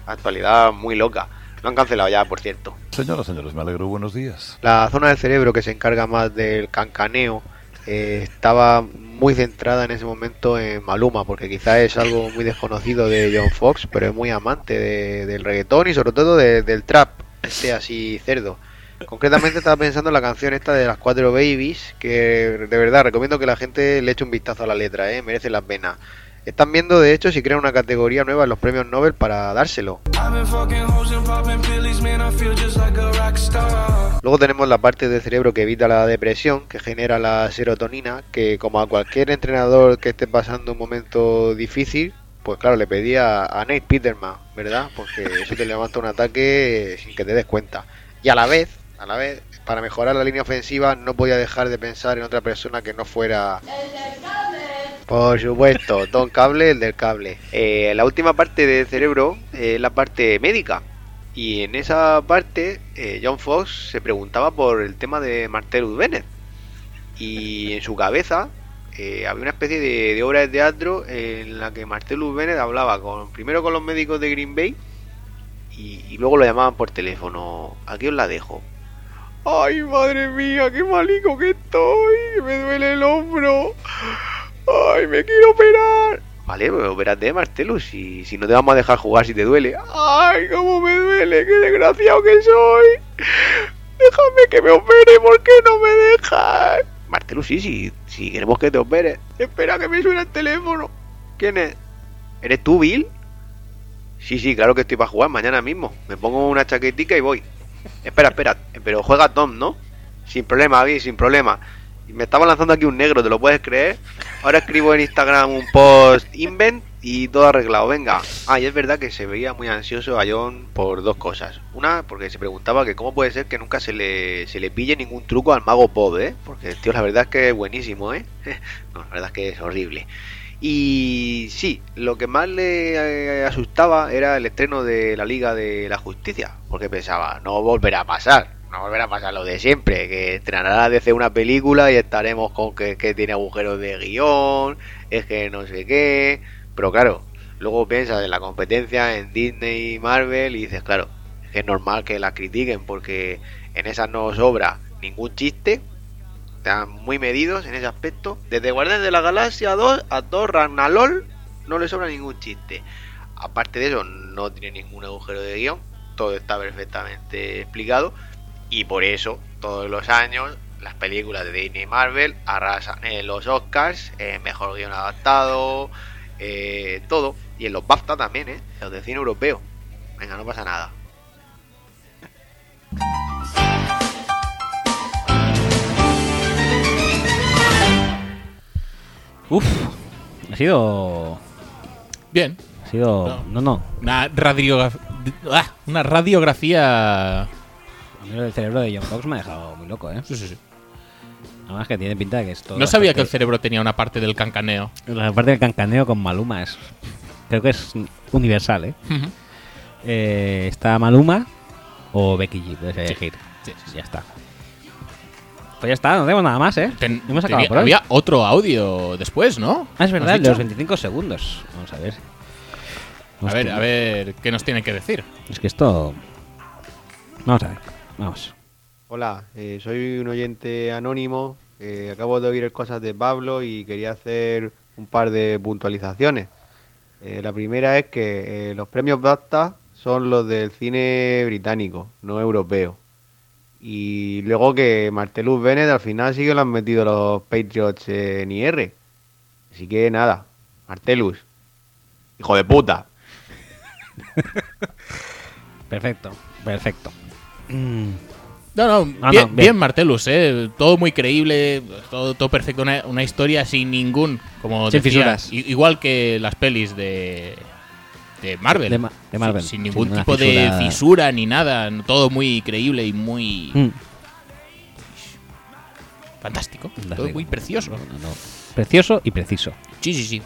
Actualidad muy loca. Lo han cancelado ya, por cierto.
Señoras, señores, me alegro, buenos días.
La zona del cerebro que se encarga más del cancaneo eh, estaba muy centrada en ese momento en Maluma, porque quizás es algo muy desconocido de John Fox, pero es muy amante de- del reggaetón y sobre todo de- del trap, este así cerdo. Concretamente estaba pensando en la canción esta de las cuatro babies, que de verdad recomiendo que la gente le eche un vistazo a la letra, eh, merece la pena. Están viendo de hecho si crean una categoría nueva en los premios Nobel para dárselo.
I've been fucking hoes and popping pillies, man, I feel just like a rock star.
Luego tenemos la parte del cerebro que evita la depresión, que genera la serotonina, que como a cualquier entrenador que esté pasando un momento difícil, pues claro, le pedía a Nate Peterman, ¿verdad? Porque eso te levanta un ataque sin que te des cuenta. Y a la vez, a la vez, para mejorar la línea ofensiva no podía dejar de pensar en otra persona que no fuera por supuesto, Don Cable, el del cable. Eh, la última parte del cerebro eh, es la parte médica. Y en esa parte, eh, John Fox se preguntaba por el tema de Martellus Bennett. Y en su cabeza eh, había una especie de, de obra de teatro en la que Martellus Bennett hablaba con, primero con los médicos de Green Bay y, y luego lo llamaban por teléfono. Aquí os la dejo. ¡Ay, madre mía! ¡Qué malico que estoy! que ¡Me duele el hombro! ¡Ay, me quiero operar! Vale, pues opérate, Martelo, si, si no te vamos a dejar jugar si te duele. ¡Ay, cómo me duele! ¡Qué desgraciado que soy! ¡Déjame que me opere! ¿Por qué no me dejas? Martelo, sí, sí, sí, queremos que te opere. Espera que me suena el teléfono. ¿Quién es? ¿Eres tú, Bill? Sí, sí, claro que estoy para jugar mañana mismo. Me pongo una chaquetica y voy. Espera, espera, pero juega Tom, ¿no? Sin problema, Bill, sin problema. Y Me estaba lanzando aquí un negro, ¿te lo puedes creer? Ahora escribo en Instagram un post invent y todo arreglado, venga. Ah, y es verdad que se veía muy ansioso a John por dos cosas. Una, porque se preguntaba que cómo puede ser que nunca se le, se le pille ningún *laughs* truco al mago Bob, ¿eh? Porque, tío, la verdad es que es buenísimo, ¿eh? No, la verdad es que es horrible. Y sí, lo que más le eh, asustaba era el estreno de la Liga de la Justicia, porque pensaba, no volverá a pasar, no volverá a pasar lo de siempre, que estrenará desde una película y estaremos con que, que tiene agujeros de guión, es que no sé qué, pero claro, luego piensas en la competencia en Disney y Marvel y dices, claro, es que es normal que la critiquen porque en esas no sobra ningún chiste, están muy medidos en ese aspecto. Desde Guardianes de la Galaxia 2 a Thor Ragnarok no le sobra ningún chiste. Aparte de eso, no tiene ningún agujero de guión, todo está perfectamente explicado y por eso todos los años las películas de Disney y Marvel arrasan en los Oscars, en mejor guión adaptado, eh, todo. Y en los BAFTA también, ¿eh? Los de cine europeo. Venga, no pasa nada.
Uf, ha sido.
Bien.
Ha sido. No, no.
Una, radiograf- ah, una radiografía.
A mí el cerebro de John Fox me ha dejado muy loco, ¿eh?
Sí, sí, sí.
Nada más que tiene pinta de que es todo.
No sabía que el
bastante-
cerebro tenía una parte del cancaneo.
La parte del cancaneo con Maluma es. Creo que es universal, ¿eh?
Ujú.
Eh, está Maluma o Becky G, puedes elegir.
Sí, sí, sí.
Ya está. Pues ya está, no tenemos nada más, ¿eh?
Ten-
Hemos acabado
tenía-
por hoy.
había otro audio después, ¿no?
Ah, es verdad,
¿Has
el de los
dicho?
25 segundos. Vamos a ver.
A ver,
Hostia,
a ver, ¿qué nos tiene que decir?
Es que esto. Vamos a ver. Vamos.
Hola, eh, soy un oyente anónimo. eh, acabo de oír cosas de Pablo y quería hacer un par de puntualizaciones. Eh, la primera es que eh, los premios BAFTA son los del cine británico, no europeo. Y luego que Martelus Bennett al final sí que lo han metido los Patriots en IR. Así que nada, Martelus, hijo de puta.
Perfecto, perfecto. Mm,
No, no,
Ah, no, bien.
bien, bien, Martelus, ¿eh? Todo muy creíble, todo, todo perfecto, una, una historia sin ningún, como
Sin
decía,
fisuras.
i- igual que las pelis de, de Marvel.
De Ma- de Marvel,
Sin,
sin
ningún
ninguna
tipo
fisura.
de fisura ni nada, todo muy creíble y muy
mm.
fantástico, todo
Fantástico.
muy precioso.
Mm. No, no. Precioso y preciso.
Sí, sí, sí.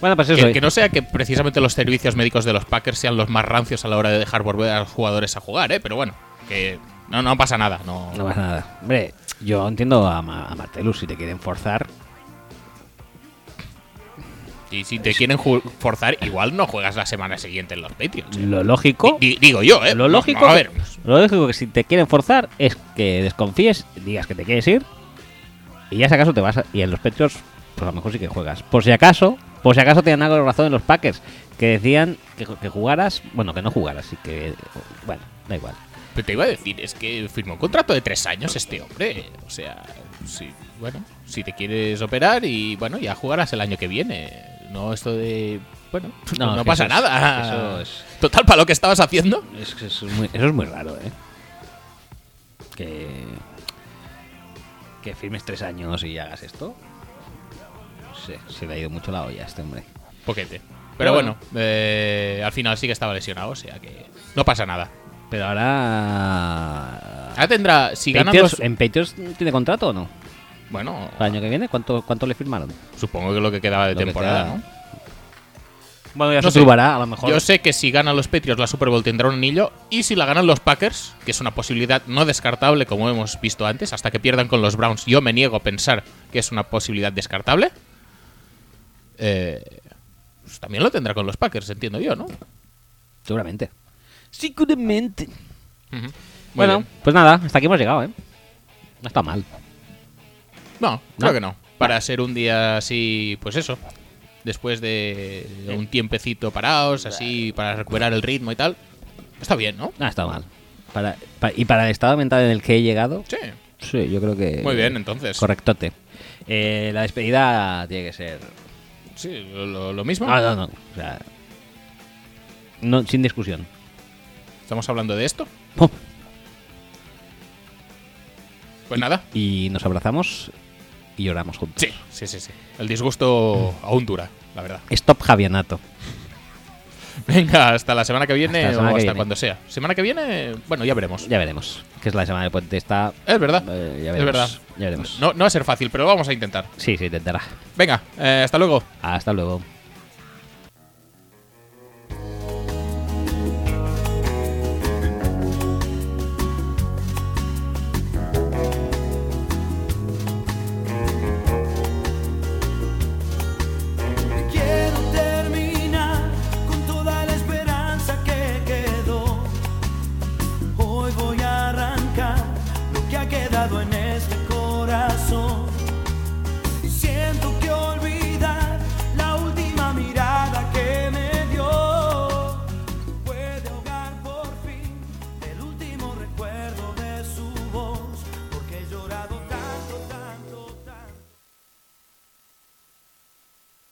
Bueno, pues eso.
Que, que no sea que precisamente los servicios médicos de los Packers sean los más rancios a la hora de dejar volver a los jugadores a jugar, ¿eh? Pero bueno, que no, no pasa nada, no...
No pasa nada. Hombre, yo entiendo a, Ma- a Martelus si te quieren forzar.
Y si te quieren ju- forzar, igual no juegas la semana siguiente en los Patriots. ¿eh?
Lo lógico.
Di- digo yo, ¿eh?
Lo
No,
lógico,
A ver,
Lo lógico que si te quieren forzar es que desconfíes, digas que te quieres ir y ya si acaso te vas a- y en los pechos pues a lo mejor sí que juegas. Por si acaso, por si acaso tenían algo de razón en los Packers que decían que, ju- que jugaras, bueno, que no jugaras, así que bueno, da igual.
pero pues, te iba a decir, es que firmó un contrato de tres años este hombre. O sea, si, bueno, si te quieres operar y bueno, ya jugarás el año que viene. No esto de... Bueno, pues,
No,
no,
es que
pasa
eso es-
nada.
eso es-
Total, para lo que estabas haciendo.
Es que eso es muy, eso es muy raro, ¿eh? Que que firmes tres años y hagas esto. No sé, se le ha ido mucho la olla a este hombre.
Poquete. Pero
Pero
bueno, eh, al final sí que estaba lesionado, o sea que no pasa nada.
Pero ahora
Ahora tendrá, si ganan
Patriots-
los-
¿En Patriots tiene contrato o no?
Bueno,
¿Para el año que viene? ¿Cuánto, cuánto le firmaron?
supongo que lo que quedaba de
Lo que
temporada,
queda.
¿no?
Bueno, ya
No
se
sé.
turbará, a lo mejor.
Yo sé que si ganan los Patriots la Super Bowl tendrá un anillo y si la ganan los Packers, que es una posibilidad no descartable como hemos visto antes, hasta que pierdan con los Browns, yo me niego a pensar que es una posibilidad descartable. eh, pues también lo tendrá con los Packers, entiendo yo, ¿no?
Seguramente. Seguramente.
Ujú. Muy
bueno,
bien.
pues nada, hasta aquí hemos llegado, ¿eh? No está mal.
No, creo que no. Para ser un día así, pues eso. Después de un tiempecito parados, así, para recuperar el ritmo y tal. Está bien, ¿no?
No está mal. Para, pa- y para el estado mental en el que he llegado,
Sí.
sí, yo creo que.
Muy bien, entonces.
Correctote. Eh, la despedida tiene que ser. Ah,
Sí, lo- lo, lo mismo.
No, no, no. O sea. No, sin discusión.
Estamos hablando de esto.
Pum.
Pues nada.
Y nos abrazamos y lloramos juntos.
Sí,
*laughs*
sí, sí, sí. El disgusto aún dura, la verdad.
Stop Javianato.
Venga, hasta la semana que viene
Hasta la semana
o
que
hasta
viene.
cuando sea. Semana que viene, bueno, ya veremos.
Ya veremos. Que es la semana de puente está.
Es verdad.
Eh, ya
es
veremos.
verdad.
Ya veremos.
No, no va a ser fácil, pero lo vamos a intentar.
Sí, se intentará.
Venga, eh, hasta luego.
Hasta luego.
este